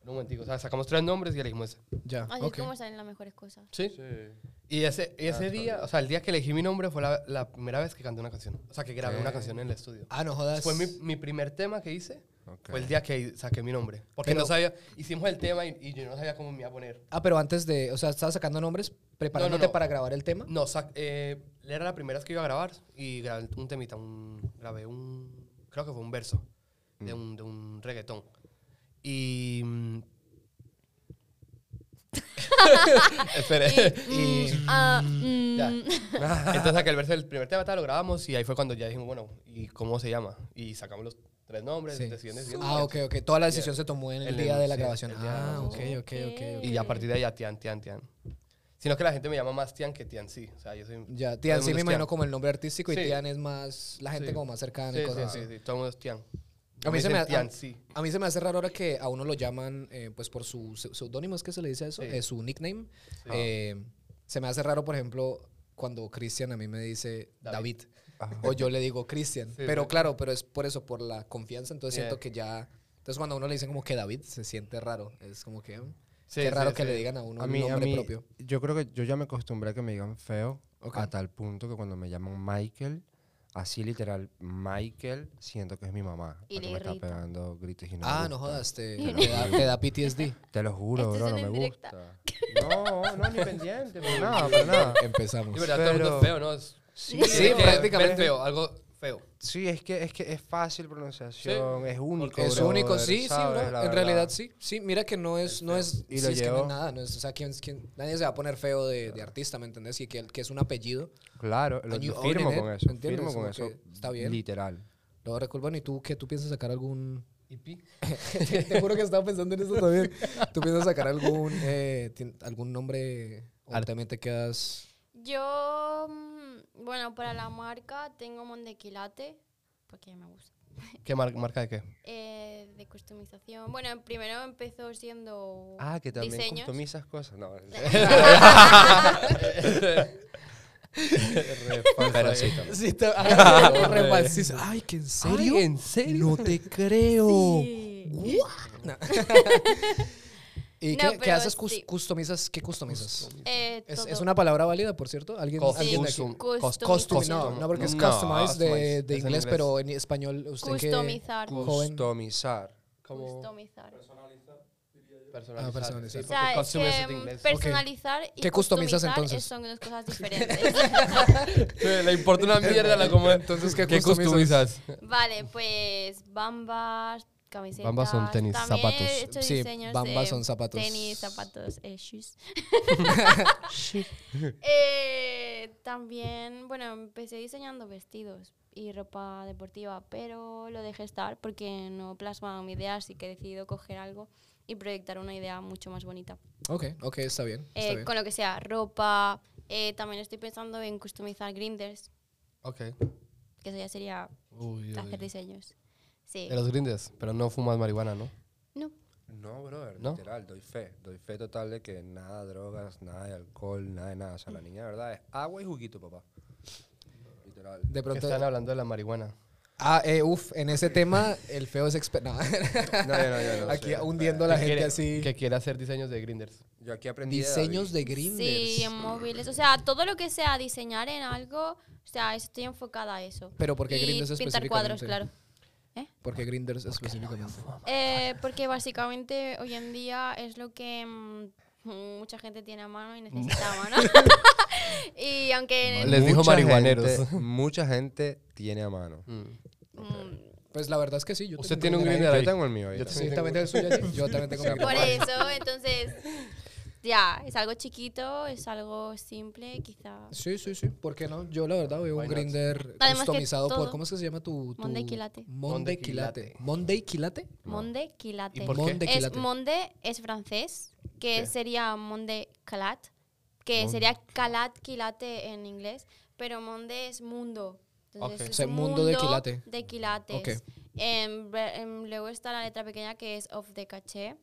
Speaker 4: En un momentico. O sea, sacamos tres nombres y elegimos ese.
Speaker 1: Ya,
Speaker 3: Así
Speaker 1: ok.
Speaker 3: es como salen las mejores cosas.
Speaker 4: Sí. Y ese, ese día, o sea, el día que elegí mi nombre fue la, la primera vez que canté una canción. O sea, que grabé una canción en el estudio.
Speaker 5: Ah, no jodas.
Speaker 4: Fue mi, mi primer tema que hice.
Speaker 2: Ok.
Speaker 4: Fue el día que saqué mi nombre. Porque
Speaker 1: Pero-
Speaker 4: no sabía, hicimos el tema y, y yo no sabía cómo me iba a poner.
Speaker 1: Ah, pero antes de, o sea, estabas sacando nombres, preparándote
Speaker 4: no.
Speaker 1: para grabar el tema.
Speaker 4: No, sac- eh, era la primera vez que iba a grabar y grabé un temita, un, grabé un, creo que fue un verso de,
Speaker 1: Mm.
Speaker 4: un, de un reggaetón. Y... mm, Espere.
Speaker 3: Mm,
Speaker 4: y-
Speaker 3: ah, mm,
Speaker 4: ya. Entonces saqué el verso del primer tema, tal, lo grabamos y ahí fue cuando ya dijimos, bueno, ¿y cómo se llama? Y sacamos los tres nombres,
Speaker 1: Sí.
Speaker 4: decían, decían,
Speaker 1: Ah, ok, ok. Toda la decisión se tomó en el
Speaker 4: En
Speaker 1: día
Speaker 4: el-
Speaker 1: de la
Speaker 4: sí,
Speaker 1: grabación.
Speaker 4: el día de la
Speaker 1: Ah, ok,
Speaker 4: grabación.
Speaker 1: ok, ok. ok.
Speaker 4: Y ya a partir de ahí ya Tian, Tian, Tian. Sino que la gente me llama más Tian que Tian, sí. O sea, yo soy...
Speaker 1: Ya,
Speaker 4: todo el
Speaker 1: Tian sí
Speaker 4: mundo
Speaker 1: me
Speaker 4: es
Speaker 1: imagino
Speaker 4: Tian.
Speaker 1: como el nombre artístico y
Speaker 4: Sí.
Speaker 1: Tian es más, la gente
Speaker 4: Sí.
Speaker 1: como más cercana y
Speaker 4: Sí,
Speaker 1: cosas
Speaker 4: sí,
Speaker 1: así.
Speaker 4: sí, sí, todo el mundo es Tian.
Speaker 1: A mí se
Speaker 4: dicen
Speaker 1: me ah, ha-
Speaker 4: Tian, sí.
Speaker 1: A mí se me hace raro ahora que a uno lo llaman eh, pues por su seu- seudónimo, es que se le dice eso,
Speaker 4: Sí.
Speaker 1: Eh, su nickname.
Speaker 4: Sí.
Speaker 1: Eh, se me hace raro, por ejemplo, cuando Cristian a mí me dice David,
Speaker 4: David.
Speaker 1: o yo le digo Cristian.
Speaker 4: Sí,
Speaker 1: pero
Speaker 4: sí.
Speaker 1: claro, pero es por eso, por la confianza, entonces
Speaker 4: Yeah.
Speaker 1: siento que ya... Entonces cuando a uno le dicen como que David, se siente raro. Es como que... mm,
Speaker 4: Sí,
Speaker 1: qué
Speaker 4: sí,
Speaker 1: raro que
Speaker 4: sí.
Speaker 1: le digan a uno
Speaker 2: a
Speaker 1: un
Speaker 2: mí, a
Speaker 1: nombre
Speaker 2: mí,
Speaker 1: propio.
Speaker 2: yo creo que yo ya me acostumbré a que me digan feo
Speaker 1: Ok.
Speaker 2: a tal punto que cuando me llaman Michael, así literal, Michael, siento que es mi mamá.
Speaker 3: Y
Speaker 2: la que
Speaker 3: le
Speaker 2: me está
Speaker 3: irrita.
Speaker 2: pegando gritos y no me
Speaker 1: ah, no
Speaker 2: gusta.
Speaker 1: jodas, te, te da, te da PTSD.
Speaker 2: Te lo juro,
Speaker 3: Esto es
Speaker 2: bro, no
Speaker 3: una
Speaker 2: me
Speaker 3: indirecta.
Speaker 2: gusta. No, no, ni pendiente, para nada, para nada.
Speaker 1: Empezamos.
Speaker 4: Y verdad, todo el mundo es
Speaker 2: Ah. Pero-
Speaker 4: feo, ¿no? Es-
Speaker 2: Sí,
Speaker 1: Sí,
Speaker 4: es que
Speaker 1: prácticamente.
Speaker 4: ver feo, algo feo.
Speaker 2: Sí, es que es, que es fácil pronunciación, es único.
Speaker 1: Es único, sí, sí,
Speaker 2: ¿sabes?
Speaker 1: bro.
Speaker 2: La
Speaker 1: En
Speaker 2: verdad.
Speaker 1: realidad sí. Sí, mira que no es, no es,
Speaker 2: Y
Speaker 1: sí,
Speaker 2: lo
Speaker 1: es que no
Speaker 2: llevo.
Speaker 1: es nada. No es, o sea, ¿quién, quién- nadie se va a poner feo de, de artista, ¿me entendés? Y que, que es un apellido.
Speaker 2: Claro, lo,
Speaker 1: And you
Speaker 2: lo firmo
Speaker 1: own it, eh,
Speaker 2: con eso.
Speaker 1: ¿entiendes?
Speaker 2: Firmo
Speaker 1: Como
Speaker 2: con eso.
Speaker 1: que está bien.
Speaker 2: Literal.
Speaker 1: Lo recuerdan y tú, ¿qué tú piensas sacar algún...
Speaker 4: ¿Y pi?
Speaker 1: Te juro que estaba pensando en eso también. ¿Tú piensas sacar algún, eh, tien- algún nombre o también te quedas...
Speaker 3: Yo, mm, bueno, para la marca tengo Mondequilate, porque me gusta.
Speaker 4: ¿Qué mar- marca de qué?
Speaker 3: Eh, de customización. Bueno, em- primero empezó siendo
Speaker 2: Ah, que también
Speaker 3: diseños.
Speaker 2: customizas cosas. No,
Speaker 4: Pero sí.
Speaker 1: Sí, te... Ay, que en serio.
Speaker 4: ¿En serio?
Speaker 1: No te creo.
Speaker 3: Sí.
Speaker 1: ¿Y qué,
Speaker 3: No,
Speaker 1: qué
Speaker 3: pero
Speaker 1: haces? Cus-
Speaker 3: sí.
Speaker 1: ¿Customizas? ¿Qué customizas?
Speaker 3: Eh,
Speaker 1: Es,
Speaker 3: todo.
Speaker 1: es una palabra válida, por cierto. ¿Alguien,
Speaker 4: Cos-
Speaker 1: alguien de aquí?
Speaker 4: custom-
Speaker 3: Custom-
Speaker 4: cos-
Speaker 1: Custom,
Speaker 3: Custom-
Speaker 1: no, no, porque es
Speaker 4: No,
Speaker 1: customized de,
Speaker 4: customize,
Speaker 1: de
Speaker 4: es en
Speaker 1: inglés,
Speaker 4: inglés.
Speaker 1: pero en español, usted que...
Speaker 3: Customizar.
Speaker 1: Joven.
Speaker 2: Customizar.
Speaker 4: Como
Speaker 3: Customizar.
Speaker 4: personalizar.
Speaker 1: Ah, personalizar.
Speaker 3: O sea, es
Speaker 4: custom es
Speaker 3: que
Speaker 4: en
Speaker 3: mm,
Speaker 4: inglés.
Speaker 3: personalizar y
Speaker 1: ¿Qué customizas
Speaker 3: customizar
Speaker 1: entonces?
Speaker 3: es- son dos cosas diferentes.
Speaker 4: Le importa una mierda la como
Speaker 1: Entonces, ¿qué customizas?
Speaker 3: vale, pues bambas, camisetas.
Speaker 4: Bambas son tenis,
Speaker 3: También he
Speaker 4: zapatos.
Speaker 3: hecho
Speaker 1: Sí,
Speaker 3: diseños
Speaker 1: bambas
Speaker 3: de
Speaker 1: son zapatos.
Speaker 3: Tenis, zapatos, eh, shoes. Eh, también, bueno, empecé diseñando vestidos y ropa deportiva, pero lo dejé estar porque no plasmaba mi idea, así que he decidido coger algo y proyectar una idea mucho más bonita.
Speaker 1: Ok, ok, está bien.
Speaker 3: Eh,
Speaker 1: Está bien.
Speaker 3: con lo que sea, ropa. eh, también estoy pensando en customizar grinders,
Speaker 4: Ok.
Speaker 3: que eso ya sería
Speaker 4: Uy,
Speaker 3: hacer
Speaker 4: uy.
Speaker 3: diseños. Sí.
Speaker 4: De los grindes, pero no fumas marihuana, ¿no?
Speaker 3: No.
Speaker 2: No, brother,
Speaker 4: ¿No?
Speaker 2: literal, doy fe. Doy fe total de que nada de drogas, nada de alcohol, nada de nada. O sea, la niña de verdad es agua y juguito, papá. Literal.
Speaker 1: De
Speaker 4: Que
Speaker 1: pronto...
Speaker 4: Están hablando de la marihuana.
Speaker 1: Ah, eh, uf, en ese tema el feo es experto.
Speaker 2: No, yo no, yo no
Speaker 1: Aquí
Speaker 2: sé.
Speaker 1: hundiendo a la
Speaker 4: Que
Speaker 1: gente
Speaker 4: quiere-
Speaker 1: así.
Speaker 4: Que quiere hacer diseños de grinders.
Speaker 2: Yo aquí aprendí de
Speaker 1: Diseños
Speaker 2: David.
Speaker 1: de grinders.
Speaker 3: Sí, en móviles. O sea, todo lo que sea diseñar en algo, o sea, estoy enfocada a eso.
Speaker 1: Pero ¿por qué
Speaker 3: Y
Speaker 1: grinders
Speaker 3: pintar cuadros, claro.
Speaker 1: específicamente? ¿Por qué grinders específicamente?
Speaker 3: Eh, porque básicamente hoy en día es lo que mm, mucha gente tiene a mano y necesita a mano. y aunque
Speaker 4: Les dijo
Speaker 2: Mucha
Speaker 4: marihuaneros.
Speaker 2: gente- mucha gente tiene a mano.
Speaker 3: mm,
Speaker 1: Pues la verdad es que sí. Yo
Speaker 4: Usted
Speaker 1: tengo
Speaker 4: tiene un
Speaker 1: ahí.
Speaker 4: grinder
Speaker 2: Yo
Speaker 4: ahí.
Speaker 2: tengo el mío ahí
Speaker 4: Yo
Speaker 2: también.
Speaker 1: Sí, también tengo el suyo allí. Yo también tengo mi
Speaker 3: por
Speaker 1: grinder.
Speaker 3: eso, entonces, ya, es algo chiquito, es algo simple, quizá.
Speaker 1: Sí, sí, sí. ¿Por qué no? Yo la verdad veo un
Speaker 4: Why not?
Speaker 1: grinder
Speaker 3: Además que
Speaker 1: customizado por...
Speaker 3: todo-
Speaker 1: ¿Cómo es que se llama tu...? tu-
Speaker 3: Monde Quilate.
Speaker 1: Monde
Speaker 4: Monde
Speaker 1: Quilate.
Speaker 4: Quilate.
Speaker 1: Monde Quilate.
Speaker 3: Monde quilate.
Speaker 4: ¿Y por qué?
Speaker 1: Monde
Speaker 3: Es
Speaker 1: Quilate.
Speaker 3: monde es francés, que
Speaker 4: ¿Qué?
Speaker 3: sería monde calat, que sería calat quilate en inglés, pero monde es mundo. Entonces
Speaker 4: Ok.
Speaker 3: es
Speaker 1: O sea, mundo de quilate.
Speaker 3: de quilates.
Speaker 1: Ok.
Speaker 3: Em, re- em, luego está la letra pequeña que es of the caché,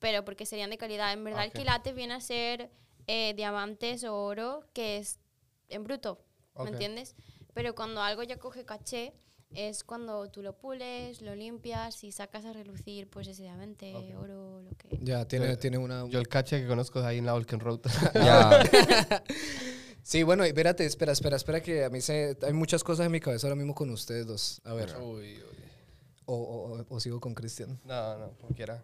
Speaker 3: pero porque serían de calidad. En verdad el
Speaker 4: Ok.
Speaker 3: quilate viene a ser eh, diamantes o oro, que es en bruto,
Speaker 4: Ok.
Speaker 3: ¿me entiendes? Pero cuando algo ya coge caché, es cuando tú lo pules, lo limpias y sacas a relucir, pues ese diamante,
Speaker 4: Ok.
Speaker 3: oro, lo que.
Speaker 1: Ya, tiene,
Speaker 4: Yo-
Speaker 1: tiene una...
Speaker 4: Yo el caché que conozco es ahí en la Olken Road.
Speaker 2: Ya,
Speaker 1: Sí, bueno, espérate, espera, espera, espera, que a mí se... Hay muchas cosas en mi cabeza ahora mismo con ustedes dos. A ver,
Speaker 4: uy, uy.
Speaker 1: o, o- o- o sigo con Cristian.
Speaker 4: No, no, como quiera.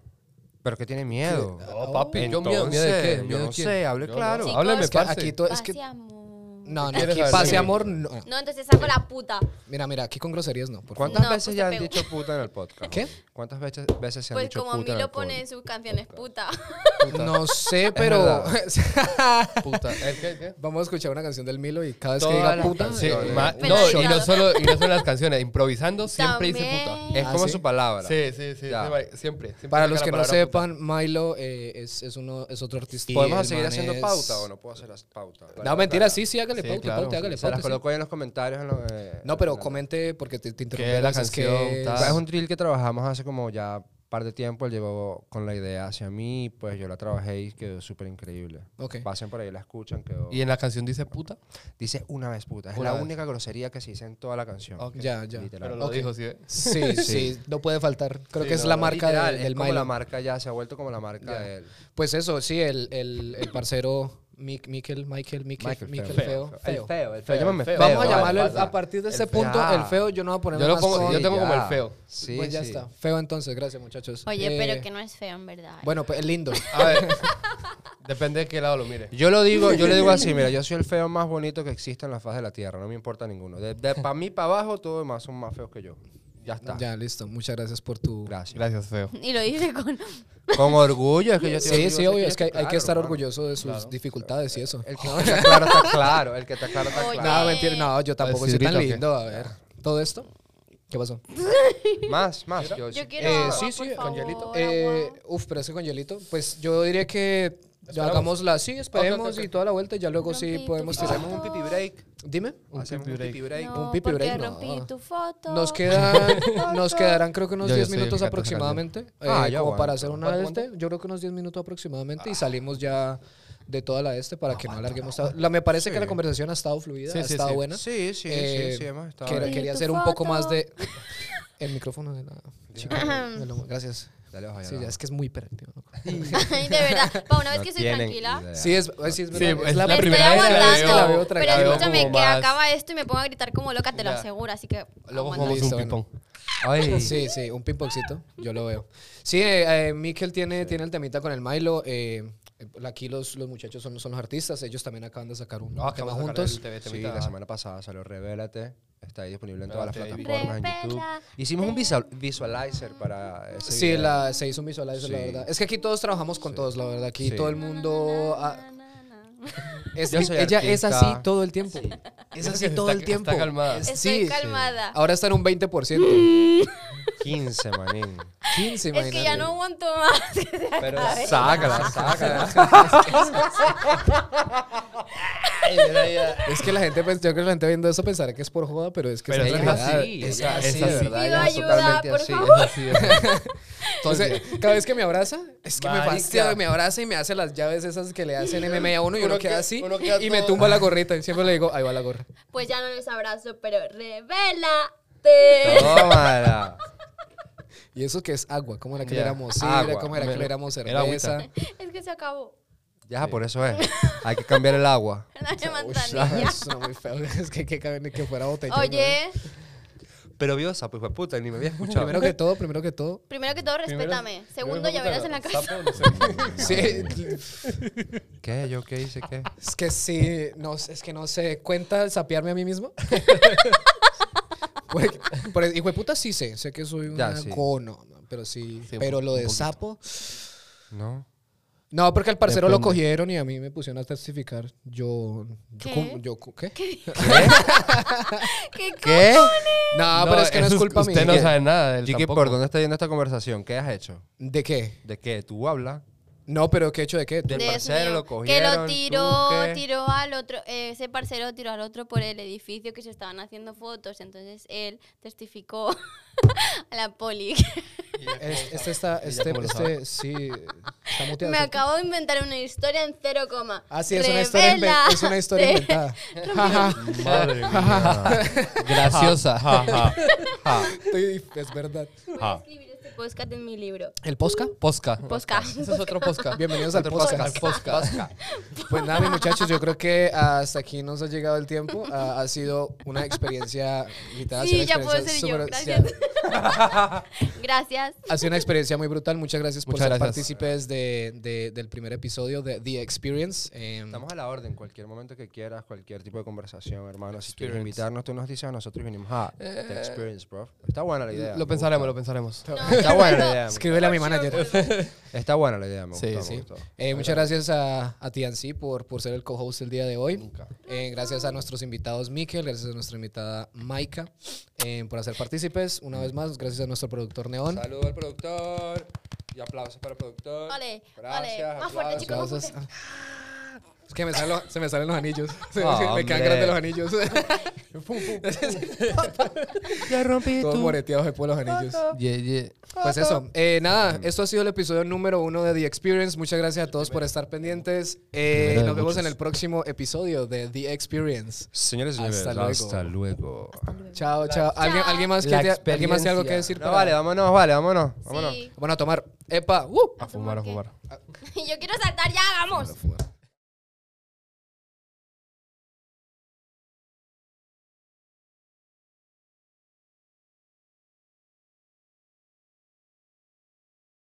Speaker 2: pero que tiene miedo.
Speaker 4: No, papi, yo miedo, miedo de
Speaker 2: Entonces,
Speaker 4: qué?
Speaker 2: yo
Speaker 4: ¿Miedo de
Speaker 2: no
Speaker 4: quién?
Speaker 2: sé, hable
Speaker 4: Yo
Speaker 2: claro.
Speaker 3: Sí,
Speaker 4: Háblame,
Speaker 3: es
Speaker 1: que
Speaker 4: parce.
Speaker 1: aquí todo... Es
Speaker 3: Pase
Speaker 1: que,
Speaker 3: amor.
Speaker 1: no, no,
Speaker 4: ¿Quieres
Speaker 1: aquí
Speaker 4: saber?
Speaker 1: paz y
Speaker 4: Sí.
Speaker 1: amor... No.
Speaker 3: No, entonces saco la puta.
Speaker 1: Mira, mira, aquí con groserías no, por favor.
Speaker 2: ¿Cuántas
Speaker 3: No,
Speaker 2: veces
Speaker 3: pues
Speaker 2: ya
Speaker 3: te
Speaker 2: han
Speaker 3: pego.
Speaker 2: dicho puta en el podcast?
Speaker 1: ¿Qué?
Speaker 2: ¿Cuántas veces, veces se han
Speaker 3: Pues
Speaker 2: dicho
Speaker 3: como
Speaker 2: puta en el
Speaker 3: Milo pone en
Speaker 2: podcast?
Speaker 3: sus canciones puta.
Speaker 4: Puta,
Speaker 1: No sé, pero...
Speaker 4: puta. ¿El qué, qué?
Speaker 1: Vamos a escuchar una canción del Milo y cada vez que
Speaker 4: Todas
Speaker 1: diga
Speaker 4: las
Speaker 1: puta...
Speaker 4: canciones.
Speaker 2: sí.
Speaker 4: Ma-
Speaker 3: Pero
Speaker 4: no, y no,
Speaker 3: claro.
Speaker 4: solo, y no solo las canciones, improvisando siempre dice puta.
Speaker 3: También.
Speaker 2: Es
Speaker 1: Ah,
Speaker 2: como
Speaker 1: ¿sí?
Speaker 2: su palabra.
Speaker 4: Sí, sí, sí,
Speaker 2: Ya.
Speaker 4: sí, vale, siempre, siempre
Speaker 1: Para
Speaker 4: saca
Speaker 1: los
Speaker 4: la
Speaker 1: que no
Speaker 4: palabra
Speaker 1: sepan, Milo eh, es, es uno, es otro artista.
Speaker 2: ¿Podemos
Speaker 1: El
Speaker 2: seguir
Speaker 1: man
Speaker 2: haciendo
Speaker 1: es-
Speaker 2: pauta o no puedo hacer las pauta?
Speaker 1: No, mentira, sí, sí, hágale
Speaker 4: Sí,
Speaker 1: pauta,
Speaker 4: claro,
Speaker 1: pauta, hágale
Speaker 2: Se las
Speaker 1: pauta. sí.
Speaker 2: coloco ahí en los comentarios. en lo- eh,
Speaker 1: No, pero
Speaker 2: en la-
Speaker 1: comente porque te, te interrumpí.
Speaker 4: Que la
Speaker 1: las veces
Speaker 4: canción,
Speaker 1: que-
Speaker 4: tal.
Speaker 2: Es un drill que trabajamos hace como ya un par de tiempo. Él llegó con la idea hacia mí, pues yo la trabajé y quedó súper increíble.
Speaker 1: Ok.
Speaker 2: Pasen por ahí, la escuchan. Quedó.
Speaker 4: puta. Y en la canción dice puta.
Speaker 2: Dice una vez puta. Es
Speaker 4: Una
Speaker 2: la
Speaker 4: vez.
Speaker 2: única grosería que se dice en toda la canción.
Speaker 4: Ok.
Speaker 1: Ya, ya.
Speaker 2: Literal.
Speaker 4: Pero lo
Speaker 1: Ok.
Speaker 4: dijo, sí. ¿eh?
Speaker 1: Sí, sí, no puede faltar. Creo
Speaker 4: Sí,
Speaker 1: que es
Speaker 4: no,
Speaker 1: la
Speaker 4: no,
Speaker 1: marca
Speaker 2: Literal,
Speaker 1: de-
Speaker 2: es
Speaker 1: del
Speaker 2: como
Speaker 1: Milo.
Speaker 2: la marca ya, se ha vuelto como la marca
Speaker 1: Ya.
Speaker 2: del...
Speaker 1: Pues eso, sí, el, el, el parcero Mick- Miquel, Michael, Miquel,
Speaker 2: Michael,
Speaker 1: Miquel
Speaker 2: feo.
Speaker 1: Feo.
Speaker 2: El feo, el feo.
Speaker 4: Feo,
Speaker 2: Llámame
Speaker 4: feo.
Speaker 2: feo.
Speaker 1: Vamos a
Speaker 4: vale,
Speaker 1: llamarlo el-
Speaker 4: vale.
Speaker 1: a partir de
Speaker 4: El
Speaker 1: ese
Speaker 4: feo.
Speaker 1: punto el feo. Ah. Yo no voy a poner
Speaker 4: Yo lo
Speaker 1: más
Speaker 4: pongo-
Speaker 1: con-
Speaker 4: yo tengo como
Speaker 2: ya.
Speaker 4: el feo.
Speaker 2: Sí,
Speaker 1: pues ya
Speaker 2: sí.
Speaker 1: está. Feo entonces, gracias muchachos.
Speaker 3: Oye,
Speaker 1: Eh,
Speaker 3: pero que no es feo en verdad. ¿eh?
Speaker 1: Bueno, pues el lindo.
Speaker 4: A ver, depende de qué lado lo mire.
Speaker 2: Yo lo digo, yo le digo así, mira, yo soy el feo más bonito que existe en la faz de la tierra, no me importa ninguno. De, para mí para abajo, todos demás son más feos que yo. Ya está.
Speaker 1: Ya, listo. Muchas gracias por tu...
Speaker 2: Gracias.
Speaker 4: Gracias, feo.
Speaker 3: Y lo dice con.
Speaker 2: Con orgullo, es que yo estoy
Speaker 1: Sí, sí,
Speaker 2: orgulloso,
Speaker 1: obvio. Es que hay, hay que
Speaker 2: claro,
Speaker 1: estar
Speaker 2: hermano.
Speaker 1: orgulloso de sus dificultades y eso.
Speaker 2: El que está claro está claro, el que está claro está
Speaker 3: Oye.
Speaker 2: claro.
Speaker 1: No, mentira, no, yo tampoco
Speaker 4: Pues,
Speaker 1: soy tan
Speaker 4: Cibrita, ¿o qué?
Speaker 1: lindo. A ver, todo esto. ¿Qué pasó?
Speaker 2: Más, más. Yo,
Speaker 3: Yo quiero.
Speaker 1: Eh,
Speaker 3: agua,
Speaker 1: sí,
Speaker 3: por
Speaker 1: sí, con
Speaker 3: favor,
Speaker 4: hielito.
Speaker 3: agua.
Speaker 1: Eh, uf, pero es que con hielito, pues yo diría que
Speaker 4: Esperamos.
Speaker 1: hagamos la, sí, esperemos
Speaker 4: Ok, Ah. ok, ok.
Speaker 1: y toda la vuelta y ya luego sí
Speaker 3: Rompí
Speaker 1: podemos
Speaker 3: tu
Speaker 1: tirar.
Speaker 2: Hacemos un pipi break.
Speaker 1: Dime,
Speaker 2: Hacemos un
Speaker 4: pipi
Speaker 2: pipi break.
Speaker 3: No,
Speaker 1: un pipi
Speaker 3: porque
Speaker 1: break, no.
Speaker 3: rompí tu foto.
Speaker 1: nos quedan, nos quedarán creo que unos
Speaker 4: Yo- yo
Speaker 1: 10
Speaker 4: soy el
Speaker 1: minutos
Speaker 4: que canta esa
Speaker 1: aproximadamente, eh,
Speaker 2: Ah, ya
Speaker 1: como para
Speaker 2: aguanto.
Speaker 1: hacer una de este, yo creo que unos 10 minutos aproximadamente
Speaker 4: Ah.
Speaker 1: y salimos ya de toda la este para que no alarguemos. tanto. La, me parece que la conversación ha estado fluida,
Speaker 4: Sí,
Speaker 1: ha
Speaker 4: sí,
Speaker 1: estado
Speaker 4: sí.
Speaker 1: buena.
Speaker 2: Sí, sí,
Speaker 1: Eh,
Speaker 2: sí, sí, hemos estado
Speaker 1: Quer-
Speaker 2: ahí.
Speaker 1: quería
Speaker 3: tu
Speaker 1: hacer un poco
Speaker 3: foto.
Speaker 1: más de. El micrófono de la chica. de la- Gracias.
Speaker 2: Dale, ojo, ya
Speaker 1: Sí,
Speaker 2: no.
Speaker 1: ya es que es muy hiperactivo. ¿no?
Speaker 3: Ay, de verdad. Para una vez
Speaker 2: No
Speaker 3: que soy
Speaker 2: tienen
Speaker 3: tranquila.
Speaker 2: idea.
Speaker 1: Sí, es, ay, sí, es,
Speaker 4: Sí,
Speaker 1: verdad,
Speaker 4: es la
Speaker 3: me
Speaker 4: primera
Speaker 3: estoy
Speaker 4: vez que la
Speaker 3: aguantando,
Speaker 4: veo- la veo
Speaker 3: pero
Speaker 4: tranquila.
Speaker 3: escúchame
Speaker 4: Como
Speaker 3: que
Speaker 4: más.
Speaker 3: acaba esto y me pongo a gritar como loca, te lo
Speaker 4: Ya.
Speaker 3: aseguro, así que
Speaker 4: Luego
Speaker 3: aguanta.
Speaker 4: jugamos
Speaker 1: Listo,
Speaker 4: un
Speaker 1: bueno.
Speaker 4: ping-pong.
Speaker 1: Ay. Sí, sí, un ping-pongcito. Yo lo veo. Sí, eh, eh, Mikel tiene, tiene el temita con el Milo. eh, aquí los, los muchachos son, son los artistas. Ellos también acaban de sacar un tema juntos.
Speaker 2: Sí, la semana pasada salió Revélate. Está ahí disponible en todas las
Speaker 4: ah. Revélate,
Speaker 2: plataformas, en YouTube.
Speaker 3: Revela-
Speaker 2: Hicimos un visual- visualizer para ese
Speaker 1: Sí,
Speaker 2: video.
Speaker 1: la, se hizo un visualizer, la
Speaker 2: Sí.
Speaker 1: verdad. Es que aquí todos trabajamos con todos, la verdad. Aquí
Speaker 2: Sí.
Speaker 1: todo el mundo. ah,
Speaker 3: Na, na, na, na.
Speaker 1: es
Speaker 2: Yo
Speaker 1: que
Speaker 2: soy
Speaker 1: ella es
Speaker 2: artista.
Speaker 1: así todo el tiempo. Es así todo el tiempo.
Speaker 4: Está calmada.
Speaker 1: Es-
Speaker 3: Estoy
Speaker 1: sí.
Speaker 3: calmada.
Speaker 1: Ahora está en un 20%.
Speaker 2: 15, manín.
Speaker 1: 15,
Speaker 3: Es que ya
Speaker 1: imagínate.
Speaker 3: no aguanto más. que se
Speaker 2: Pero
Speaker 3: acabe.
Speaker 2: sácala, sácala.
Speaker 1: Es que la gente, pues, yo creo que la gente viendo eso pensará que es por joda, pero es que
Speaker 4: Pero
Speaker 1: es
Speaker 4: es
Speaker 1: realidad.
Speaker 4: así,
Speaker 1: Es
Speaker 4: ella es
Speaker 1: así, de
Speaker 4: así.
Speaker 1: verdad.
Speaker 3: Pido
Speaker 2: ella es
Speaker 3: ayuda,
Speaker 2: totalmente
Speaker 3: por
Speaker 2: así.
Speaker 3: favor.
Speaker 1: O sea, cada vez que me abraza, es que me
Speaker 4: Marica.
Speaker 1: fastidia, y me abraza y me hace las llaves esas que le hacen MMA a uno y uno,
Speaker 4: Uno
Speaker 1: queda
Speaker 4: que-
Speaker 1: así
Speaker 4: uno queda
Speaker 1: y me
Speaker 4: todo-
Speaker 1: tumba la gorrita. Y siempre le digo, ahí va la gorra.
Speaker 3: Pues ya no les abrazo, pero revélate.
Speaker 2: Tómala.
Speaker 1: Y eso que es agua, ¿cómo era que
Speaker 4: Ya,
Speaker 1: le éramos sidra?
Speaker 2: agua,
Speaker 1: ¿Cómo era que
Speaker 4: mero.
Speaker 1: le éramos
Speaker 4: Era agüita.
Speaker 1: cerveza?
Speaker 3: Es que se acabó.
Speaker 2: Ya, por eso es. Hay que cambiar el agua.
Speaker 3: Dame
Speaker 1: Uy,
Speaker 3: manzanilla.
Speaker 1: eso suena muy feo. Es que que, cabe ni que fuera botella.
Speaker 3: Oye,
Speaker 2: Pero vio sapo, hijo de puta, ni me había
Speaker 1: ¿no?
Speaker 2: escuchado.
Speaker 1: Primero que todo, primero que todo.
Speaker 3: primero que todo, respétame. Segundo, ya verás en la casa.
Speaker 1: Sí,
Speaker 2: ¿Qué? ¿Yo qué hice? ¿Qué?
Speaker 1: es que sí, no, es que no sé. ¿Cuenta sapearme a mí mismo? Pues, pero, hijo de puta, sí sé. Sé que soy un
Speaker 2: Ya, sí.
Speaker 1: cono, pero sí.
Speaker 4: Sí, un
Speaker 1: pero lo
Speaker 4: po- un
Speaker 1: de
Speaker 4: poquito.
Speaker 1: sapo.
Speaker 2: No.
Speaker 1: No, porque al parcero lo
Speaker 4: Depende.
Speaker 1: cogieron y a mí me pusieron a testificar. Yo. yo
Speaker 3: ¿Qué?
Speaker 1: cum- Yo, cu- ¿Qué?
Speaker 3: ¿Qué co-
Speaker 2: ¿Qué?
Speaker 4: Ah,
Speaker 1: No, pero es que no es culpa
Speaker 4: usted
Speaker 1: mía.
Speaker 4: no sabe nada del
Speaker 2: ¿Eh? Chiqui,
Speaker 4: tampoco.
Speaker 2: ¿por dónde está yendo esta conversación? ¿Qué has hecho?
Speaker 1: ¿De qué?
Speaker 2: ¿De qué? ¿Tú hablas?
Speaker 1: No, pero ¿qué hecho de qué?
Speaker 2: Del
Speaker 3: Dios
Speaker 2: parcero
Speaker 3: mío,
Speaker 2: lo
Speaker 3: que
Speaker 2: cogieron.
Speaker 3: lo
Speaker 2: ¿tú
Speaker 3: tiró,
Speaker 2: qué?
Speaker 3: tiró al otro, eh, ese parcero tiró al otro por el edificio que se estaban haciendo fotos, entonces él testificó a la poli.
Speaker 1: Es- Este está,
Speaker 4: ¿Y ya
Speaker 1: este,
Speaker 4: cómo lo
Speaker 1: este, sí. Está muteado,
Speaker 3: Me
Speaker 1: ¿cierto?
Speaker 3: acabo de inventar una historia en cero coma.
Speaker 1: Ah, sí, es una historia, inven- es una historia inventada.
Speaker 4: Madre mía. Graciosa.
Speaker 1: Estoy- es verdad.
Speaker 3: Voy a escribir este podcast en mi libro. Uh,
Speaker 1: ¿El posca?
Speaker 4: Posca.
Speaker 3: Posca.
Speaker 4: Ese es otro posca.
Speaker 1: Bienvenidos al
Speaker 4: Otro
Speaker 1: posca.
Speaker 4: Posca. Posca.
Speaker 1: Pues nada, mis muchachos, yo creo que hasta aquí nos ha llegado el tiempo. Ah, ha sido una experiencia literal. ha sido
Speaker 3: Sí,
Speaker 1: una
Speaker 3: ya puedo ser
Speaker 1: experiencia
Speaker 3: yo.
Speaker 1: súper-
Speaker 3: Gracias. Gracias.
Speaker 1: Ha sido una experiencia muy brutal. Muchas gracias por
Speaker 4: Muchas
Speaker 1: ser
Speaker 4: gracias.
Speaker 1: partícipes de, de- del primer episodio de The Experience. Eh,
Speaker 2: Estamos a la orden, cualquier momento que quieras, cualquier tipo de conversación, hermano. Si quieres
Speaker 4: Experience.
Speaker 2: invitarnos, tú nos dices a nosotros y venimos a The Experience, bro. Está buena la idea.
Speaker 4: Lo
Speaker 2: me
Speaker 4: pensaremos, lo
Speaker 2: gustó.
Speaker 4: pensaremos.
Speaker 3: No,
Speaker 2: Está
Speaker 3: no,
Speaker 2: buena la
Speaker 3: no.
Speaker 2: idea. me gustó.
Speaker 1: escríbele a mi manager.
Speaker 2: Está buena la idea, me
Speaker 4: Em, Sí,
Speaker 2: gustó, me
Speaker 4: sí.
Speaker 2: gustó.
Speaker 1: Eh, muchas gracias a, a TNC por, por ser el co-host el día de hoy. Eh, gracias a nuestros invitados Mikel, gracias a nuestra invitada Maika eh, por hacer partícipes. Una vez más, gracias a nuestro productor Neón.
Speaker 2: Saludos al productor y aplausos para el productor.
Speaker 3: Ole, ole.
Speaker 2: Gracias,
Speaker 3: Más fuerte,
Speaker 2: aplausos.
Speaker 3: chicos. más
Speaker 1: Aplausos.
Speaker 3: fuerte.
Speaker 1: Ah, Es que me salen los, se me salen los anillos. Se- se- me
Speaker 4: Hombre.
Speaker 1: quedan grandes los anillos.
Speaker 4: Ya rompí
Speaker 1: Todos moreteados después los anillos.
Speaker 4: Yeah, yeah.
Speaker 1: Pues eso. eh, nada, esto ha sido el episodio número uno de The Experience. Muchas gracias a todos por estar pendientes. Eh,
Speaker 4: Primero de
Speaker 1: nos vemos en
Speaker 4: muchos.
Speaker 1: el próximo episodio de The Experience.
Speaker 2: Señores y señores,
Speaker 1: Hasta
Speaker 2: hasta
Speaker 1: luego.
Speaker 2: luego.
Speaker 1: Chao, chao. ¿Alguien, ¿alguien, más, que
Speaker 4: La
Speaker 1: te- ¿alguien más tiene algo que
Speaker 4: experiencia.
Speaker 1: decir?
Speaker 2: No, vale, vámonos, vale, vámonos.
Speaker 3: Sí.
Speaker 2: vámonos.
Speaker 1: Bueno, a tomar. Epa. ¡Uh!
Speaker 4: A fumar, a
Speaker 3: ¿Por qué?
Speaker 4: fumar.
Speaker 3: Yo quiero saltar ya, vamos.